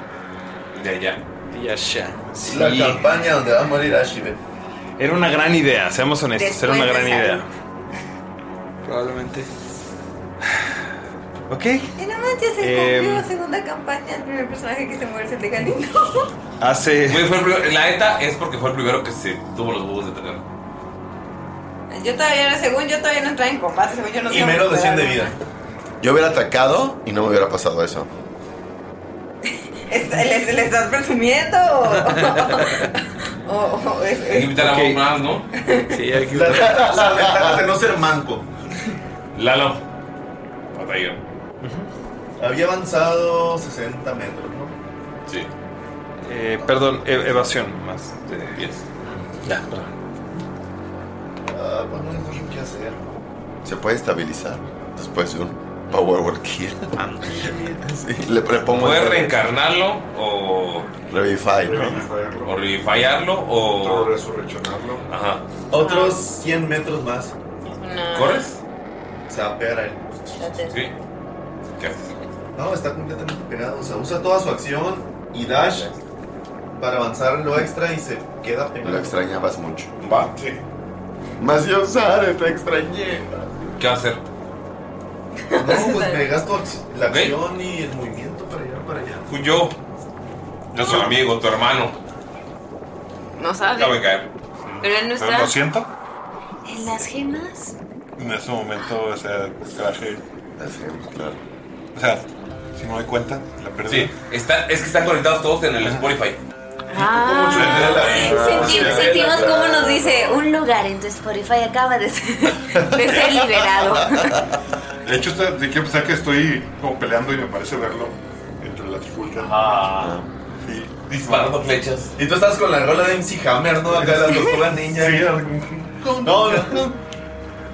S3: de allá.
S11: De allá.
S8: La campaña donde va a morir Ashibe.
S11: Era una gran idea, seamos honestos. era una gran
S8: Después de
S11: idea.
S8: salir.
S23: Probablemente.
S5: Ok.
S10: Y no manches,
S5: Em.
S10: se cumplió la segunda campaña. El primer personaje que se muere es el de Galindo.
S5: Hace.
S3: la neta es porque fue el primero que se tuvo los huevos de tener.
S10: Yo todavía, no- según yo, todavía no entraba en combate. Según yo, no sé.
S3: vida.
S7: Yo hubiera atacado y no me hubiera pasado eso.
S10: ¿Le, le estás presumiendo? O, o, o es-
S3: Hay que invitar
S10: Ok.
S3: a Bob más, ¿no?
S5: Sí, hay que
S8: Las las ventajas de no ser manco.
S3: Lalo. Batallón.
S8: Había avanzado 60 metros, ¿no?
S3: Sí.
S5: Eh, perdón, e- evasión más. De... Ya,
S8: Ah, pues no sé qué hacer.
S7: Se puede estabilizar después de un Power Word Kill. Sí, le propongo.
S3: Puedes reencarnarlo o.
S7: Revify,
S3: O revifarlo o.
S4: resurreccionarlo.
S3: Ajá.
S8: Otros 100 metros más.
S3: ¿Corres?
S8: Se va a pegar a él.
S3: Sí. ¿Qué haces?
S8: No, está completamente pegado. O sea, usa toda su acción y dash para avanzar lo extra y se queda pegado.
S7: Lo extrañabas mucho.
S3: Va.
S7: Más yo usar, te extrañé.
S3: ¿Qué va a hacer?
S8: No, pues me gasto acc- la
S3: Ok.
S8: acción y el movimiento para allá, para allá.
S3: Fui yo. Yo soy amigo, tu hermano.
S10: No sabe.
S3: Acabo de caer.
S10: Pero él no está.
S4: ¿Lo siento?
S10: ¿En las gemas?
S4: En ese momento, o sea, traje.
S7: claro.
S4: O sea, si me doy cuenta, la perdí.
S3: Sí, está, es que están conectados todos en el Spotify.
S6: Senti- sentimos como nos dice, un lugar en tu Spotify acaba de ser, de ser liberado.
S4: De hecho, está- de quiero pensar que estoy como peleando y me parece verlo entre la trifulca.
S3: Ah.
S4: Sí.
S3: Disparando flechas.
S8: Y tú estás con la rola de MC Hammer, ¿no? Acá la tortuga ninja. no, no.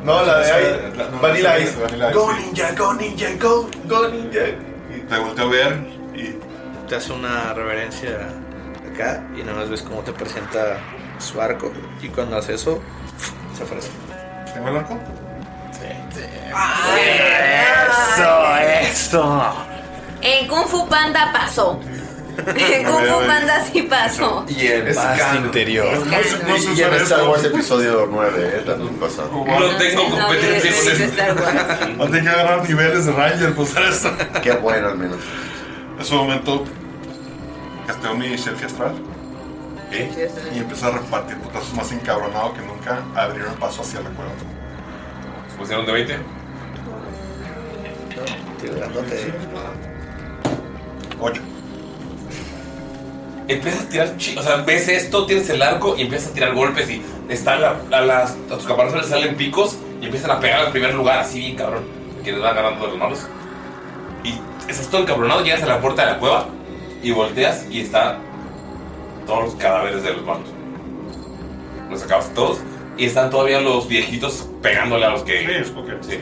S8: No, la de ahí. Vanilla Ice.
S4: Go
S8: ninja, go ninja, go, go ninja.
S4: Te volteo a ver y
S9: te hace una reverencia acá y nada más ves cómo te presenta su arco y cuando hace eso se ofrece.
S4: ¿Tengo el arco?
S9: Sí.
S24: Eso, eso.
S10: En Kung Fu Panda pasó. En Kung Fu Panda sí pasó.
S7: Y el
S9: más
S7: interior.
S10: No se- no se
S7: y en
S10: usa
S7: Star
S10: esto.
S7: Wars Episodio 9, eh, también pasado.
S10: Ah,
S3: No tengo competencia con eso.
S4: No tenía que agarrar niveles de Ranger pues usar esto.
S7: Qué bueno, al menos.
S4: En ese momento, casteo mi selfie astral. ¿eh? Y empecé a repartir putazos más encabronado que nunca a abrir un paso hacia la cueva.
S3: ¿Pusieron de 20?
S4: Ocho.
S3: Empiezas a tirar chi- O sea, ves esto, tienes el arco y empiezas a tirar golpes y están la- a, las, a tus caparazones salen picos y empiezan a pegar al primer lugar, así bien cabrón. Que les va ganando de los malos. Y estás todo encabronado, llegas a la puerta de la cueva y volteas y están todos los cadáveres de los malos. Los acabas todos y están todavía los viejitos pegándole a los que. Sí,
S4: es porque.
S3: Sí.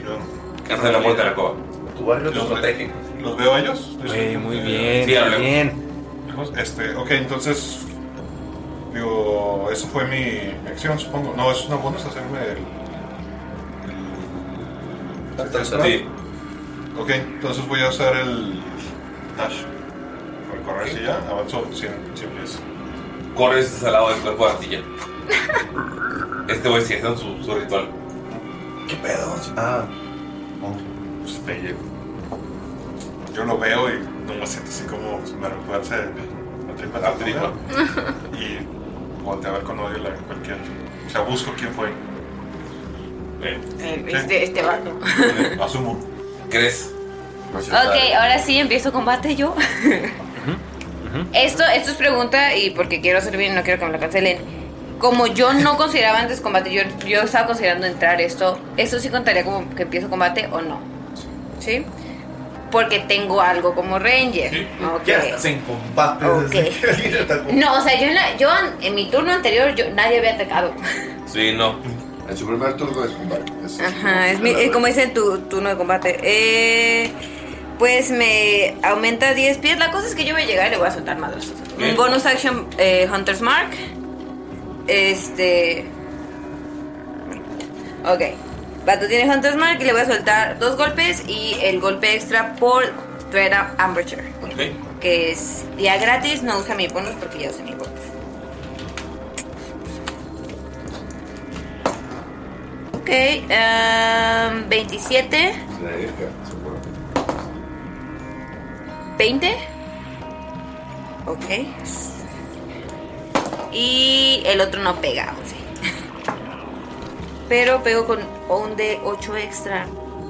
S3: Que están en la puerta de la cueva.
S4: ¿Tu barrio los protege? ¿Los veo a ellos?
S3: Güey, muy
S4: Eh,
S3: bien, Sí, muy hablemos.
S4: Lejos. Este, ok, entonces. Digo, eso fue mi mi acción, supongo. No, eso es una bonus hacerme el. el sí. Ok, entonces voy a usar el. Dash. Para correr si ya, avanzo 100 100 pies.
S3: Corres al lado del cuerpo este de Artilla. Este güey sí, está en su, su ritual.
S4: ¿Qué pedo? Ah. Pues pelle. Yo lo veo y no me siento así como se me recuerda la tripa de la tripa. Y volteo a ver con odio la cualquier. O sea, busco quién fue.
S10: Eh, Este, este vato.
S4: Eh, Asumo.
S3: ¿Crees?
S10: Ok, ahora sí empiezo combate yo. Esto, esto es pregunta y porque quiero hacer bien, no quiero que me lo cancelen. Como yo no consideraba antes combate, yo, yo estaba considerando entrar esto. ¿Esto sí contaría como que empiezo combate o no? ¿Sí? Porque tengo algo como Ranger. Ok.
S8: Ya estás en combate.
S10: No, o sea, yo en, la- yo an- en mi turno anterior yo, nadie había atacado.
S3: Sí, no.
S7: En su primer turno es combate. es-
S10: Ajá, es mi- eh, como dice tu turno de combate. Eh, pues me aumenta 10 pies. La cosa es que yo voy a llegar y le voy a soltar madrazos. Un bonus action eh, Hunter's Mark. Este. Ok. Vato tiene Hunter's Mark y le voy a soltar dos golpes y el golpe extra por Thread Amberture. Que es día gratis, no usa mi bonus porque ya usé mi bonus. Ok, em, 27. ¿20?
S6: Ok.
S10: Y el otro no pega, 11.
S6: Pero pego con un de 8 extra,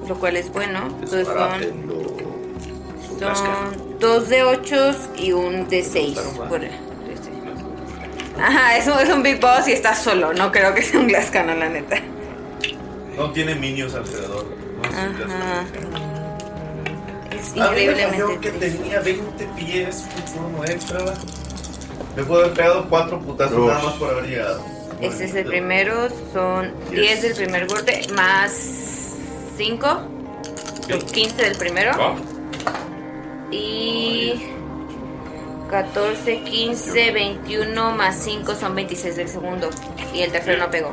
S6: lo cual es bueno. Entonces son, son dos de 8 y un de 6. Ajá, es un, es un big boss y está solo. No creo que sea un glascano, la neta.
S8: No tiene minions alrededor. No es un glass
S6: Ajá. Es
S8: A mí me
S6: increíblemente
S8: falló que tenía 20 pies, uno extra. Me puedo haber pegado cuatro putazos
S4: Uf.
S8: nada más por haber llegado.
S10: Ese es el primero, son 10 del primer golpe, más 5, 15 del primero. Y 14, 15, 21 más 5 son 26 del segundo. Y el tercero no pegó.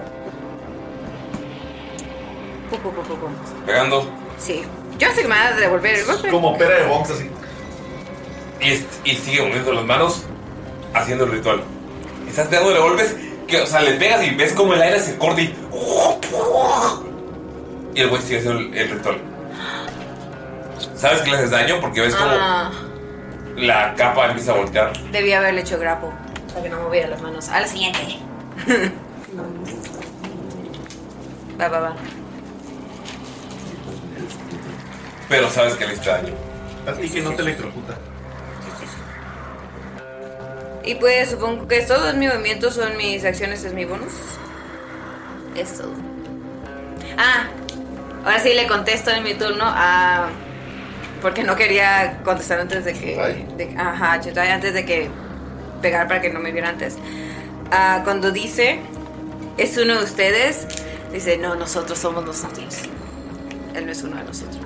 S10: Pum, pum, pum, pum, pum.
S3: Pegando.
S10: Sí. Yo no sé que me va a devolver el golpe.
S8: pera de box así.
S3: Y, es- y sigue moviendo las manos haciendo el ritual. Y estás pegando le golpes que, o sea, le pegas y ves como el aire se corta y. Y el güey sigue haciendo el, el ritual. Sabes que le haces daño porque ves como
S10: Ah,
S3: la capa empieza a voltear.
S10: debí haberle hecho grapo para que no moviera las manos. A la siguiente. va, va, va.
S3: Pero sabes que le hiciste daño.
S8: Así que no te electrocuta.
S10: Y pues supongo que todos mis movimientos son mis acciones, es mi bonus. Es todo. Ah, ahora sí le contesto en mi turno a. Porque no quería contestar antes de que. de- ajá, Chutai, antes de que pegar para que no me viera antes. Ah, cuando dice, es uno de ustedes, dice, no, nosotros somos nosotros. Él no es uno de nosotros.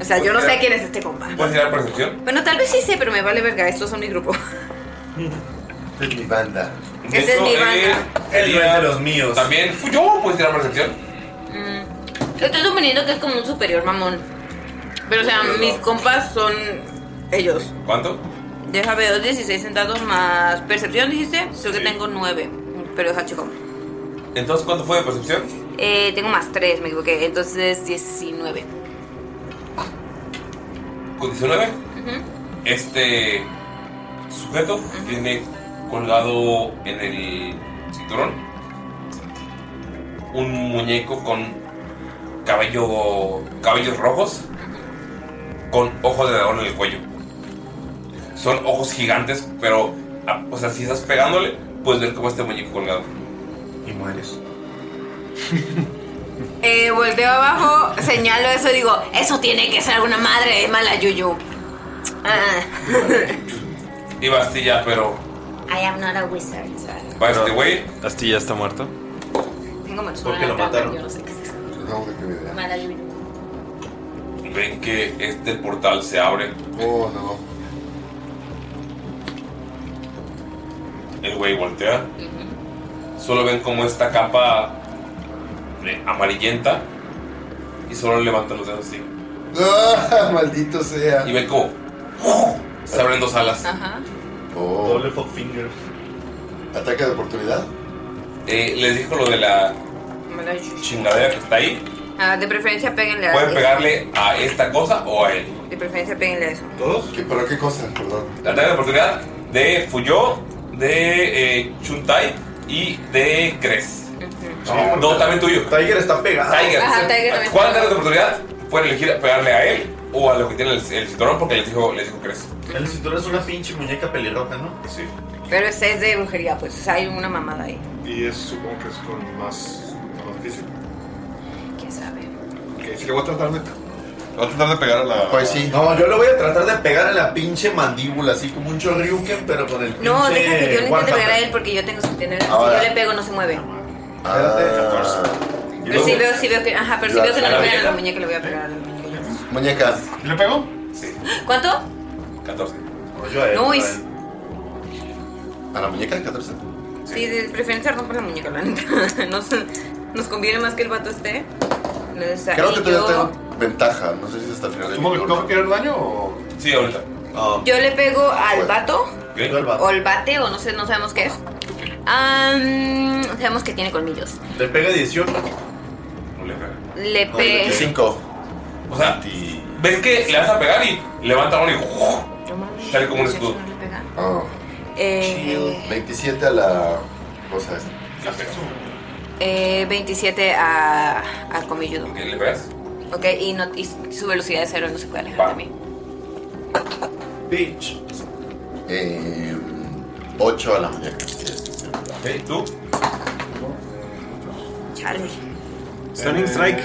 S10: O sea, yo no sé quién es este compa.
S3: ¿Puedes tirar percepción?
S10: Bueno, tal vez sí sé, pero me vale verga, estos son mi grupo.
S7: Es mi banda.
S10: Ese es mi banda.
S3: El nivel de los míos. También fui yo, puedes tirar percepción.
S10: Mm, Estoy suponiendo que es como un superior mamón. Pero o sea, mis compas son ellos.
S3: ¿Cuánto?
S10: Deja ver 16 centavos más percepción, dijiste. Creo que tengo 9. Pero deja chico.
S3: Entonces, ¿cuánto fue de percepción?
S10: Eh, tengo más 3, me equivoqué. Entonces 19.
S3: Con 19.
S10: Ujú.
S3: Este sujeto tiene colgado en el cinturón un muñeco con cabello cabellos rojos con ojos de dragón en el cuello. Son ojos gigantes, pero ah, o sea, si estás pegándole, puedes ver cómo este muñeco colgado.
S8: Y mueres.
S10: Eh, volteo abajo, señalo eso y digo: Eso tiene que ser alguna madre de mala yuyu. Ah,
S3: Y Bastilla, pero
S10: I am not a wizard.
S3: va este güey.
S5: Astilla está muerto.
S10: Tengo más
S3: Porque lo mataron.
S10: Yo no sé qué es eso. Mala
S7: Mala
S10: yuyu.
S3: Ven que este portal se abre.
S7: Oh, no.
S3: El güey voltea. Solo ven como esta capa eh, amarillenta y solo levantan los dedos así.
S7: Ah, maldito sea.
S3: Y ven como ¡uh! se abren dos alas.
S10: Ajá.
S7: Doble
S8: fuck finger.
S7: Oh. ¿Ataque de oportunidad?
S3: Eh, les dijo lo de la
S10: Mala yuyu.
S3: chingadera que está ahí.
S10: Ah, de preferencia péguenle a
S3: Pueden
S10: eso.
S3: pegarle a esta cosa o a él.
S10: De preferencia péguenle a eso.
S3: ¿Todos?
S7: ¿Pero qué cosa? Perdón.
S3: La ataque de oportunidad de Fuyo, de eh, Chuntai y de Cres. No, no, también tuyo.
S8: Tiger está pegado.
S3: Tiger.
S10: Ajá, Tiger también
S3: ¿Cuál
S10: está
S3: es la oportunidad? Pueden elegir pegarle a él o a lo que tiene el, el cinturón porque les dijo, les dijo Cres.
S8: El cinturón es una pinche muñeca pelirroja, ¿no?
S4: Pues
S3: Sí.
S10: Pero ese es de brujería, pues. O sea, hay una mamada ahí.
S4: Y es, supongo que es con más, más difícil.
S10: ¿Quién sabe?
S4: Ok, sí, le voy a tratar de. Voy a tratar de pegar a la.
S8: Pues sí. No, yo lo voy a tratar de pegar a la pinche mandíbula, así como un chorriuken, pero con el pinche.
S10: No, deja que yo le intente
S8: Warhammer.
S10: pegar a él porque yo tengo su tener. Si
S8: Ahora.
S10: yo le pego, no se mueve.
S7: Ah,
S10: Pero sí veo, sí veo que. Ajá, pero sí
S7: Ya,
S10: veo que no
S7: a
S10: le
S7: la
S10: pegan a la muñeca,
S7: muñeca.
S10: le voy a pegar a la muñeca.
S7: Muñeca.
S4: ¿Le pegó?
S3: Sí.
S10: ¿Cuánto?
S3: 14.
S10: No, es.
S7: ¿A la muñeca? 14.
S10: Sí, de preferencia romper la muñeca, la neta. Nos, nos conviene más que el vato esté. O sea,
S7: Creo
S10: y
S7: que
S10: yo,
S7: todavía tengo ventaja. No sé si es hasta el final de mi turno.
S4: ¿Cómo quieres daño o.?
S3: Sí, ahorita.
S10: yo le pego al vato.
S3: ¿Qué?
S10: O el bate, o no sé, no sabemos qué es. Am, sabemos que tiene colmillos.
S8: Le pega 18.
S3: No le pega.
S10: Le pe...
S7: 5.
S3: O sea, ves que le vas a pegar y levanta la mano y Sale como un escudo.
S10: No le pega.
S7: Ah.
S10: Eh,
S7: 27 a la cosa esa.
S10: eh, 27 a, al comilludo.
S3: ¿Le pegas?
S10: Ok, y, no, y su velocidad de cero no se puede alejar de mí.
S7: Bitch. 8 Eh, a la muñeca.
S3: Ok, ¿tú?
S10: Charlie.
S4: Eh,
S11: Stunning Strike.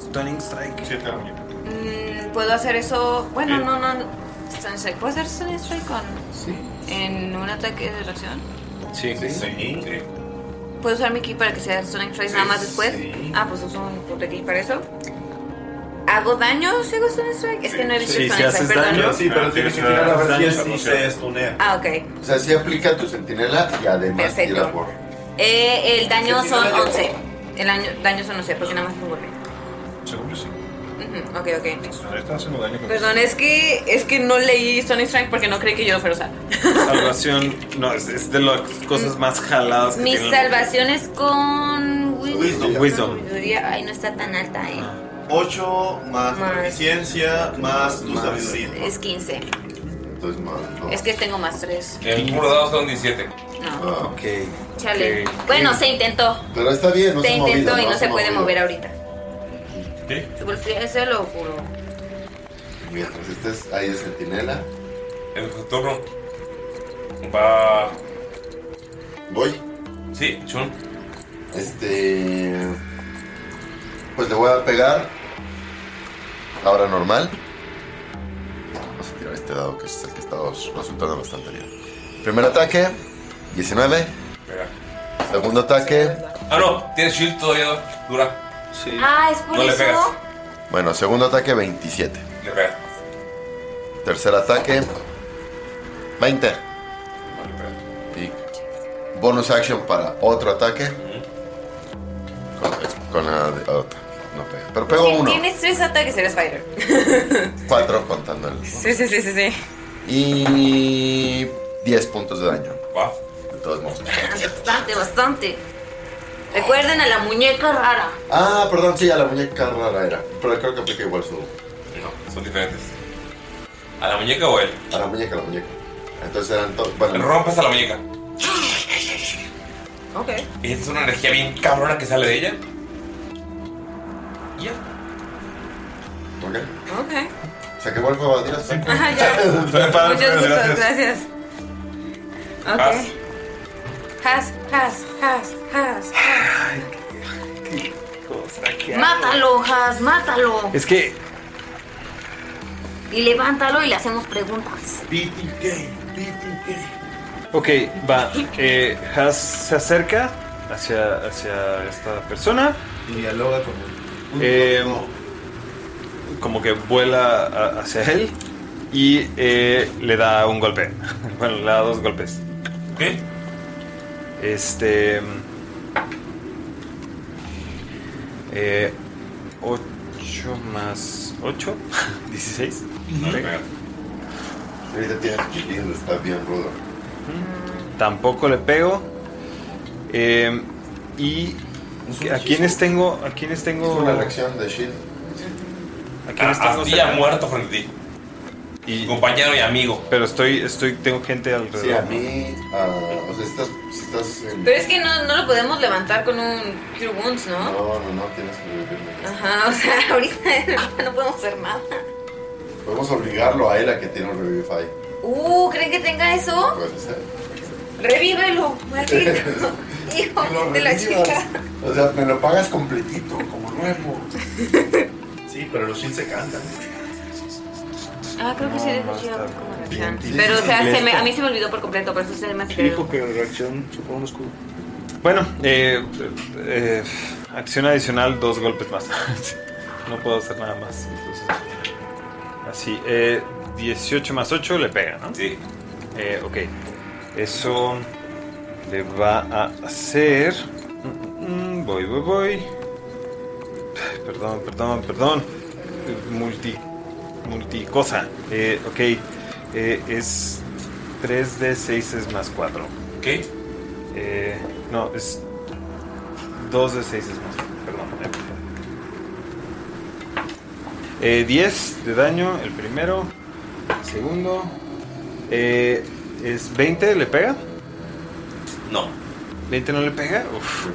S9: Stunning Strike.
S10: Mm, ¿Puedo hacer eso? Bueno, no, no. no. Stun Strike. ¿Puedo hacer Stun Strike con, en un ataque de reacción?
S11: Sí. Sí. sí.
S10: ¿Puedo usar mi key para que sea Sonic Strike nada más después? Ah, pues uso un puto key para eso. ¿Hago daño si hago Sonic Strike? Es que no he visto
S7: Sí,
S10: Sonic
S7: si
S10: Strike,
S7: haces
S10: perdón.
S7: daño,
S8: Sí, pero tienes que tirar a ver si es- si se
S7: estunea.
S10: Ah, ok.
S7: O sea, sí aplica tu sentinela y además
S10: Perfecto.
S7: tiras por.
S10: Eh, el daño
S7: Sí, sí,
S10: son
S7: daño.
S10: 11. El daño, daño son 11, porque nada más es un golpe.
S4: Según yo sí.
S10: Ujú, Ok, ok.
S4: Ahí está haciendo daño. con
S10: Perdón, es que, es que no leí Sonic Strike porque no creí que yo lo fuera a usar.
S11: Salvación. No, es, es de las cosas más jaladas. que
S10: Mi
S11: tiene-
S10: salvación es con
S11: Wisdom. Wisdom.
S10: sabiduría. Ay, no está tan alta, eh.
S8: 8 más tu
S10: Más.
S8: eficiencia más tu sabiduría.
S10: Es 15.
S7: Entonces más.
S10: Es que tengo más 3.
S3: El número dado son 17.
S10: No.
S7: ok.
S10: Chale. Bueno, se intentó.
S7: Pero Ah. está bien, no
S10: se
S7: se ha movido,
S10: intentó y no, se
S7: ha
S10: puede
S7: movido.
S10: mover ahorita.
S3: ¿Qué?
S10: Su velocidad de cero lo juro.
S7: Mientras estés ahí de sentinela.
S3: El turno. Va.
S7: ¿Voy?
S3: Sí, Chun.
S7: Este. Pues le voy a pegar. Ahora normal. Vamos a tirar este dado que es el que está resultando bastante bien. Primer ataque, 19.
S3: Pega.
S7: Segundo ataque,
S3: Ah, no, tienes shield todavía, dura.
S11: Sí.
S10: Ah, es por
S3: No le
S10: eso.
S3: pegas.
S7: bueno, segundo ataque, 27.
S3: Le pega.
S7: Tercer ataque, 20. Y bonus action para otro ataque. Con, con la de- otra. No pega. Pero pego uno.
S10: Tienes tres ataques, eres fighter.
S7: Cuatro contando el.
S10: Sí, sí, sí, sí, sí.
S7: Y 10 puntos de daño.
S3: Va.
S7: De todos modos.
S10: Bastante, bastante. Recuerden a la muñeca rara.
S7: Ah, perdón, sí, a la muñeca rara era. Pero creo que aplica igual su.
S3: No, son diferentes. ¿A la muñeca o él?
S7: A la muñeca, a la muñeca. Entonces eran todos. Bueno,
S3: Rompes a la muñeca.
S10: Ok.
S3: Y es una energía bien cabrona que sale de ella. Ya.
S7: Ok.
S10: Ok.
S7: Se acabó el juego, adiós.
S10: Ajá, ya. Muchas gracias. gracias. Ok. Has, has, has, has, has. Mátalo, Has, mátalo.
S11: Es que.
S10: Y levántalo y le hacemos preguntas.
S11: Ok, va. Eh, Has se acerca hacia, hacia esta persona.
S8: Y dialoga con él.
S11: Eh, como que vuela a- hacia él y eh, le da un golpe. Bueno, le da dos golpes.
S3: ¿Qué?
S11: Este. Eh, 8 más 8, 16.
S7: No le
S11: Ok.
S7: pega. Ahorita tiene chiquillo, está bien rudo.
S11: Mm, Tampoco le pego. Eh, y. ¿A quiénes tengo? ¿A quiénes tengo?
S7: Una reacción de Shield.
S11: ¿A
S3: Ah,
S11: quiénes tengo?
S3: Astilla
S11: cerca?
S3: muerto frente a ti.
S11: Y-
S3: Compañero y amigo.
S11: Pero estoy, estoy, tengo gente alrededor.
S7: Sí, a mí. ah, o sea, estás. Si estás en-
S10: Pero es que no, no lo podemos levantar con un Cure Wounds, ¿no?
S7: No, no, no, tienes que vivirme.
S10: Ajá, o sea, ahorita no podemos hacer nada.
S7: Podemos obligarlo a él a que tiene un Revivify.
S10: Uh, ¿creen que tenga eso?
S7: Puede ser.
S10: Revívelo,
S8: Eh,
S10: maldito. Hijo de la chica.
S7: O sea, me lo pagas completito, como nuevo.
S8: Sí, pero los shields se cantan.
S10: Ah, creo que sí
S8: No,
S10: les
S8: no
S10: decía
S8: está
S10: como
S8: bien.
S10: reacción.
S8: Sí, sí,
S10: Pero, o
S8: sí,
S10: sea,
S11: sí,
S10: se
S11: sí.
S10: me- a mí se me olvidó por completo, por eso se me hace que-
S9: Dijo que reacción supone un escudo.
S11: Bueno, eh, eh, acción adicional, dos golpes más. no puedo hacer nada más. entonces, así, eh, 18 más 8 le pega, ¿no?
S3: Sí.
S11: Eh, ok. Eso le va a hacer. Mm, mm, Voy, voy, voy. Ay, Perdón, perdón, perdón. Multi. Multi cosa. Eh, ok. Eh, es 3D6 es más 4.
S3: Ok.
S11: Eh, no, es 2 de 6 es más. Perdón. eh. Eh, 10 de daño, el primero.
S5: segundo. Eh, ¿Es 20? ¿Le pega?
S3: No.
S5: ¿20 no le pega? Uf.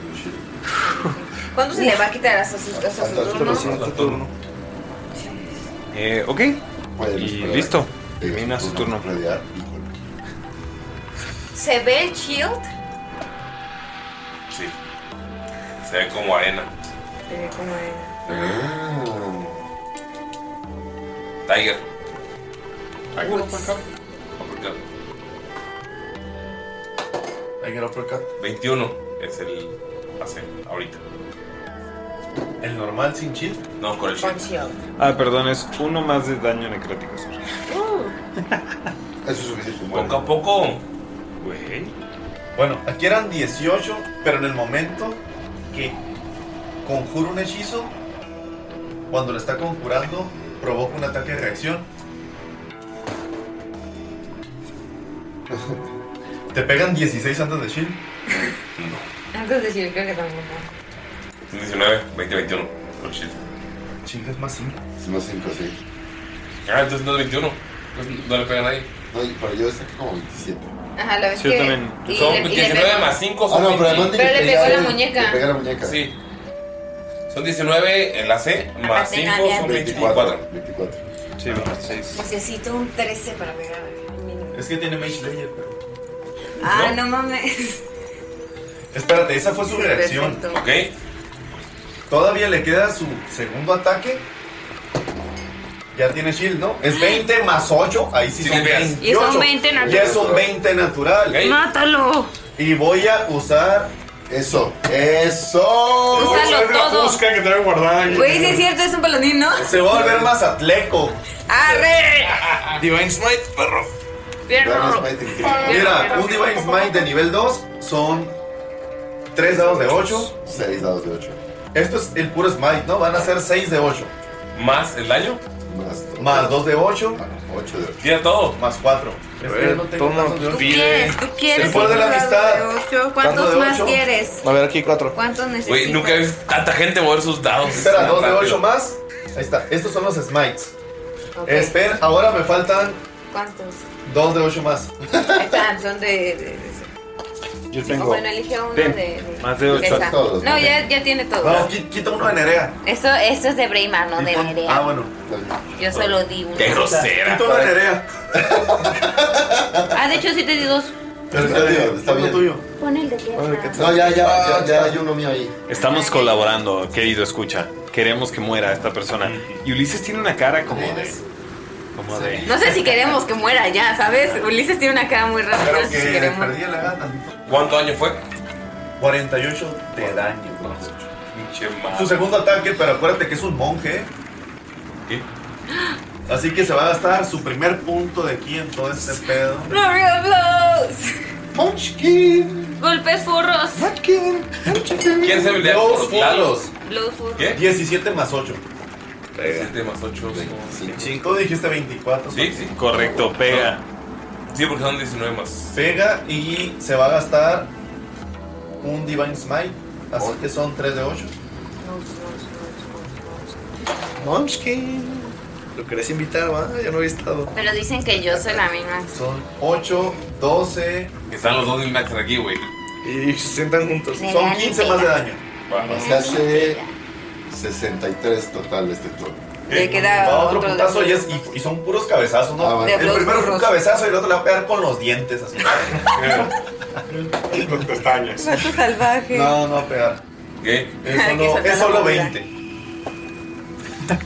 S10: ¿Cuándo se le va a quitar a su, a su turno?
S5: Eh, ok. Y listo. Termina su turno.
S10: ¿Se ve el shield?
S3: Sí. Se ve como arena.
S10: Se ve Eh, como el-
S7: Ah.
S3: Tiger.
S8: Ah,
S10: Woods.
S3: Uppercut.
S13: Tiger Uppercut.
S3: 21 es el AC ahorita.
S8: ¿El normal sin shield?
S3: No, con el
S10: Con shield.
S5: Ah, perdón, es uno más de daño necrótico. sorry.
S6: Uh.
S3: Eso es suficiente. Poco a poco.
S5: Güey.
S8: Bueno, aquí eran 18, pero en el momento que conjura un hechizo, cuando lo está conjurando, provoca un ataque de reacción. ¿Te pegan 16 antes de shield?
S10: Antes de shield Ah, creo que tampoco.
S3: 19, 20, 21. Con el shield.
S8: Chingas más 5.
S7: Es más 5, sí.
S3: Ah, entonces no es 21. Entonces no le pega a nadie.
S7: No, pero yo saqué como 27.
S10: Ajá, la vez
S3: Sí, yo
S10: que...
S3: también.
S10: y
S3: Son
S10: le- y le
S3: 19
S10: pegó.
S3: más 5
S7: Ah,
S3: son
S7: no, pero además de
S10: Pero
S7: que
S10: le
S7: ya
S10: pegó la
S7: el-
S10: muñeca.
S7: le pega la muñeca.
S3: Sí. Son 19 el AC más
S10: Aparte,
S3: 5
S10: nadie
S3: son
S10: hace.
S3: 24.
S7: 24.
S3: Sí, 26.
S10: Necesito un 13 para pegar.
S8: Es que tiene Mage Layer, pero.
S10: Ah, no mames.
S8: Espérate, esa fue su reacción.
S10: Perfecto.
S3: Ok.
S8: Todavía le queda su segundo ataque. Ya tiene shield, ¿no? Es 20 más 8. Ahí sí,
S3: Sí,
S8: son
S3: le pegas.
S8: 28.
S3: Y es un 20
S8: Ya
S3: natural.
S8: es un 20 natural.
S10: ¡Mátalo!
S8: Y voy a usar.
S7: Eso, eso.
S10: Úsalo
S8: Es la
S10: todo.
S8: fusca que traigo guardada aquí.
S10: Güey, sí es cierto, es un paladín, ¿no?
S8: Se va a volver más atleco.
S10: ¡Arre!
S8: Divine Smite, perro. Mira, un Divine Smite de nivel 2 son 3 dados de 8.
S7: 6 dados de 8.
S8: Esto es el puro Smite, ¿no? Van a ser 6 de 8.
S3: ¿Más el daño?
S8: Más 2 de 8.
S7: 8 Ah, de 8.
S3: Tira todo.
S8: Más 4.
S10: ¿Tú quieres? ¿Tú quieres?
S8: El poder de la
S10: un dado
S8: amistad.
S10: de ocho?
S8: Dado
S10: ¿Cuántos
S8: de
S10: más
S8: ocho.
S10: quieres?
S8: ver, aquí 4.
S10: ¿Cuántos necesitas?
S3: Güey, nunca ves tanta gente mover sus dados.
S8: Espera,
S3: Tan
S8: 2 de
S3: rápido.
S8: 8 más. Ahí está. Estos son los smites.
S10: Ok.
S8: Espera, ahora me faltan
S10: ¿Cuántos?
S8: 2 de 8 más.
S10: Ahí están, son de... de- de-
S8: Yo
S10: Bueno, elige uno de... de- de esa. No, ya, ya tiene todo.
S8: No, qui- quita uno de Nerea.
S10: Eso, eso es de Breymar, no de
S8: Ah,
S10: Nerea.
S8: bueno.
S10: Yo solo di uno.
S8: Qué grosera. Quita uno de Nerea.
S10: Ah, de hecho sí te di dos.
S7: Está bien, está bien.
S10: Pon el de
S7: No, ya, ya, ya, Ah, ya hay uno mío ahí.
S5: Estamos colaborando, querido, escucha. Queremos que muera esta persona. Y Ulises tiene una cara como de. Como de.
S10: No sé si queremos que muera ya, ¿sabes? Ulises tiene una cara muy rara. pero no sé si queremos.
S8: la gana.
S3: ¿Cuánto daño fue?
S8: 48 de daño.
S3: Pinche
S8: Su
S3: madre.
S8: segundo ataque, pero acuérdate que es un monje.
S3: ¿Qué?
S8: Así que se va a gastar su primer punto de aquí en todo este pedo.
S10: Flurry of blows.
S8: Munchkin.
S10: Golpes furros.
S8: Munchkin.
S3: ¿Quién se habilidad?
S8: Dos palos.
S10: Blows furros.
S3: ¿Qué?
S8: 17 más 8.
S3: 7 más 8
S8: Tú dijiste 24.
S3: Sí, sí.
S5: Correcto, pega.
S3: Sí, porque son 19 más.
S8: Pega y se va a gastar un Divine Smite. Así que son 3 de 8. Munchkin. Lo querés invitar, va. Ya no había estado.
S10: Pero dicen que yo soy la misma.
S8: Son 8, 12.
S3: Están los dos del Max aquí, güey.
S8: Y se sientan juntos.
S10: Me
S8: Son
S10: dan
S8: 15 más de daño.
S7: Se hace 63 total este turno.
S10: Le queda
S8: Eh, Va otro
S10: otro
S8: puntazo
S10: de-
S8: y, es, y- y son puros cabezazos, ¿no?
S7: Ah, bueno.
S8: El
S7: De los
S8: primero es un
S7: burros.
S8: cabezazo y el otro le va a pegar con los dientes, así. con pestañas.
S10: Gato salvaje.
S8: No, no va a pegar.
S3: ¿Qué?
S8: Es
S10: Hay que
S8: solo,
S10: soltar
S8: es
S10: la
S8: solo
S10: bola.
S8: 20.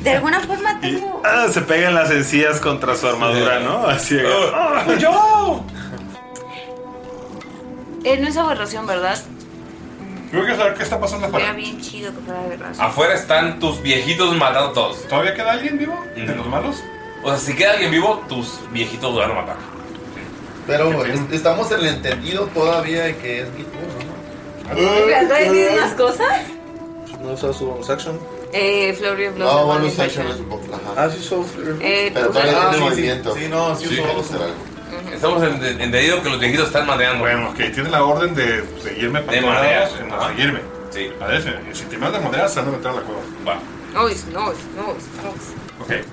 S10: De alguna forma tengo.
S5: Ah, se pegan las encías contra su armadura, ¿no? Así.
S11: Oh.
S3: Ah,
S5: ¡Fui yo!
S10: Eh, no es aberración, ¿verdad?
S4: Yo quiero saber qué está pasando
S10: Era
S4: afuera.
S10: bien chido que fuera aberración.
S3: Afuera están tus viejitos matando a todos.
S4: ¿Todavía queda alguien vivo? ¿De los malos?
S3: O sea, si queda alguien vivo, tus viejitos lo van a matar.
S8: Pero es- estamos en el entendido todavía de que es mi turno,
S10: ¿Te
S8: ¿no?
S10: decir unas cosas?
S9: ¿No usas su bonus action?
S10: Eh, Flurry of Blows.
S7: No,
S10: de
S7: bueno,
S10: bonus
S7: Sasha no es
S10: action.
S7: un poco.
S9: Ah, sí, usó Flurry.
S10: Eh,
S7: Pero
S10: tú-
S7: todavía
S10: ah,
S7: tiene
S10: sí, sí.
S7: movimiento.
S8: Sí, no,
S7: sí, uso dos.
S3: Estamos en- en- entendidos que los viejitos están madeando.
S4: Bueno, que tiene la orden de seguirme para
S3: De
S4: todos
S3: madrear.
S4: lados, en- a seguirme.
S3: Sí.
S4: A ver, eh, si- si te mandas de madera, se van a meter a la cueva.
S3: Va.
S10: Noise, noise, noise, noise.
S4: Ok.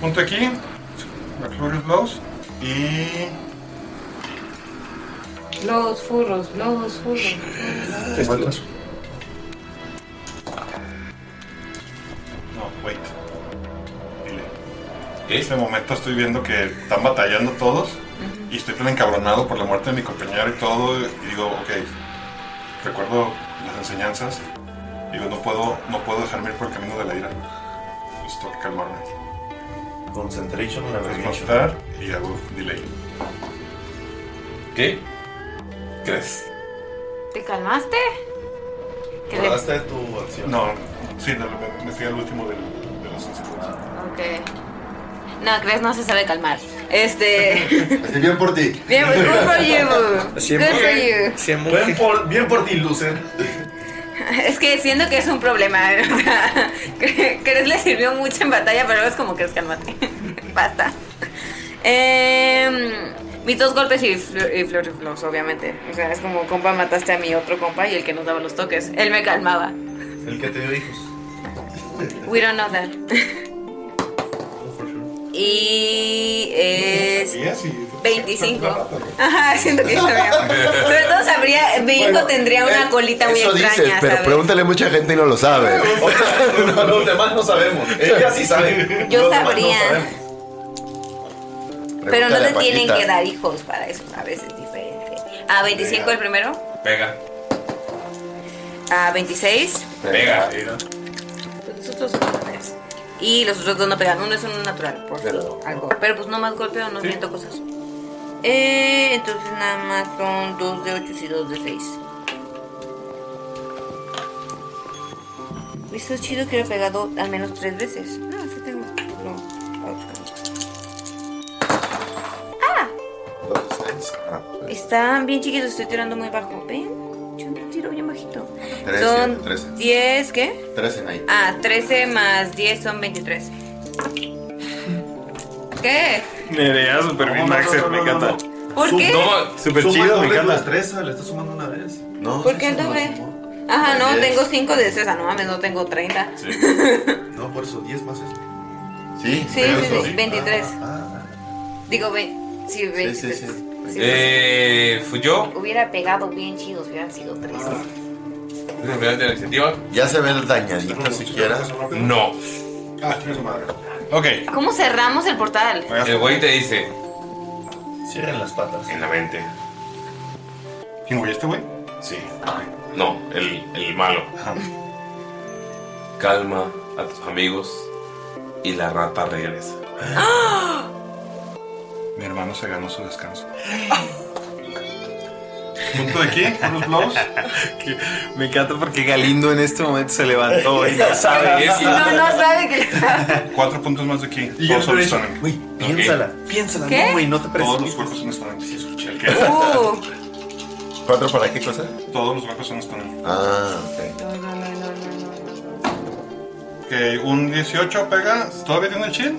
S4: Punto aquí. Mercurius Blows y.
S10: Los furros, los furros.
S4: No, wait. Dile. En este momento estoy viendo que están batallando todos y estoy tan encabronado por la muerte de mi compañero y todo. Y digo, ok, recuerdo las enseñanzas. Digo, no puedo, no puedo dejarme ir por el camino de la ira. Entonces tengo que calmarme.
S8: Concentration,
S4: Entonces,
S8: navigation.
S4: concentrar y hago delay.
S3: ¿Qué? ¿Crees?
S10: ¿Te calmaste? ¿Qué le-
S8: ¿Acordaste de tu acción?
S4: No, sí, no, me, me fui al último del, de los enseñanzas.
S10: Ok. No, crees no se sabe calmar. Este.
S7: Así, bien por ti.
S10: Bien, good for you. Good for you.
S8: Bien por, bien por ti, Lucer.
S10: Es que siento que es un problema. O sea, Cres le sirvió mucho en batalla, pero es como que es calmate. Basta. Em, mis dos golpes y, fl- y Flurry Flows, obviamente. O sea, es como compa, mataste a mi otro compa y el que nos daba los toques. Él me calmaba.
S8: El que te dio hijos.
S10: We don't know that. Y es.
S4: Sabía, sí.
S10: 25. Ajá, siento que sabría. Sobre todo sabría, mi hijo
S7: Bueno, eh,
S10: tendría una colita muy
S7: Eso
S10: extraña,
S7: dices, pero
S10: ¿sabes?
S7: pregúntale a mucha gente y no lo sabe.
S8: Los demás no sabemos. Ella sí sabe.
S10: Yo
S8: Los demás no
S10: sabría.
S8: sabemos.
S10: Pero no
S7: Pregúntale
S10: te
S7: a
S10: tienen
S7: Paquita.
S10: que dar hijos para eso, a veces es diferente. A 25 el primero,
S3: Pega.
S10: a 26
S3: Pega.
S10: los otros dos no es. y los otros dos no pegan. Uno es un natural, por algo. Pero pues no más golpeo, no siento cosas. Eh, entonces nada más son 2 de 8 y 2 de 6. Eso es chido que lo he pegado al menos 3 veces. No, sí tengo. No. Están bien chiquitos, estoy tirando muy bajo. ¿Ven? Yo tiro bien bajito.
S7: Trece,
S10: son
S7: trece.
S10: 10, ¿qué?
S7: 13 ahí.
S10: Ah, 13 más 10 son 23. ¿Qué?
S11: Nerea, super bien, Maxer, me encanta.
S10: ¿Por
S11: Sub-
S10: qué?
S11: no, super
S8: Suma
S11: chido, me
S8: doble tu
S11: encanta.
S8: destreza, le estás sumando una vez.
S7: No.
S10: ¿Por qué el doble? Ajá, no,
S8: Diez.
S10: tengo 5 de esa, no mames, no tengo 30. Sí,
S8: No, por eso 10 más eso.
S7: Sí,
S10: sí, sí, 23. Digo, ve, sí, 23. Sí.
S3: Eh. Fui yo.
S10: Hubiera pegado bien chidos, hubieran sido 3.
S3: ¿Es de la iniciativa?
S7: ¿Ya se ve el dañadito siquiera?
S3: No.
S4: Ah, tiene su madre. Ok.
S10: ¿Cómo cerramos el portal?
S3: El güey te dice.
S8: Cierren las patas.
S3: En la mente.
S4: ¿Quién güey? ¿Este güey?
S3: Sí. No, el, el malo. Calma a tus amigos y la rata regresa.
S6: ¡Ah!
S4: Mi hermano se ganó su descanso. ¿Punto de aquí? ¿Unos blows?
S11: Me encanta porque Galindo en este momento se levantó y no
S4: sabe
S11: sabe
S4: eso.
S11: eso.
S10: No, no sabe que.
S4: Cuatro puntos más de aquí. Todos
S11: Y yo
S4: son
S11: creo-
S4: stunning.
S11: Uy,
S7: piénsala,
S4: piénsala,
S10: ¿Qué? no, güey,
S4: te Todos los cuerpos son stunning. Sí, escuché el que-
S10: Uh.
S7: ¿Cuatro para qué cosa?
S4: Todos los cuerpos son stunning.
S7: Ah, ok.
S4: Ok, un 18 pega. ¿Todavía tiene el chill?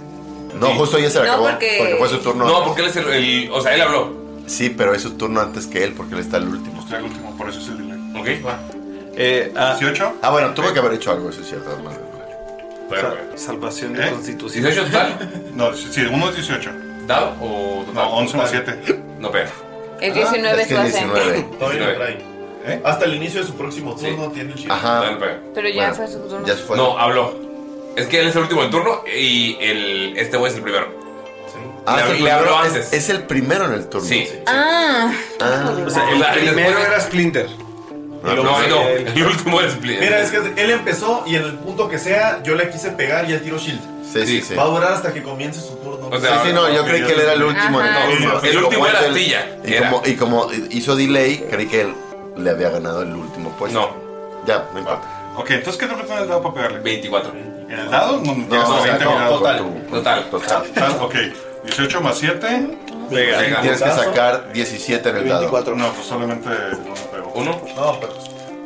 S7: No, justo ya se le
S4: No,
S7: acabó.
S4: porque-
S7: fue su turno.
S4: No, porque
S3: él es el, O sea, él habló.
S7: Sí, pero es su turno antes que él, porque él está el último.
S4: Está el último, por eso es el
S3: delay.
S4: Ok. Va.
S8: Eh,
S7: ¿18? Ah, bueno, tuvo que haber hecho algo, eso es cierto. hermano.
S11: Salvación
S4: ¿Eh?
S11: de constitución.
S4: ¿18 total? No, sí, sí, uno es 18.
S3: ¿Dado o total?
S4: No, 11 más 7.
S3: No pega.
S10: El 19
S4: es que
S10: su
S4: el
S10: AC.
S4: 19.
S8: Todavía lo trae. Hasta el inicio de su próximo turno tiene el chip.
S3: Todavía no pega.
S10: Pero ya fue su turno.
S3: No, habló. Es que él es el último en turno y el, este güey es el primero.
S7: Ah,
S3: Le-
S7: es el
S3: le
S7: primero,
S3: habló
S7: es-
S3: antes.
S7: Es, el primero en el turno. Sí.
S10: Ah.
S7: Ah.
S8: O sea,
S3: el primero
S11: era Splinter.
S7: Y luego-
S3: No, no, el último es Splinter.
S8: Mira, es que él empezó y en el punto que sea, yo le quise pegar y el tiro shield.
S7: Sí, sí, sí.
S8: Va a durar hasta que comience su turno.
S7: O sea, sí, sí, no, yo creí que él era el último. en
S8: Ajá.
S7: turno.
S8: No,
S7: Y
S8: el
S7: como
S8: último
S7: él-
S8: era Astilla,
S7: Y
S8: era.
S7: como, y como hizo delay, creí que él le había ganado el último puesto. No. Ya, no importa.
S4: Ok, entonces, ¿qué te pretende el dado para pegarle?
S3: 24.
S4: ¿En el dado? No, no,
S7: o sea, no, total.
S3: Total.
S4: Total, ok. 18 más 7.
S7: Pega. Tienes que sacar 17 en el dado.
S4: No, pues solamente uno pegó.
S3: ¿Uno?
S8: No, pero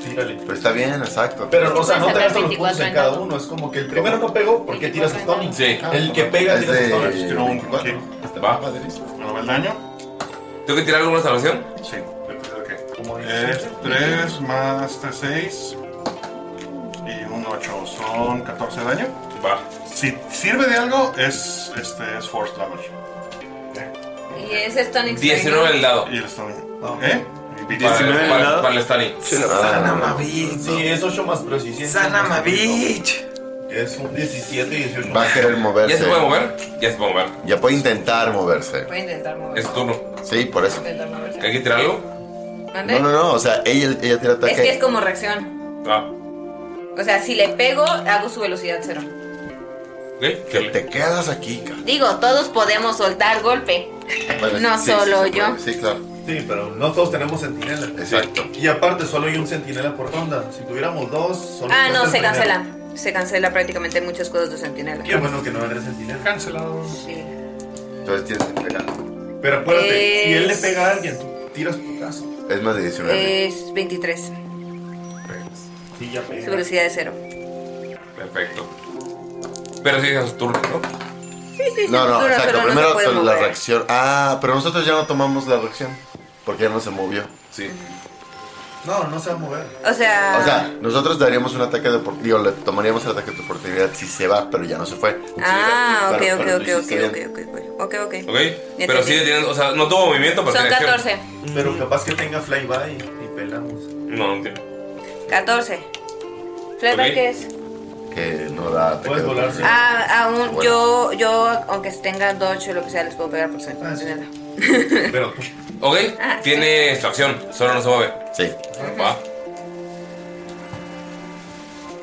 S8: tírale.
S7: Pero está bien, exacto.
S8: Pero, o sea, no te
S7: das
S8: gastas los puntos en cada uno. Es como que el primero no pegó, ¿por qué tiras Ah, Stunning?
S3: Sí.
S8: El que pega tiras Stunning.
S4: Tiró un. Ok.
S3: Va.
S4: ¿No va el daño?
S3: ¿Tengo que tirar alguna salvación?
S4: Sí. Ok. Es 3 más 3, 6. Y un 8. Son 14 de daño.
S3: Va.
S4: Si sirve de algo, es, este, es Force Damage.
S10: Y ese es Tonic
S3: 19 del dado.
S4: Y el Stunning. ¿Eh?
S3: Para, el- para, para el Stunning.
S7: Ah.
S8: Sí, es 8 más, pero sí, sí. es
S3: Sana
S8: ocho más,
S3: Mavich.
S8: Es un 17 y 18.
S7: Va a querer moverse.
S8: ¿Ya se puede
S3: mover? Ya se puede mover.
S7: Ya puede intentar moverse.
S10: Voy a intentar mover.
S3: Es tu turno.
S7: Sí, por eso.
S10: Intentar moverse.
S3: ¿Hay que tirar algo?
S10: ¿Mande?
S7: No, no, no. O sea, ella, ella tira ataque.
S10: Es que es como reacción.
S3: Ah,
S10: O sea, si le pego, hago su velocidad cero.
S3: ok.
S7: Que te quedas aquí, cabrón.
S10: Digo, todos podemos soltar golpe. No solo yo.
S7: Sí, claro.
S8: Sí, pero no todos tenemos sentinela.
S7: Exacto.
S8: Y aparte, solo hay un sentinela por ronda. Si tuviéramos dos, solo.
S10: Ah,
S8: cuenta
S10: no,
S8: el
S10: se
S8: primero.
S10: cancela. Se cancela prácticamente muchos escudos de sentinela.
S8: Qué bueno que no eres sentinela. Cancelado.
S10: Sí.
S7: Entonces tienes que pegar.
S8: Pero acuérdate, si él le
S10: Es-
S8: pega a alguien, tú tiras tu caso.
S7: Es más de 19.
S10: Es 23.
S8: Sí, ya
S10: Su velocidad es cero.
S3: Perfecto. Pero sí, es su turno, ¿no?
S10: Sí, sí, sí.
S7: No, no,
S10: dura,
S7: exacto.
S10: pero no se
S7: Primero
S10: puede
S7: la
S10: mover.
S7: reacción. Ah, pero nosotros ya no tomamos la reacción. Porque ya no se movió.
S3: Sí.
S8: No, no se va a mover.
S10: O sea,
S7: O sea, nosotros daríamos un ataque de oportunidad. Digo, le tomaríamos el ataque de oportunidad si se va, pero ya no se fue.
S10: Ah, ok,
S7: Pero-
S10: ok,
S7: pero
S10: ok,
S7: lo
S10: ok,
S7: hiciste
S10: ok,
S7: bien.
S10: ok, ok, ok.
S3: Ok. Pero sí, tienen, o sea, no tuvo movimiento, pero
S10: Son
S3: tiene acción.
S10: 14.
S8: Pero capaz que tenga flyby y pelamos.
S3: No, no tiene.
S10: 14. ¿Flyby
S7: Ok.
S10: qué es?
S7: Que no da ataque de oportunidad.
S10: Ah, aún
S7: Bueno.
S10: yo, yo, aunque tenga 2 o lo que sea, les puedo pegar por
S7: Ah,
S10: sentinela.
S8: Pero.
S3: Ok,
S10: Ah,
S3: tiene su acción, solo no se mueve.
S7: Sí.
S3: Va.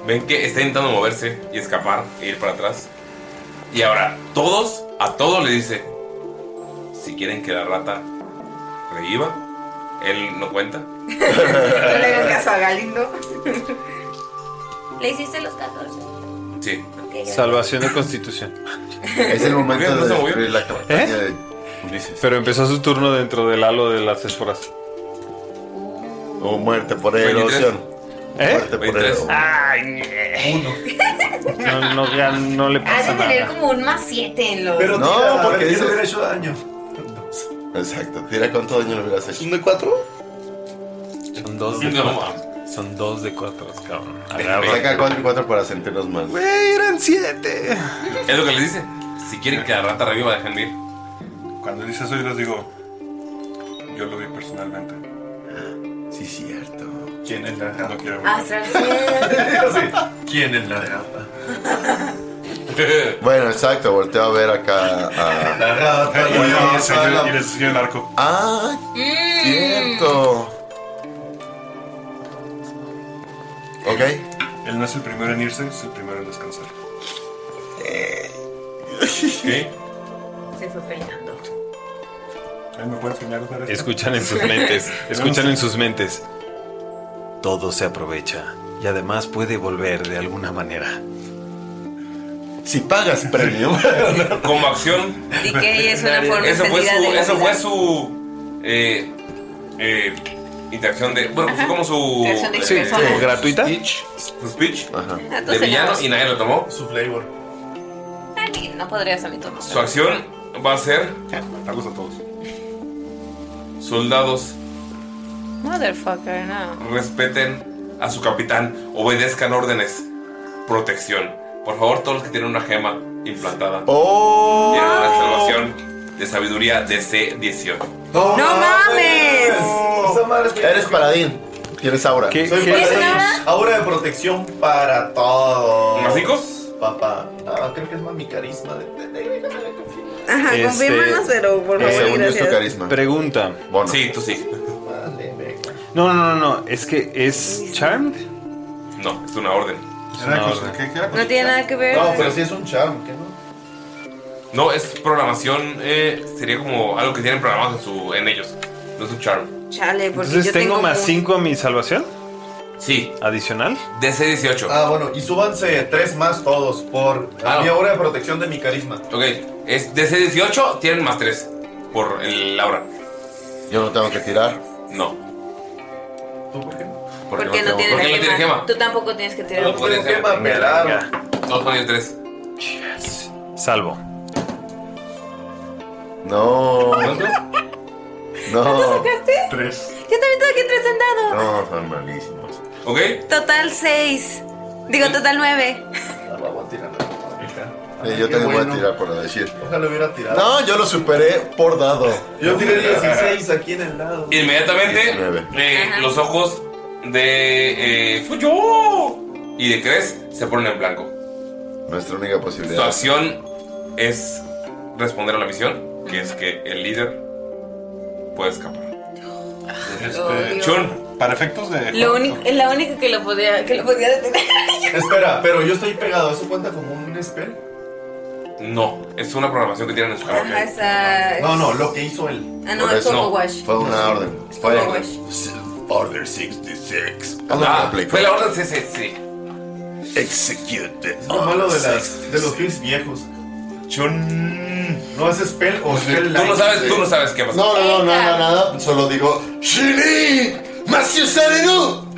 S3: Ven que está intentando moverse y escapar e ir para atrás. Y ahora, todos, a todos le dice: Si quieren que la rata reviva, él no cuenta.
S10: No le hagan caso a Galindo. Le hiciste los 14.
S3: Sí.
S5: Salvación de constitución.
S7: Es el momento
S5: ¿Por qué no
S7: de
S5: se movió?
S7: destruir la campaña de
S5: Pero empezó su turno dentro del halo de las esporas.
S7: O muerte por erosión.
S5: ¿Eh?
S7: Muerte por erosión.
S5: Ay, no, no, ya no le
S10: Has
S5: pasa
S10: de tener
S5: nada.
S10: como un más 7 en los.
S7: Pero No, tira, porque
S8: Yo
S7: dice-
S8: le hubiera hecho daño.
S7: Exacto. Tira cuánto daño le hubieras hecho. ¿Un de cuatro?
S5: Son dos de cuatro. Son dos de cuatro, cabrón.
S7: Saca cuatro y cuatro para sentirnos más.
S5: Güey, eran siete.
S3: Es lo que les dice: Si quieren que la rata reviva, dejen de ir.
S4: Cuando dices eso, yo les digo. Yo lo vi personalmente.
S7: Sí, cierto.
S8: ¿Quién es la
S4: No quiero
S10: Ah,
S8: sí. ¿Quién es la rata?
S7: Bueno, exacto. Volteo a ver acá a.
S8: La rata,
S4: Y yo le enseño- y les enseño el arco.
S7: Ah,
S10: Mm.
S7: cierto. Ok.
S4: Él no es el primero en irse, es el primero en descansar.
S10: Se fue peinando.
S4: Él me puede enseñar otra vez.
S5: Escuchan en sus mentes. Escuchan en sus mentes. Todo se aprovecha y además puede volver de alguna manera.
S7: Si pagas premium.
S3: Como acción.
S10: Decay es una forma
S3: eso fue
S10: extendida
S3: su,
S10: de la
S3: Eso
S10: vida.
S3: fue su. Eh, eh, interacción de. Bueno, fue como su.
S10: Interacción de
S3: eh,
S10: personas.
S3: su
S5: gratuita.
S3: Su speech. De
S10: Entonces,
S3: villano
S10: no.
S3: y nadie lo tomó.
S8: Su flavor.
S10: Ay, No podrías a mi turno.
S3: Su acción va a ser.
S4: Matamos a todos.
S3: Soldados,
S10: Motherfucker, no.
S3: respeten a su capitán, obedezcan órdenes. Protección. Por favor, todos los que tienen una gema implantada.
S7: ¡Oh!
S3: Tienen una salvación de sabiduría de C18.
S7: ¡No,
S10: mames!
S7: Eres paladín. Tienes aura.
S8: Soy paladín. Aura de protección para todos.
S3: ¿Masicos?
S8: Papá. Ah, creo que es más mi carisma. De, de- de-
S10: Ajá,
S5: Este,
S10: confírmanos, pero por
S11: eh,
S10: favor, gracias.
S5: Pregunta.
S3: Sí, tú sí.
S5: No, no, no, no. Es que es Charmed.
S3: No, es una orden.
S5: Es una orden.
S10: No tiene nada que ver.
S8: No, pero sí es un charm, ¿qué no?
S3: No, es programación. eh, sería como algo que tienen programado en, su, en ellos. No es un charm.
S10: Chale, porque
S5: Entonces
S10: yo
S5: tengo más
S10: un-
S5: 5 a mi salvación.
S3: Sí.
S5: ¿Adicional?
S3: DC18.
S8: Ah, bueno, y súbanse tres más todos por
S3: Ah, no.
S8: mi aura de protección de mi carisma.
S3: Ok, es DC18, tienen más 3 por el aura.
S7: Yo no tengo que tirar.
S3: No. ¿Tú por
S10: Porque no
S3: tengo-
S10: tiene
S3: ¿Por qué
S10: la
S3: no tiene gema?
S10: Tú tampoco tienes que tirar.
S3: No puede ser.
S5: pelado.
S3: Todos ponen 3.
S5: Salvo.
S7: No.
S10: ¿Cuánto
S7: No.
S10: sacaste?
S7: Tres.
S10: Yo también tengo que tres en dado.
S7: No, son malísimos.
S3: Ok.
S10: Total 6. Digo, total 9.
S7: Sí, yo
S8: qué
S7: también voy
S8: bueno.
S7: a tirar por decir.
S8: Ojalá hubiera tirado.
S7: No, yo lo superé por dado.
S8: Yo tiré 16 aquí en el lado.
S3: Inmediatamente, eh, los ojos de. eh, ¡Soy yo! Y de Cres se ponen en blanco.
S7: Nuestra única posibilidad.
S3: Su acción es responder a la misión, que es que el líder puede escapar.
S10: Oh,
S8: Este,
S3: Chun,
S4: para efectos de.
S10: Lo único, es la única que lo podía, que lo podía detener.
S8: Espera, pero yo estoy pegado. ¿Eso cuenta como un spell?
S3: No, es una programación que tienen en su cabeza.
S10: Ajá, esa-
S8: No, no, lo que hizo él.
S10: Ah, no, es como wash.
S7: Fue una orden. Fue
S10: como
S7: orden. Order 66.
S3: Ah, fue la orden sí.
S7: Execute.
S8: Es lo malo de, las, de los films viejos. Chun. ¿No es spell o spell
S3: Pues, Tú no sabes, tú no sabes qué pasó.
S7: No, no, no, nada, nada. Solo digo. ¡Shini! ¡Masio Sarenu!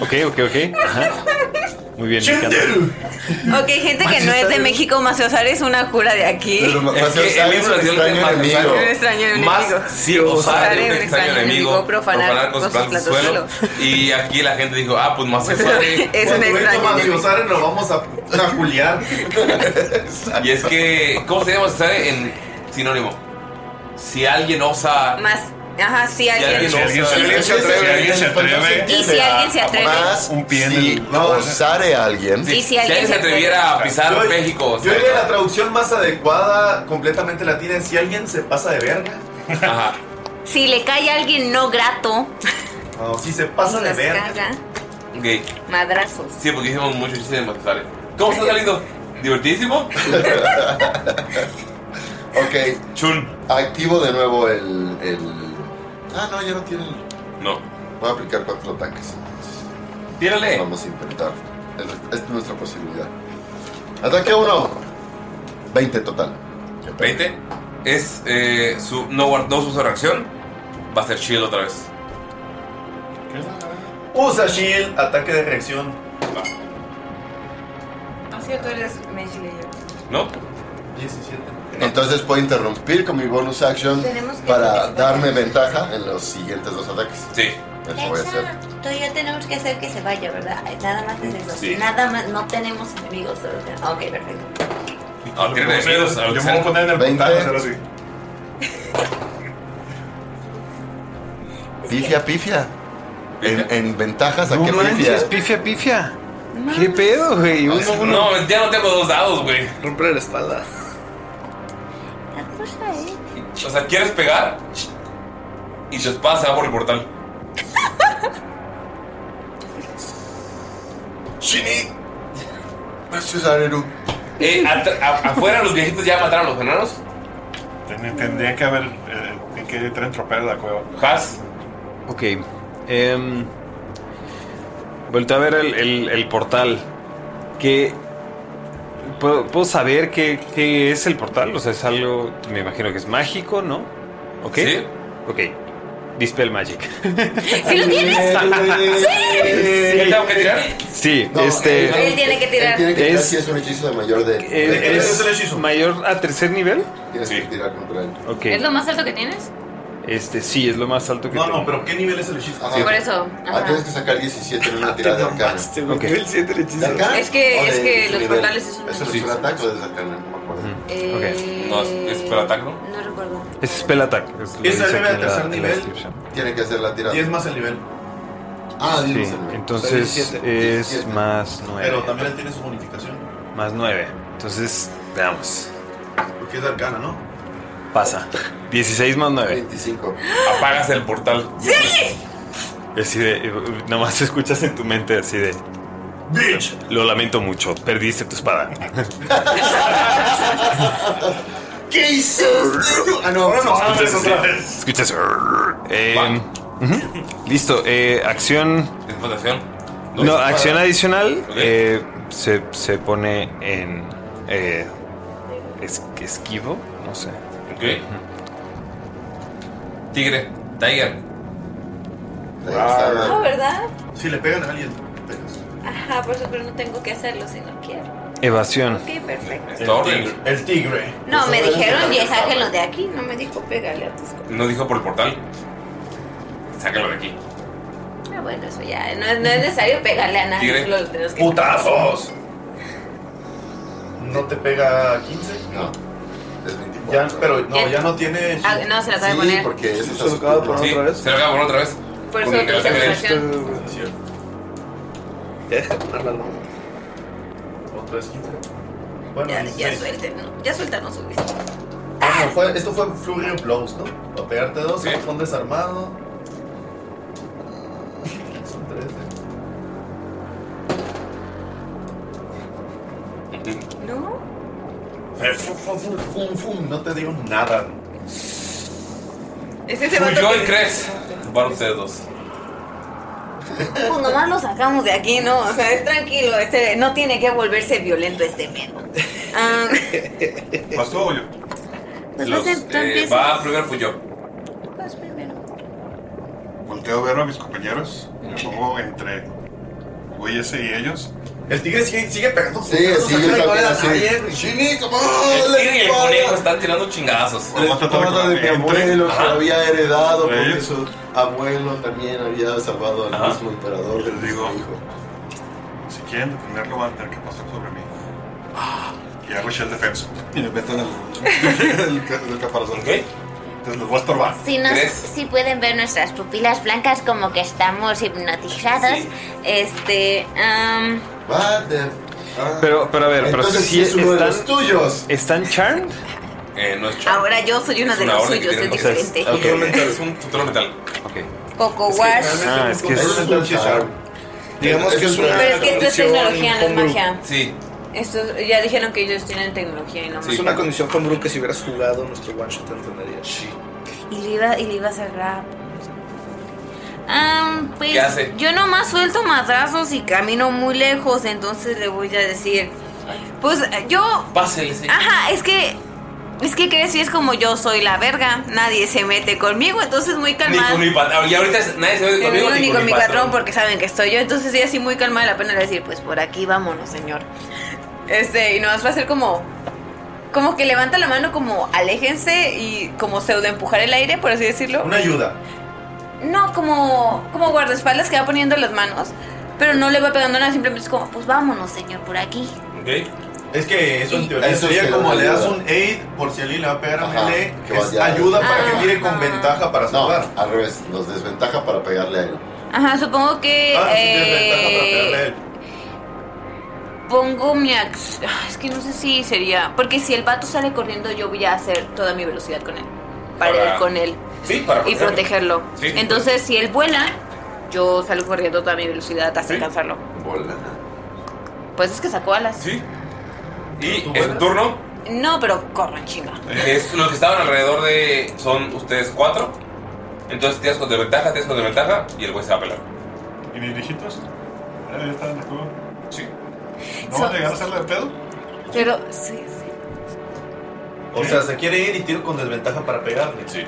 S11: Ok, ok, ok. Ajá. Muy bien, me encanta.
S10: Ok, gente que no es de México, Maciosar es una cura de aquí.
S3: Es que el mismo nació de
S10: Un extraño enemigo.
S3: Más si osar
S10: Osar
S3: un
S10: es
S3: extraño enemigo, profanar, con sus platos de suelo. Y aquí la gente dijo, ah, pues más osare.
S10: Es un extraño enemigo.
S8: Masio nos vamos a, a juliar.
S3: Y es que, ¿cómo se llama osare en sinónimo? Si alguien osa...
S10: Más, ajá, sí,
S3: Si alguien
S10: alguien.
S3: osa...
S10: Y si alguien se atreve.
S7: Más un pie si osare a alguien.
S10: Y si alguien se
S3: atreviera a pisar México. o
S8: Yo
S3: sea,
S8: diría la traducción más adecuada, completamente latina, es si alguien se pasa de verga.
S3: Ajá.
S10: Si le cae a alguien no grato,
S3: Ah.
S8: No, si se pasa de
S10: las
S8: verga.
S10: caga.
S3: Ok.
S10: Madrazos.
S3: Sí, porque hicimos mucho chiste de Matizale. ¿Cómo está saliendo? ¿Divertidísimo?
S7: ok.
S3: Chun.
S7: Activo de nuevo el. el... Ah, no, ya no tiene.
S3: No.
S7: Voy a aplicar cuatro ataques. entonces.
S3: Tírale.
S7: Vamos a intentar. Es, es nuestra posibilidad. Ataque uno. 20 total.
S3: 20. Es eh, su. No guardó su reacción. Va a ser shield otra vez.
S8: Usa shield, ataque de reacción.
S10: Así tú eres Messi
S3: ¿No?
S8: 17.
S7: Entonces puedo interrumpir con mi bonus action
S10: Tenemos que-
S7: para darme ventaja en los siguientes dos ataques.
S3: Sí.
S7: Eso voy a hacer.
S25: Todavía tenemos que hacer que se vaya, ¿verdad? Nada más es eso.
S7: Sí.
S25: Nada más, no tenemos enemigos. Solo tenemos... Ok, perfecto.
S3: Ah, tiene enemigos.
S4: Yo me voy a poner en el
S7: 20.
S4: portal, hacer así.
S7: Pifia, pifia. En, en ventajas a
S9: No
S7: qué
S9: manches,
S7: pifia.
S9: pifia, pifia. ¿Qué pedo, güey? Uno, uno.
S3: No, ya no tengo dos dados, güey.
S9: Romper la espalda.
S3: O sea, ¿quieres pegar? Y su espada se va por el portal.
S7: Shini. Versus Areru.
S3: Eh, at- a- afuera los viejitos ya mataron a los enanos.
S4: Ten- Tendría que haber. eh, Hay que traer tropear a la cueva.
S3: Has.
S11: Ok. em, volteo a ver el, el- el portal. ¿Qué. ¿Puedo, puedo saber qué, qué es el portal? O sea, es algo. Me imagino que es mágico, ¿no? ¿Ok?
S3: Sí.
S11: Ok. Dispel Magic.
S10: ¿Sí lo tienes? ¡Sí!
S3: ¿Qué tengo que tirar?
S11: Sí, este.
S10: Él tiene que tirar.
S7: Tiene que tirar
S11: Es-
S7: si es un hechizo de mayor de.
S11: Eh,
S7: de-
S11: ¿Es mayor a tercer nivel?
S7: Tienes que tirar contra él.
S11: Ok.
S10: ¿Es lo más alto que tienes?
S11: Este, sí, es lo más alto que
S8: No,
S11: tengo.
S8: no, pero ¿qué nivel es el hechizo?
S10: Por eso.
S7: Ah,
S10: ajá.
S7: tienes que sacar 17 en una tirada de arcana.
S11: güey, Ok. el siete
S7: ¿De arcana?
S10: Es que-
S7: ¿O
S10: es
S7: de
S10: que
S7: su
S10: los
S7: nivel?
S10: portales es un-
S7: ¿Eso
S3: Sí.
S7: es un ataque o es arcana? No me acuerdo.
S10: Eh,
S3: No, es es para ataque, ¿no?
S10: No recuerdo.
S11: Es spell attack. Es lo dice aquí en la- en la descripción.
S7: Tiene que hacer la tirada.
S8: 10 más el nivel.
S7: Ah,
S11: Sí,
S7: 10 más el nivel.
S11: entonces
S7: Seis, siete.
S11: es más 9.
S8: Pero también él tiene su bonificación.
S11: Más 9. Entonces, veamos.
S8: Porque es de arcana, ¿no?
S11: Pasa. 16 más 9.
S7: 25.
S3: Apagas el portal.
S10: ¡Sí!
S11: Y Así de. Nomás escuchas en tu mente así de. Lo lamento mucho. Perdiste tu espada.
S7: ¿Qué hizo? Ah, no,
S8: ahora no.
S7: Escucha,
S8: antes otra vez.
S11: Escuchas. eh, ujú. Listo. eh, acción.
S3: Votación.
S11: No, acción adicional. eh, se, se pone en. eh, es- esquivo. No sé.
S3: Ok. Tigre. Tiger.
S7: Ah.
S10: No, Ah, ¿verdad?
S8: Si le pegan a alguien.
S10: Ajá, por eso, pero no tengo que hacerlo si no quiero.
S7: Mm.
S11: Evasión.
S10: Ok, perfecto.
S3: Está orden.
S8: El tigre.
S10: No, me dijeron y sáquenlo
S25: de aquí. No me dijo pégale a tus cosas.
S3: No dijo por el portal. Sácalo de aquí.
S10: Ah, bueno, eso ya. No, es- no es necesario pegarle a nadie.
S3: Tigre.
S10: Solo lo tenemos que.
S8: ¡Putazos! no te pega 15.
S7: No.
S8: Ya, pero no, ya no tiene.
S10: Ah, no, se las voy a poner.
S7: porque eso
S8: se lo acaba de
S3: Sí, se lo acabo de poner otra vez.
S10: Por eso
S3: Con el
S10: otra
S3: que lo saqué de-
S10: sensación.
S8: Este, Ya deja ponerla al lado. Otra vez 15. Bueno,
S10: Ya, ya
S8: 16.
S10: suelten, ¿no? ya sueltan los zombies.
S8: Bueno, fue- esto fue Flurry of Blows, ¿no? Para pegarte dos, son desarmado. Son 13. ¿eh?
S10: No.
S8: Fum, fum, No te digo nada.
S10: Es ese vato
S3: Fluyó
S10: que-
S3: el Cres. Van ustedes dos.
S10: Pues nomás lo sacamos de aquí, ¿no? O sea, es tranquilo, este, no tiene que volverse violento este men. Ah,
S3: ¿Vas tú o yo?
S10: Pues vas a- tú
S3: Eh,
S10: empiezas.
S3: va primero fui yo.
S10: pues primero.
S4: Volteo a ver a mis compañeros. Me pongo entre güey ese y ellos.
S8: El tigre sigue, sigue pegando.
S4: Sí,
S8: putazos
S4: sí,
S8: acá
S4: yo
S8: y no
S4: también,
S8: le da
S4: sí.
S8: nadie, güey. Shini, come on,
S3: El
S8: let's
S3: tigre y el
S8: go.
S3: conejo están tirando chingazos.
S7: La espada de mi abuelo que había heredado
S3: Ajá.
S7: porque su abuelo también había salvado al mismo emperador. Les digo,
S4: Si quieren detenerlo, van a tener que pasar sobre mí. Y hago Shell Defense. Y me meto en el, el, ca- el caparazón. Entonces los voy a estorbar.
S26: Si, nos- si pueden ver nuestras pupilas blancas como que estamos hipnotizados,
S10: este... am,
S7: What the
S5: Pero, pero a ver, pero
S7: Entonces, sí
S5: si
S7: es uno de los
S5: están
S7: tuyos.
S5: ¿Están charmed?
S3: Eh, no es
S10: ahora yo soy uno de los suyos, es diferente.
S3: Es un tutor mental.
S10: Coco Wash.
S5: Ah, es que es
S7: un char.
S9: Digamos que es una.
S10: Pero es que esto es
S9: condición
S10: tecnología, no es
S9: homebrew.
S10: magia.
S3: Sí.
S10: Esto, ya dijeron que ellos tienen tecnología y no
S9: Es
S10: magia.
S9: una condición homebrew que si hubieras jugado nuestro one shot entendería. Sí.
S10: Y le iba, y le iba a hacer rap. Ah, pues
S9: ¿Qué hace?
S10: yo nomás suelto madrazos y camino muy lejos, entonces le voy a decir, pues yo,
S3: Pásele, sí.
S10: ajá, es que, es que crees si es como yo soy la verga, nadie se mete conmigo, entonces muy
S3: Ni
S10: calmada.
S3: con mi patrón. Y ahorita es- nadie se ve
S10: Ni
S3: conmigo
S10: conmigo ni con mi
S3: patrón.
S10: patrón porque saben que estoy yo, entonces sí así muy calmada la pena le voy a decir, pues por aquí vámonos, señor. Este, y nomás va a ser como, como que levanta la mano como aléjense y como pseudo empujar el aire, por así decirlo.
S8: Una ayuda.
S10: No, como, como guardaespaldas que va poniendo las manos. Pero no le va pegando nada, simplemente es como, pues vámonos, señor, por aquí.
S8: Es que eso en teoría
S7: Eso
S8: sería
S7: sí,
S8: como
S7: la
S8: le das
S7: ayuda.
S8: un aid por si alguien le va a pegar a
S7: Ajá,
S8: melee.
S7: que
S8: Es
S7: vaya-
S8: ayuda para que tire con ventaja para salvar.
S7: Al revés, los desventaja para pegarle a él.
S10: Ajá, supongo que...
S7: Ah, sí, tienes
S10: eh,
S7: ventaja
S10: pongo mi ac- Ah, Es que no sé si sería... Porque si el vato sale corriendo, yo voy a hacer toda mi velocidad con él. Para
S3: Para-
S10: ir con él.
S3: Sí, para
S10: Y
S3: protegerlo.
S10: protegerlo.
S3: Sí, sí,
S10: Entonces, si él vuela, yo salgo corriendo toda mi velocidad hasta alcanzarlo.
S7: Bola.
S10: Pues es que sacó alas.
S3: Sí. Y es tu turno.
S10: No, pero corran chinga.
S3: Es, los que estaban alrededor de. Son ustedes cuatro. Entonces tienes con desventaja, tienes con desventaja. Y el güey se va a pelar.
S4: ¿Y mis viejitos? ¿Ya ya están en el juego? Sí. ¿No
S10: So-
S4: van a llegar a hacerle de pedo?
S10: Pero, sí, sí.
S8: O sea, se quiere ir y tiro con desventaja para pegarle. Sí.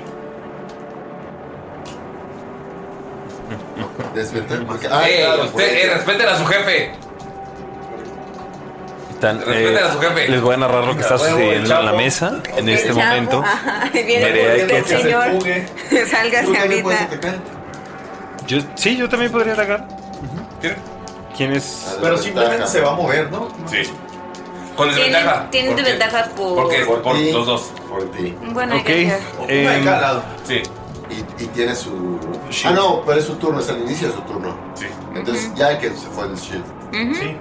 S7: Desventaja porque.
S3: Ey,
S7: pues.
S3: usted, eh, respeten a su jefe.
S5: Están, eh,
S3: Respeten a su jefe.
S5: Les voy a narrar lo que está
S3: Huevo, el
S5: sucediendo en la
S3: chavo.
S5: mesa en
S3: El ah.
S5: este
S10: Chavo,
S5: momento.
S10: ajá, viene
S5: Nerea
S10: corriendo
S5: que
S10: el
S5: se
S10: señor. Sálgase
S8: pues,
S10: ahorita.
S5: Yo, sí, yo también podría atacar. ¿Quién es?
S8: Pero simplemente se va a mover, ¿no?
S3: Sí. Con
S26: Pues,
S10: Tienen,
S3: desventaja.
S10: tienen
S3: Porque-
S10: desventajas por.
S3: Porque es por,
S7: ti.
S3: los dos.
S7: Por ti.
S10: Bueno, hay que hacer.
S3: Sí.
S7: em, Y, y tiene su. Ah, no, pero es su turno, es al inicio de su turno.
S3: Sí.
S7: Entonces, ya que se fue el shield.
S10: Sí.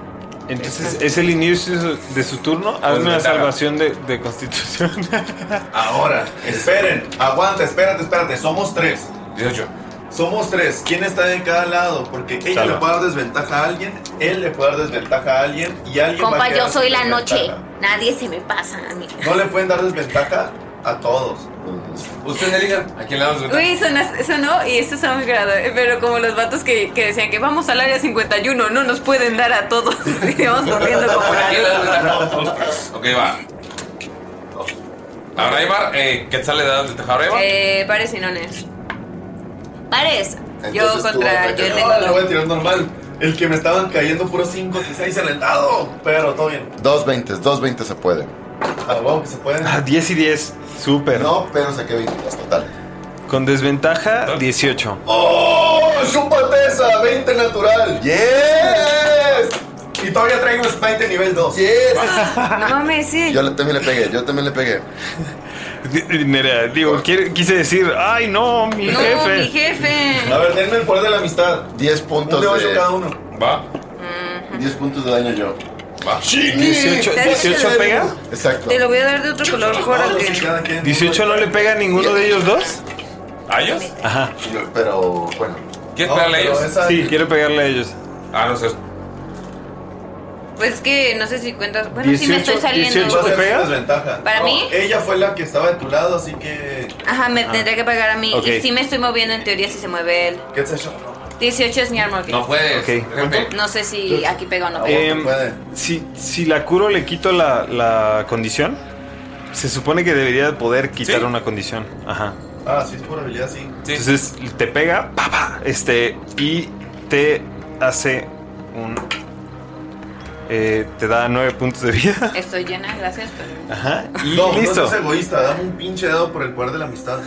S5: Entonces,
S7: eh,
S5: es el inicio de su turno. Hazme una
S8: desventaja.
S5: salvación de, de constitución.
S8: Ahora, esperen, aguanta, espérate, espérate. Somos tres.
S3: 18.
S8: Somos tres. ¿Quién está de cada lado? Porque ella
S5: Salva.
S8: le puede dar desventaja a alguien, él le puede dar desventaja a alguien y alguien va a
S26: compa,
S8: quedar
S26: yo soy
S8: sin
S26: la
S8: desventaja.
S26: noche. Nadie se me pasa a mí.
S8: No le pueden dar desventaja a todos.
S3: Ustedes elijan a quién le damos
S10: Uy, suena- sonó y esto está muy grado. eh, Pero como los vatos que, que decían que vamos al área 51, no nos pueden dar a todos. Y vamos corriendo como
S3: ¿A quién le
S10: la.
S3: damos desventaja? Ok, va. Ahora, Ibar, eh, ¿qué tal le da desventaja ahora, Ibar?
S10: Eh, pares y nones. Pares. Yo
S8: Entonces tú
S10: contra.
S8: atacas.
S10: Yo
S8: No,
S10: tengo.
S8: la voy a tirar normal. El que me estaban cayendo puros 5, 6 alentado. Pero todo bien.
S7: Dos veintes, dos veintes se pueden.
S8: Ah, wow, que se pueden.
S5: Ah, 10 y 10. Súper.
S7: No, pero saqué 20 Pues total.
S5: Con desventaja, 18.
S7: ¡Oh! ¡Súpate esa! ¡20 natural! ¡Yes!
S8: Y todavía traigo Smite de nivel 2.
S10: Ah, No mames, sí.
S7: Yo le- también le pegué, yo también le pegué.
S11: Nerea, digo, quiere- quise decir, ay no, mi
S10: No,
S11: jefe.
S10: mi jefe.
S7: A ver, denme el poder de la amistad. 10 puntos
S8: Un de ocho
S7: de...
S8: cada uno.
S7: Va. 10 puntos de daño yo. Va.
S11: ¿Dieciocho- dieciocho pega?
S7: Exacto.
S10: Te lo voy a dar de otro color, córrele.
S11: ¿18 no le pega a ninguno de ellos dos?
S3: ¿A ellos?
S11: Ajá.
S7: Pero bueno.
S3: ¿Quieres pegarle a ellos?
S11: Sí, quiero pegarle a ellos.
S3: Ah, no sé.
S10: Pues que no sé si cuentas. Bueno, sí me estoy saliendo.
S8: desventaja.
S10: ¿Para
S8: No,
S10: mí?
S8: Ella fue la que estaba de tu lado, así que.
S10: Ajá, me
S8: Ah.
S10: tendría que pagar a mí.
S8: Ok.
S10: Y si me estoy moviendo, en teoría, si se mueve él.
S8: ¿Qué es eso?
S10: 18 es mi armor. class.
S3: puedes.
S10: No sé si aquí pega o no pega.
S11: Em, si, si la curo, le quito la, la condición. Se supone que debería de poder quitar una condición. Ajá.
S8: Ah, sí, es por habilidad, sí.
S11: Entonces te pega, pa, pa, este, y te hace un. eh, te da nueve puntos de vida.
S10: Estoy llena, gracias. pero-
S11: Ajá. Y
S8: No,
S11: listo.
S8: no seas egoísta, dame un pinche dedo por el poder de la amistad.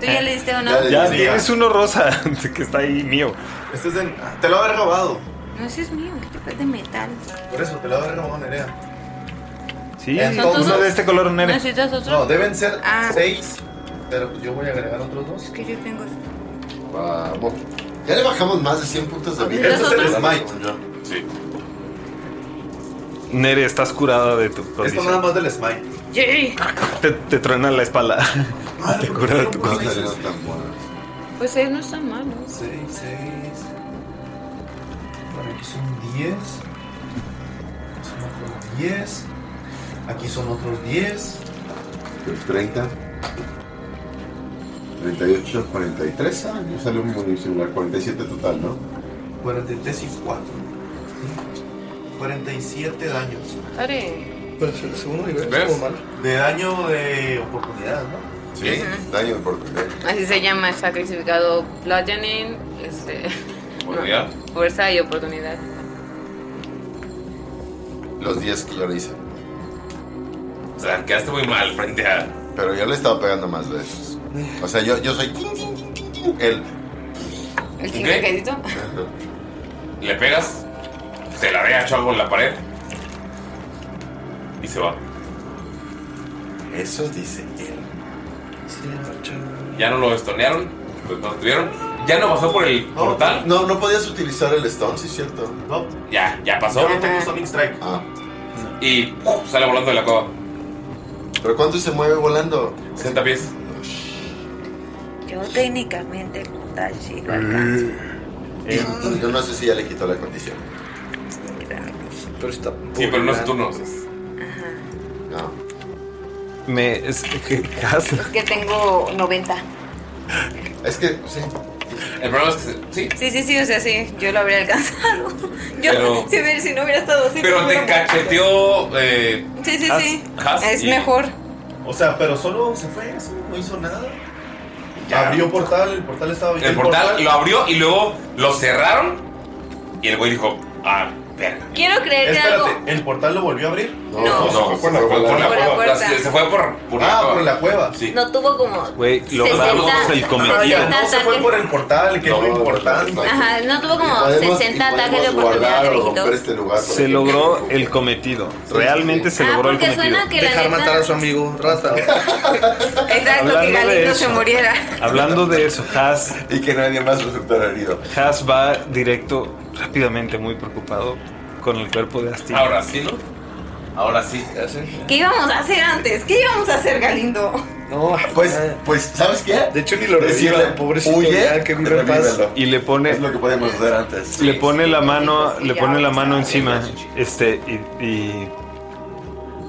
S10: ¿Tú ya le diste uno?
S11: eh, ya tienes uno rosa que está ahí mío.
S8: Este es de- Te lo habré robado.
S10: No, ese es mío, que te parece de metal.
S8: Por eso, te lo habré robado, Nerea.
S11: Sí,
S8: Entonces-
S11: uno de este color, Nere.
S10: ¿Necesitas otro?
S8: No, deben ser
S10: Ah.
S8: 6. Pero yo voy a agregar otros dos.
S10: Que yo tengo. este.
S7: Vamos. Ya le bajamos más de 100 puntos de vida.
S8: Este es el Smite.
S7: Sí.
S11: Nere, estás curada de tu
S8: Esto
S11: condición.
S8: nada más del Smite.
S10: ¡Yay!
S11: Te, te truena la espalda.
S8: Ah,
S11: te cura de tu condición.
S10: Pues seis no están mal, ¿no?
S8: 6, 6. Bueno, aquí son 10. Aquí son otros 10. Aquí son otros 10.
S7: 30. 38, 43. Ah, yo salió muy similar. 47 total, ¿no?
S8: 43 y 4. 47 daños.
S10: Are.
S8: Pero Pues, el segundo nivel
S7: ¿Ves?
S8: estuvo mal. De daño de oportunidad, ¿no?
S7: Sí, daño de oportunidad.
S10: Así se llama, está clasificado bludgeoning, este,
S7: Oportunidad.
S10: fuerza y oportunidad.
S7: Los 10 que yo le hice.
S3: O sea, quedaste muy mal frente a.
S7: Pero yo le estaba pegando más veces. O sea, yo, yo soy. El.
S10: ¿El
S7: chingaquerito?
S3: Le pegas, se la ve hecho algo en la pared y se va.
S7: Eso dice él.
S3: Ya no lo estonearon, lo tuvieron. Ya no pasó por el portal.
S7: No, no podías utilizar el stone, sí, es cierto.
S8: No.
S3: Ya, ya pasó.
S7: Ya no tengo
S8: Sonic Strike.
S7: Ah.
S3: Y ¡puf! sale volando de la cueva.
S7: ¿Pero cuánto se mueve volando?
S3: 60 pies.
S6: Yo técnicamente el Kundashi
S9: Eh.
S6: lo alcanzo.
S7: Y- Yo no sé si ya le quitó la condición.
S9: Pero está.
S3: Sí, pero no es tu turno.
S7: No.
S11: Me. Es, que, casi.
S6: Que tengo 90.
S7: Es que, sí.
S3: El problema es que. Sí.
S10: Sí, sí, sí, o sea, sí, yo lo habría alcanzado. Yo,
S3: Pero-
S10: si, hubiera- si no hubiera estado así.
S3: Pero te
S10: seguro.
S3: cacheteó. Eh,
S10: Sí, sí,
S3: Has-
S10: sí.
S3: Has
S10: Es
S3: y-
S10: mejor.
S8: O sea, pero solo se fue eso, no hizo nada. Abrió portal, el portal estaba
S3: El portal lo abrió y luego lo cerraron. Y el güey dijo: Ah, verga.
S10: Quiero creer que
S8: Espérate,
S10: algo.
S8: ¿el portal lo volvió a abrir?
S3: No, no, se fue por la
S8: Por la
S3: cueva.
S8: puerta.
S3: Se, se fue por, por la
S8: Ah,
S3: cueva.
S8: por la cueva.
S3: Sí.
S26: No tuvo como.
S11: Güey,
S26: logramos 60, el cometido.
S8: No, no se fue por el portal, que es lo importante.
S10: Ajá, no tuvo como
S7: podemos-
S10: 60
S7: y
S10: ataques de
S7: podemos
S10: oportunidad,
S7: guardar o
S10: Grejitos.
S7: romper este lugar.
S11: Se logró el cometido. Realmente se
S10: Ah,
S11: logró el
S10: porque
S11: cometido.
S10: suena que la Dejar neta- matar a
S9: su amigo, rata.
S10: Exacto, que
S11: Hablando de
S10: Galindo se
S11: eso.
S10: muriera.
S11: Hablando de eso, Has.
S7: Y que nadie más resultara herido.
S11: Has va directo, rápidamente, muy preocupado, con el cuerpo de Asti.
S3: Ahora sí, ¿no? Ahora sí.
S10: ¿Qué íbamos a hacer antes? ¿Qué íbamos a hacer, Galindo?
S9: No,
S7: pues, pues, ¿sabes qué?
S9: De hecho, ni lo
S7: Decirle,
S9: reviva, pobrecito.
S7: huye,
S9: ya, que vive en paz.
S7: revívelo.
S11: Y le pone.
S7: Es lo que podemos hacer antes.
S11: Le pone la mano, le
S7: ya,
S11: pone la
S7: ya,
S11: mano
S7: ya,
S11: encima.
S7: ya,
S11: Este, y. y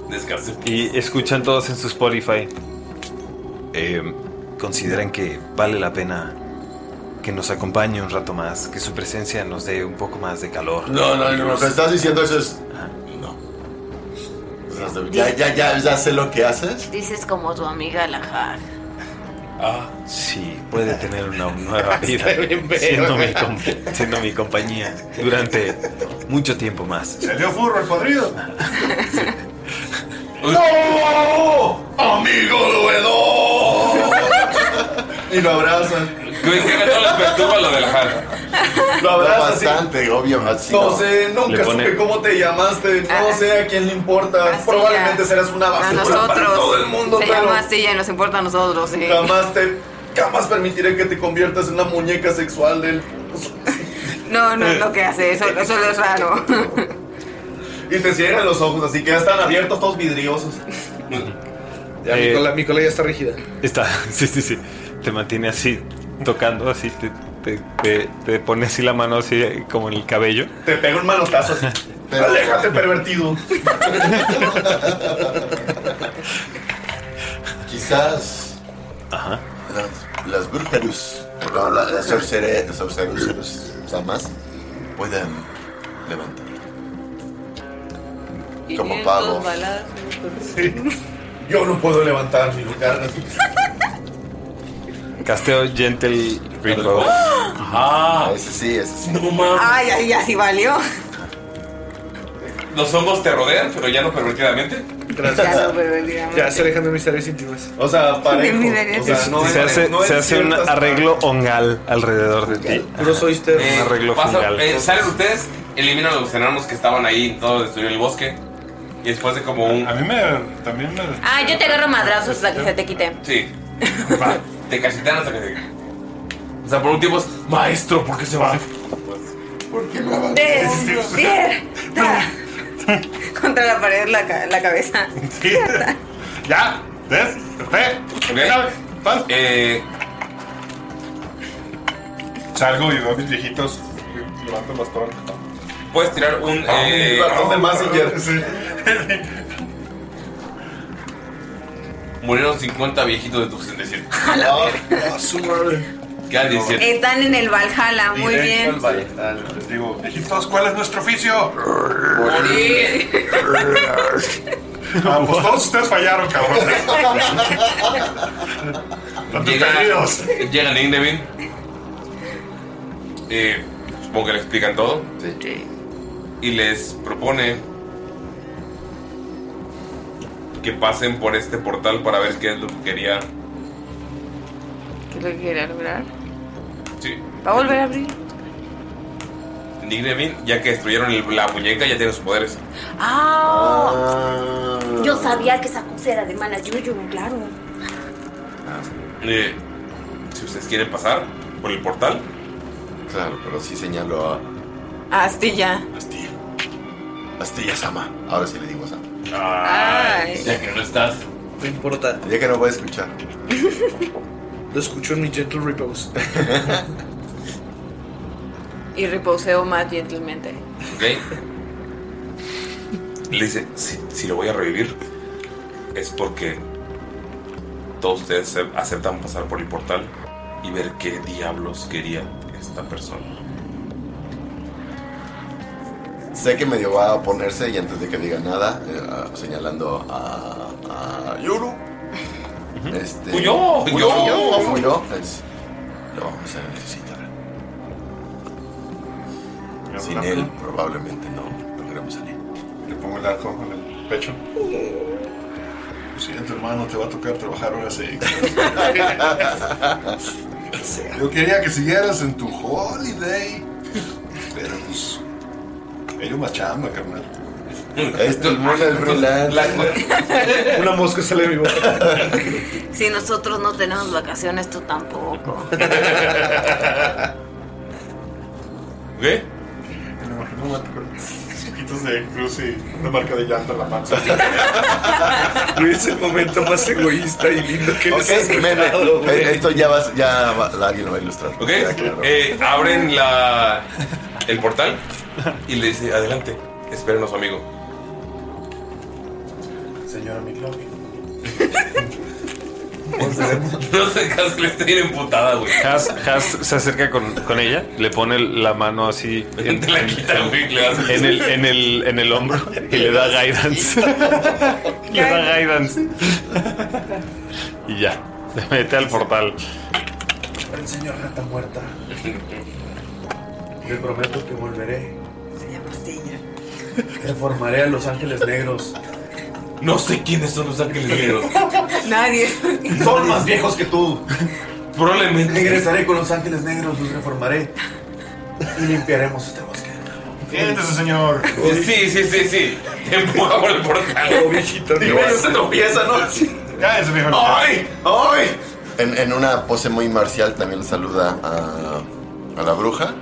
S3: Descanse.
S11: Y escuchan todos en su Spotify. Eh, consideran que vale la pena que nos acompañe un rato más, que su presencia nos dé un poco más de calor.
S7: No, no, no, lo que estás diciendo eso es. No. Ya, ya, ya, ya sé lo que haces.
S6: Dices como tu amiga la Hag.
S11: Ah, sí, puede tener una nueva vida
S6: Está bien, pero-
S11: siendo mi, com- siendo mi compañía durante mucho tiempo más.
S8: Se dio furro el podrido.
S7: ¡No! ¡Amigo
S8: Y lo abrazan.
S3: Güey, que gato les perturba lo de la jara.
S8: Lo abrazas
S7: bastante, obvio.
S8: y-
S7: así
S8: No sé,
S7: Le
S8: nunca
S7: pone-
S8: supe cómo te llamaste. No sé a quién le importa. Pues, Probablemente serás una
S10: Ah, A
S8: basura para
S10: nosotros.
S8: todo el mundo,
S10: Se
S8: pero
S10: llama así, ya nos importa a nosotros. sí.
S8: jamás te. Jamás permitiré que te conviertas en una muñeca sexual del.
S10: No, no es lo que hace, eso, eso es raro.
S8: Y te cierran los ojos, así que ya están abiertos, todos vidriosos.
S9: Ya, Ah,
S11: Eh.
S9: mi, cola, mi cola ya está rígida.
S5: Eh, Está, sí, sí, sí. Te mantiene así, tocando, así, te, te, te- te pone así la mano, así eh, como en el cabello.
S8: Te pega un manotazo así. Aléjate, pervertido.
S7: Quizás. Las, las brujerus. No, la- las sorcere- sorcereros. Samas. Pueden levantar. Como pago.
S8: Sí. Yo no puedo levantar mi lugar.
S5: Casteo Gentle Ritual.
S3: Ajá.
S7: Ese sí, ese sí.
S3: No mames.
S10: Ay, ay, así valió.
S3: Los hongos te rodean, pero ya no pervertidamente.
S10: Ya, no, pero digamos.
S9: Ya se alejan de mis áreas íntimas.
S8: O sea,
S10: parejo. De mis áreas O sea, íntimas. no
S5: se
S10: es-
S5: hace,
S10: no es
S5: se hace un
S10: ciertas-
S5: arreglo hongal alrededor de ti.
S9: Puro soyster.
S5: Un arreglo
S3: Pasa-
S5: fungal.
S3: eh, salen ustedes, eliminan a los enanos que estaban ahí, todo destruyó el bosque. Y después de como un. A mí me. También me.
S10: Ah, yo te agarro madrazos hasta que se te quite.
S3: Sí. Va, te cachetean hasta que te. O sea, por un tiempo es. Maestro, ¿por qué se va?
S10: Despierta. Contra la pared la, ca- la cabeza.
S3: Ya, ¿ves? Eh,
S4: Salgo y veo a mis viejitos. Levanto el bastón.
S3: Puedes tirar un. eh,
S4: bastón Ah, de Mazinger.
S3: Murieron 50 viejitos de tus 67.
S8: A su madre.
S3: Quedan 17.
S10: Están en el Valhalla, muy bien.
S4: Les digo, viejitos, ¿cuál es nuestro oficio?
S10: Morir.
S4: Ah, pues todos ustedes fallaron, cabrón.
S3: Llegan, llegan a Indevin. Eh, supongo que le explican todo. Y les propone que pasen por este portal para ver qué es lo que quería.
S10: ¿Qué es lo que quería lograr?
S3: Sí.
S10: ¿Va a volver a abrir?
S3: Indevin, ya que destruyeron el- la muñeca, ya tiene sus poderes.
S27: Ah, yo sabía que esa cosa era de mala yuyu, claro.
S3: Eh, si ustedes quieren pasar por el portal.
S7: Claro, pero sí señaló a
S10: Ah, Astilla.
S7: Astilla Sama. Ahora sí le digo a Sama.
S10: Ay.
S3: Ya que no estás.
S9: No importa.
S7: Ya que no voy a escuchar.
S9: Lo escucho en mi gentle repose.
S10: Y reposeo más gentilmente.
S3: Ok. Le dice, si, si lo voy a revivir, es porque todos ustedes se- aceptan pasar por el portal y ver qué diablos quería esta persona.
S7: Sé que medio va a oponerse y antes de que diga nada, eh, ah, señalando a, a Yoru. Este,
S3: ¡Huyó!
S7: ¡Huyó!
S3: ¡Huyó!
S7: ¡Huyó! Es- lo vamos a necesitar. Sin él probablemente no logremos salir.
S4: Le pongo el arco con el pecho. Lo siento, hermano, te va a tocar trabajar horas extras. Yo quería que siguieras en tu holiday. Pero pues. Ellos más chamba, carnal.
S7: Esto es bueno, el
S3: freelance.
S9: Una mosca sale de mi boca.
S10: Si nosotros no tenemos vacaciones, tú tampoco.
S3: ¿Qué?
S4: Me imagino un vato con sus ojitos de cruz y una marca de llanta en la mano.
S9: Es el momento más egoísta y lindo que
S7: Ok, meme. Eh, Esto ya, vas, ya va- la- alguien lo va a ilustrar.
S3: Ok, eh, abren la, el portal y le dice, adelante, espérenos, amigo.
S8: Señora McLaughlin.
S3: No sé, Has que le estoy bien emputada, güey.
S5: Has, Has se acerca con, con ella, le pone la mano así en,
S3: Te la quita, güey, le das-
S5: en el, en, el, en el hombro y le da guidance. le da guidance. Y ya, se mete al portal.
S8: El señor rata muerta. Le prometo que volveré. Señor Pastilla. Reformaré a los ángeles negros.
S3: No sé quiénes son los ángeles negros.
S10: Nadie.
S8: Son más viejos que tú.
S5: Probablemente.
S8: Regresaré con los ángeles negros, los reformaré y limpiaremos este bosque.
S3: Siéntese,
S8: señor.
S3: Sí, sí, sí, sí. Te empuja por el portal. Oh, viejito.
S8: Y bueno, se tropieza, ¿no?
S3: Cállese, viejo.
S8: ¡Ay! ¡Ay!
S7: En, en una pose muy marcial también saluda a, a la bruja.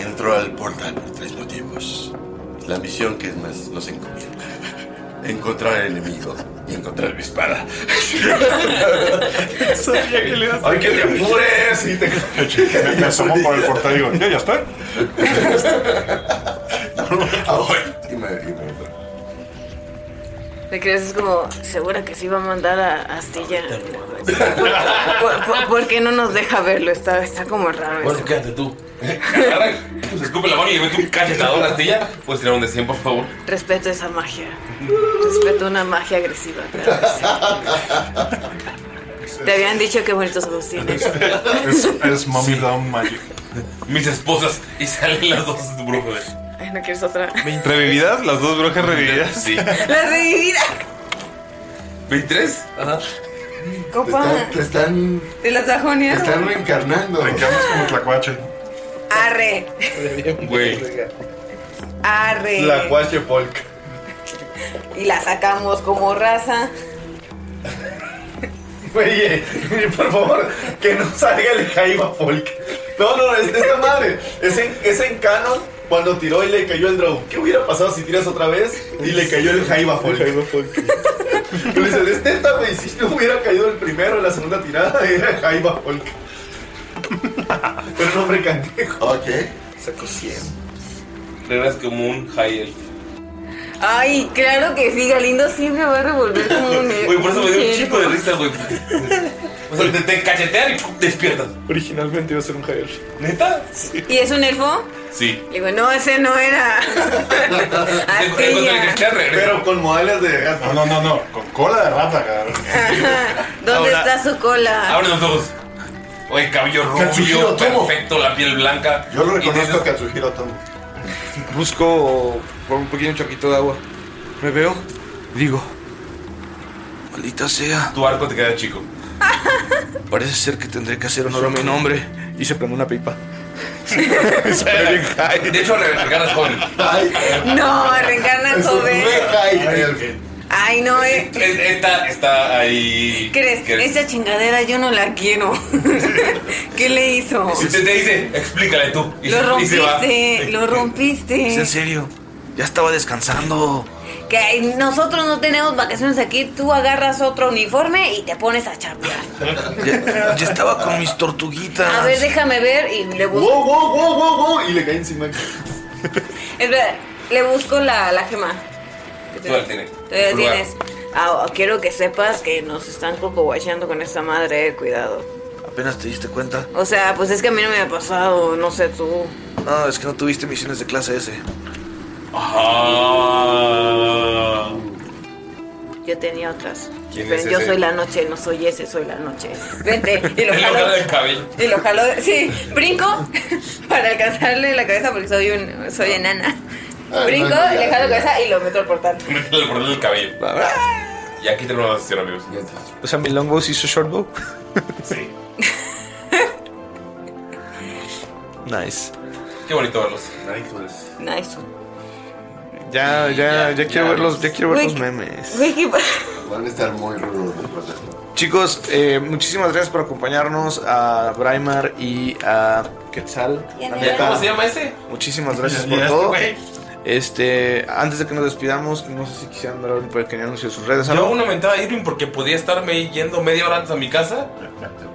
S7: Entró al portal por tres motivos. La misión que nos, nos encomienda. Encontrar el enemigo y encontrar mi espada.
S4: Sabía que le ibas a-
S7: Ay, que te apures.
S4: Y te- Me, me asomo por el portal y digo, yo ya estoy.
S7: Y me, y me-
S6: ¿Te crees? Es como, segura que sí va a mandar a Astilla. ¿Por, por- por qué no nos deja verlo? Está, está como raro eso.
S3: Bueno, quédate tú. Agarra, pues, escupe la mano y mete un cachetadón a la astilla. Puedes tirar un de 100, por favor.
S6: Respeto esa magia. Respeto una magia agresiva. claro que sí. Te habían dicho qué bonitos ojos tienes.
S4: Es, es Mommy Down Magic.
S3: Mis esposas y salen las dos brujas.
S6: Ay, no quieres otra.
S5: ¿Revividas? ¿Las dos brujas revividas?
S3: Sí.
S6: La revivida.
S3: ¿23?
S7: Ajá.
S6: Copa.
S7: Te están,
S6: De las
S7: te
S6: Sajonia.
S7: están reencarnando. Reencarnas como tlacuache.
S6: Arre.
S3: Güey.
S6: Arre.
S8: cuache polka.
S6: Y la sacamos como raza.
S8: Oye, por favor, que no salga el Jaiba Folk. No, no, es de esta madre. Es en, es en canon cuando tiró y le cayó el Drow. ¿Qué hubiera pasado si tiras otra vez y le cayó el Jaiba Folk? Tú le dices, es neta, güey. Si no hubiera caído el primero en la segunda tirada, era Jaiba Folk. Pero no hombre cantejo.
S7: Ok.
S8: Sacó 100.
S3: Regresas como un high elf.
S6: Ay, claro que sí, Galindo siempre va a revolver como un.
S3: Güey, por eso me dio un chico de risa, güey. O sea, te, te cachetean y ¡pum! despiertas.
S11: Originalmente iba a ser un Javier.
S3: ¿Neta?
S6: ¿Y es un elfo?
S3: Sí.
S6: Le digo, no, ese no era. Astilla.
S8: Pero con modales de gato.
S4: No, no, no, no. Con cola de rata, cabrón.
S6: ¿Dónde
S3: Ahora-
S6: está su cola?
S3: Abre los ojos. Oye, cabello rubio, perfecto, la piel blanca. Yo lo reconozco a
S7: Katsuhiro Tomo.
S9: Busco por un pequeño charquito de agua. Me veo. Digo.
S12: Maldita sea.
S3: Tu arco te queda chico.
S12: Parece ser que tendré que hacer honor a mi nombre.
S9: Y se prende una pipa.
S3: De hecho, le recargas joven.
S6: No, reencarna joven. Ay, no, eh.
S3: Esta está ahí.
S6: ¿Crees?
S3: que-
S6: Esa chingadera yo no la quiero. ¿Qué le hizo?
S3: Si te, te dice, explícale tú. Y
S6: Lo
S3: se- y se va.
S6: rompiste, lo
S12: ¿Es Pues, en
S6: rompiste.
S12: serio? Ya estaba descansando.
S6: Que nosotros no tenemos vacaciones aquí, tú agarras otro uniforme y te pones a chambear.
S12: Ya, ya estaba con mis tortuguitas.
S6: A ver, déjame ver y le busco.
S8: Wow, wow, wow, wow, wow. Y le cae encima.
S6: Espera, le busco la, la gema.
S3: Tú la tienes.
S6: Tú la
S3: Tú la-
S6: tienes. Ah, quiero que sepas que nos están cocoguacheando con esta madre, eh, cuidado.
S12: Apenas te diste cuenta.
S6: O sea, pues es que a mí no me ha pasado, no sé tú.
S12: No, es que no tuviste misiones de clase S.
S6: Yo tenía otras.
S12: ¿Quién
S6: Pero
S12: es
S6: yo
S12: ese?
S6: soy la noche, no soy ese, soy la noche.
S10: Ah,
S6: Vente, y lo
S3: El
S6: jalo.
S3: lugar del cabello.
S6: Y lo jalo, sí, brinco para alcanzarle la cabeza porque soy un soy enana.
S3: Ah,
S6: Brinco,
S3: no, no, ya,
S6: le jalo la
S3: ya.
S6: cabeza y lo meto al portal.
S3: Métele por el cabello. Y aquí tenemos la sesión, amigos.
S9: O sea, mi longbow se hizo shortbow.
S3: Sí.
S9: Nice.
S3: Qué bonito verlos.
S6: Nice.
S9: Ya, ya, ya, quiero ver los, ya quiero ver
S6: Güey,
S9: los memes.
S6: Güey, qué pa-
S7: Van a estar muy rudos después de esto.
S9: Chicos, eh, muchísimas gracias por acompañarnos a Braimar y a Quetzal.
S3: ¿Y a
S9: La
S3: Nero?
S9: neta,
S3: ¿Cómo se llama ese?
S9: Muchísimas gracias
S3: Ya
S9: por
S3: llegaste,
S9: todo.
S3: güey.
S9: Este, antes de que nos despidamos, no sé si quisieran dar un pequeño anuncio de sus redes.
S3: Yo
S9: ¿no?
S3: aún no mentaba a Irving porque podía estarme yendo media hora antes a mi casa,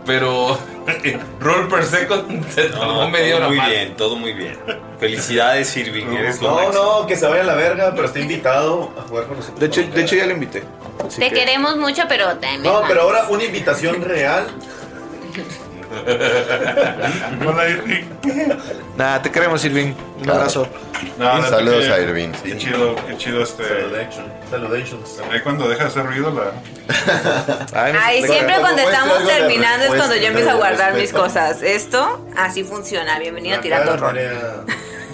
S3: pero roll per second se tardó
S5: No,
S3: media
S5: todo
S3: hora
S5: muy
S3: más.
S5: bien, todo muy bien. Felicidades, Irving. Eres lo
S8: No,
S5: máximo.
S8: no, que se vaya a la verga, pero está invitado a jugar con nosotros.
S9: De hecho, de hecho ya le invité.
S26: Te queremos mucho, pero también.
S8: No, pero
S26: mames.
S8: ahora una invitación real.
S4: Hola, Irving.
S9: Nada, te queremos, Irving. Un abrazo.
S4: No, no,
S7: Saludos
S4: qué-
S7: a Irving, sí.
S4: Qué chido, qué chido este.
S8: Saludations.
S4: Ahí cuando deja de hacer ruido la.
S6: Ay, siempre cuando estamos terminando es cuando yo empiezo a guardar mis cosas. Esto así funciona. Bienvenido a Tiratorro.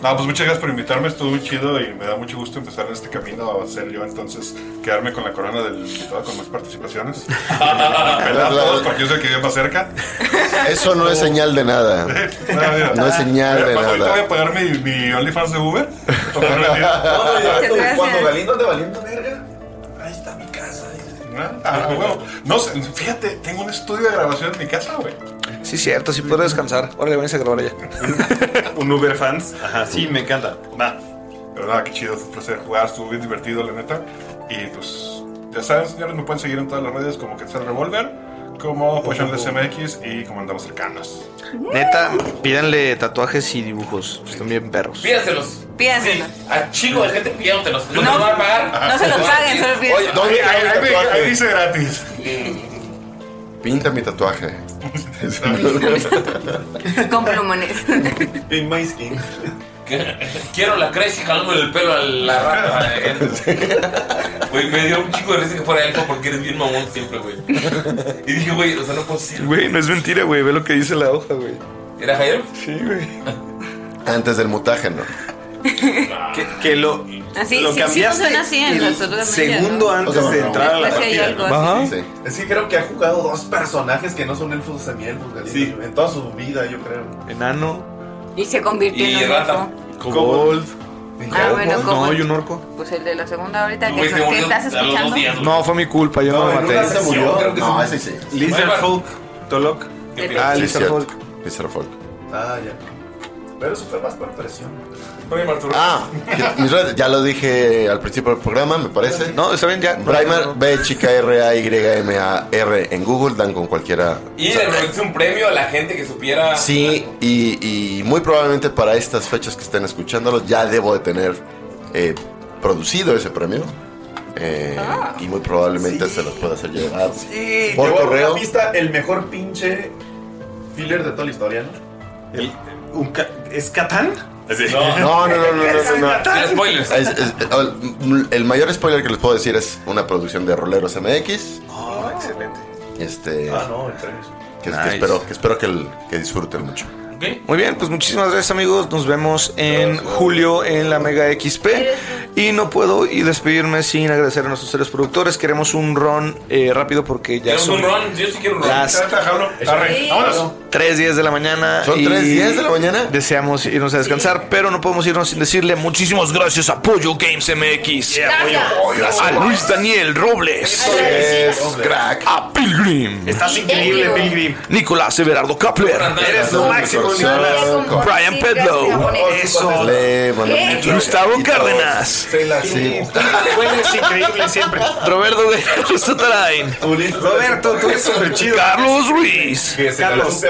S4: No, pues muchas gracias por invitarme, estuvo muy chido y me da mucho gusto empezar en este camino a ser yo, entonces quedarme con la corona del invitado con más participaciones. ¿Verdad? Todos, porque yo soy el que vive más cerca.
S7: Eso no es señal de nada. No es señal de
S4: Además, ahorita voy
S7: nada.
S4: a pagar mi, mi OnlyFans de Uber.
S8: Cuando Galindo te valiendo verga.
S4: Ah, huevo. No sé, fíjate, tengo un estudio de grabación en mi casa, güey.
S9: Sí, cierto, sí podré descansar. Órale, venís a grabar ya.
S11: Un Uber fans. Ajá, sí, me encanta. Va.
S4: Pero nada, qué chido, fue un placer jugar, estuvo bien divertido, la neta. Y pues, ya saben, señores, me pueden seguir en todas las redes como que el Revolver, como Potion SMX y como andamos cercanos.
S9: Neta, pídanle tatuajes y dibujos. Están bien perros.
S3: Pídaselos.
S10: Pídaselos.
S3: A chingo de gente pidiéndotelos. No, no, van a pagar.
S10: No se los paguen, solo piden.
S3: Oye, ¿dónde
S4: Ahí- ahí- ahí-
S7: tatuaje?
S4: ahí dice gratis.
S7: Pinta mi tatuaje.
S10: Con plumones.
S8: En my skin.
S3: Quiero la creche jalándole el pelo a la rata. eh. Güey, me dio un chico de risa que fuera elfo porque eres bien mamón siempre, güey. Y dije, güey, o sea, no puedo ser.
S11: Güey, no es mentira, güey. Ve lo que dice la hoja, güey.
S3: ¿Era Jairo?
S11: Sí, güey.
S7: Antes del mutágeno.
S11: Que, que lo.
S10: Así,
S11: Lo
S10: sí, sí
S11: cambiaste
S10: funciona así en
S11: el
S10: las otras
S11: segundo
S10: medidas, ¿no?
S11: antes de entrar a la
S10: Es que hay
S11: partida,
S10: algo
S11: ¿no?
S10: así.
S8: Es que creo que ha jugado dos personajes que no son elfos semielfos, Galindo. En toda su vida, yo creo.
S11: Enano.
S10: Y se convirtió en un elfo.
S11: Kobold.
S10: Ah, bueno,
S11: No,
S10: Kobold.
S11: y un orco.
S10: Pues el de la segunda ahorita
S11: Tú,
S10: que,
S11: güey, te
S10: que
S11: murió
S10: estás
S11: a los dos
S10: escuchando.
S11: días.
S9: No, fue mi culpa, yo no,
S11: No,
S9: lo
S11: en
S9: maté.
S11: una se murió, creo que No, sí. ese sí. Lizardfolk. Tolok. Ah, Lizardfolk.
S7: Lizardfolk.
S8: Ah, ya. Pero eso fue más por presión.
S3: Oye, Arturo.
S7: Ah, que- mis redes, ya lo dije al principio del programa, me parece.
S9: No, está bien, ya.
S7: Primer, B, chica, R, A, Y, M, A, R en Google, dan con cualquiera.
S3: Y le prometiste un premio a la gente que supiera.
S7: Sí, y, y muy probablemente para estas fechas que estén escuchándolo, ya debo de tener eh, producido ese premio. Eh, y muy probablemente se los pueda hacer llegar
S8: Sí,
S7: por
S8: te voy a dar
S7: correo.
S8: una pista, el mejor pinche filler de toda la historia, ¿no?
S11: ¿Es Catán?
S7: No, no, no, no, no, no, no.
S11: Sin spoilers.
S7: Es- es- el, el mayor spoiler que les puedo decir es una producción de Roleros MX.
S11: Oh, excelente.
S7: Este,
S8: Ah, no, el tres.
S7: que, que
S9: Nice.
S7: espero, que espero que, el- que disfruten mucho.
S9: Muy bien, pues muchísimas gracias amigos. Nos vemos en julio en la Mega XP. Y no puedo y despedirme sin agradecer a nuestros seres productores. Queremos un ron eh, rápido porque ya
S3: Queremos
S9: son
S3: un ron, yo sí quiero un ron.
S9: Las-
S3: Trata de dejarlo.
S4: Arre,
S3: Sí.
S4: vámonos.
S9: 3.10 de la mañana.
S7: ¿Son
S9: y
S7: 3:10 de la mañana?
S9: Deseamos irnos a descansar, pero no podemos irnos sin decirle muchísimas gracias a Pollo Games MX.
S11: Gracias. Pollo.
S9: A Luis Daniel Robles.
S11: Gracias.
S9: Es crack. A Pilgrim.
S11: Estás increíble, Pilgrim.
S9: Nicolás Everardo Kapler.
S11: Eres lo máximo, Nicolás.
S9: Brian Pedlow. Eso. Eh, Gustavo Cárdenas.
S11: Eres increíble siempre.
S9: Roberto Guerrero Satarain.
S11: Roberto, tú eres súper chido.
S9: Carlos Ruiz.
S11: Carlos,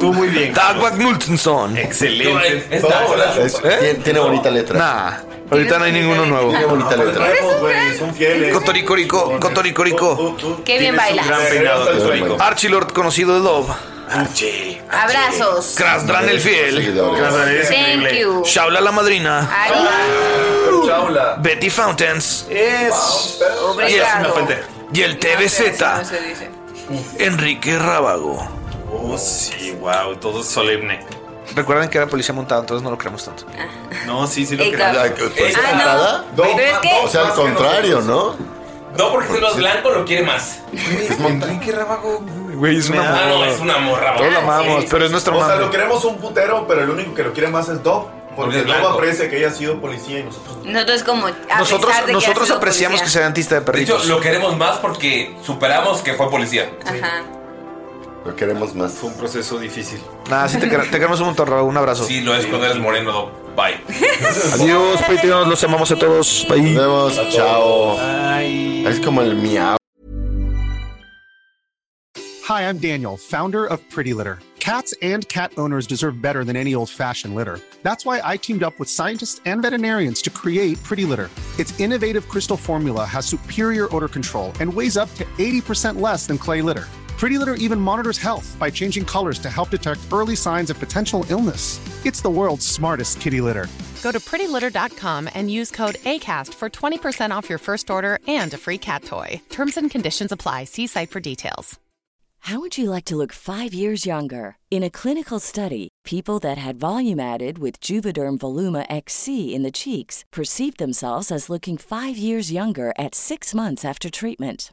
S11: tú eh, muy bien.
S9: Doug McNultinson.
S11: Excelente.
S9: Está
S11: Todo,
S9: buena.
S7: Es- tiene, tiene bonita letra.
S9: ¿Eh? Nah, ahorita no hay ninguno nuevo.
S7: Tiene bonita letra.
S9: Cotoricorico, Cotoricorico. Ah,
S6: Qué bien
S9: baila.
S6: bailas.
S9: Archilord conocido de Love.
S6: Abrazos.
S9: Krasdran el fiel.
S6: Thank you.
S9: Shaula la madrina.
S8: Chaula.
S9: Betty Fountains.
S11: Es.
S9: Y el-
S6: Obrigado.
S9: Y el
S6: No
S9: TVZ.
S6: se dice.
S9: Enrique Rábago.
S11: Oh, sí, wow, todo solemne.
S9: Recuerden que era policía montada, entonces no lo creemos tanto.
S11: No, sí, sí lo
S9: Ey,
S11: queremos.
S9: cabrón.
S11: Ay,
S9: Ey,
S11: pues,
S9: ah, no.
S11: nada.
S9: Pero es que-
S7: O sea, al contrario, ¿no?
S3: No, porque si no es blanco, lo quiere más.
S8: Enrique Rábago.
S9: Güey, es una
S3: Ah, no,
S9: morra.
S3: es una morra.
S9: Todos la amamos, pero es nuestra
S8: O sea,
S9: madre.
S8: lo queremos un putero, pero el único que lo quiere más es Dob. Porque
S9: es
S8: Dob
S9: blanco.
S8: aprecia que haya sido policía y nosotros.
S6: Nosotros como a
S9: Nosotros,
S6: pesar de que ha
S9: nosotros
S6: sido
S9: apreciamos que sea dentista de
S3: De
S9: perritos.
S3: hecho, lo queremos más porque superamos que fue policía.
S6: policía. Ajá.
S7: Lo queremos más. Fue
S11: un proceso difícil.
S9: Nada, sí te, quer- te queremos un montón, Raúl. Un abrazo.
S3: Sí, lo es cuando eres moreno. no. Bye.
S9: Adiós, Patreons. Los amamos a todos. Bye.
S7: Nos vemos. Chao. Es como el miau.
S19: Hi, I'm Daniel, founder of Pretty Litter. Cats and cat owners deserve better than any old fashioned litter. That's why I teamed up with scientists and veterinarians to create Pretty Litter. Its innovative crystal formula has superior odor control and weighs up to 80% less than clay litter. Pretty Litter even monitors health by changing colors to help detect early signs of potential illness. It's the world's smartest kitty litter.
S28: Go to prettylitter.com and use code ACAST for 20% off your first order and a free cat toy. Terms and conditions apply. See site for details.
S29: How would you like to look five years younger? In a clinical study, people that had volume added with Juvederm Voluma XC in the cheeks perceived themselves as looking five years younger at six months after treatment.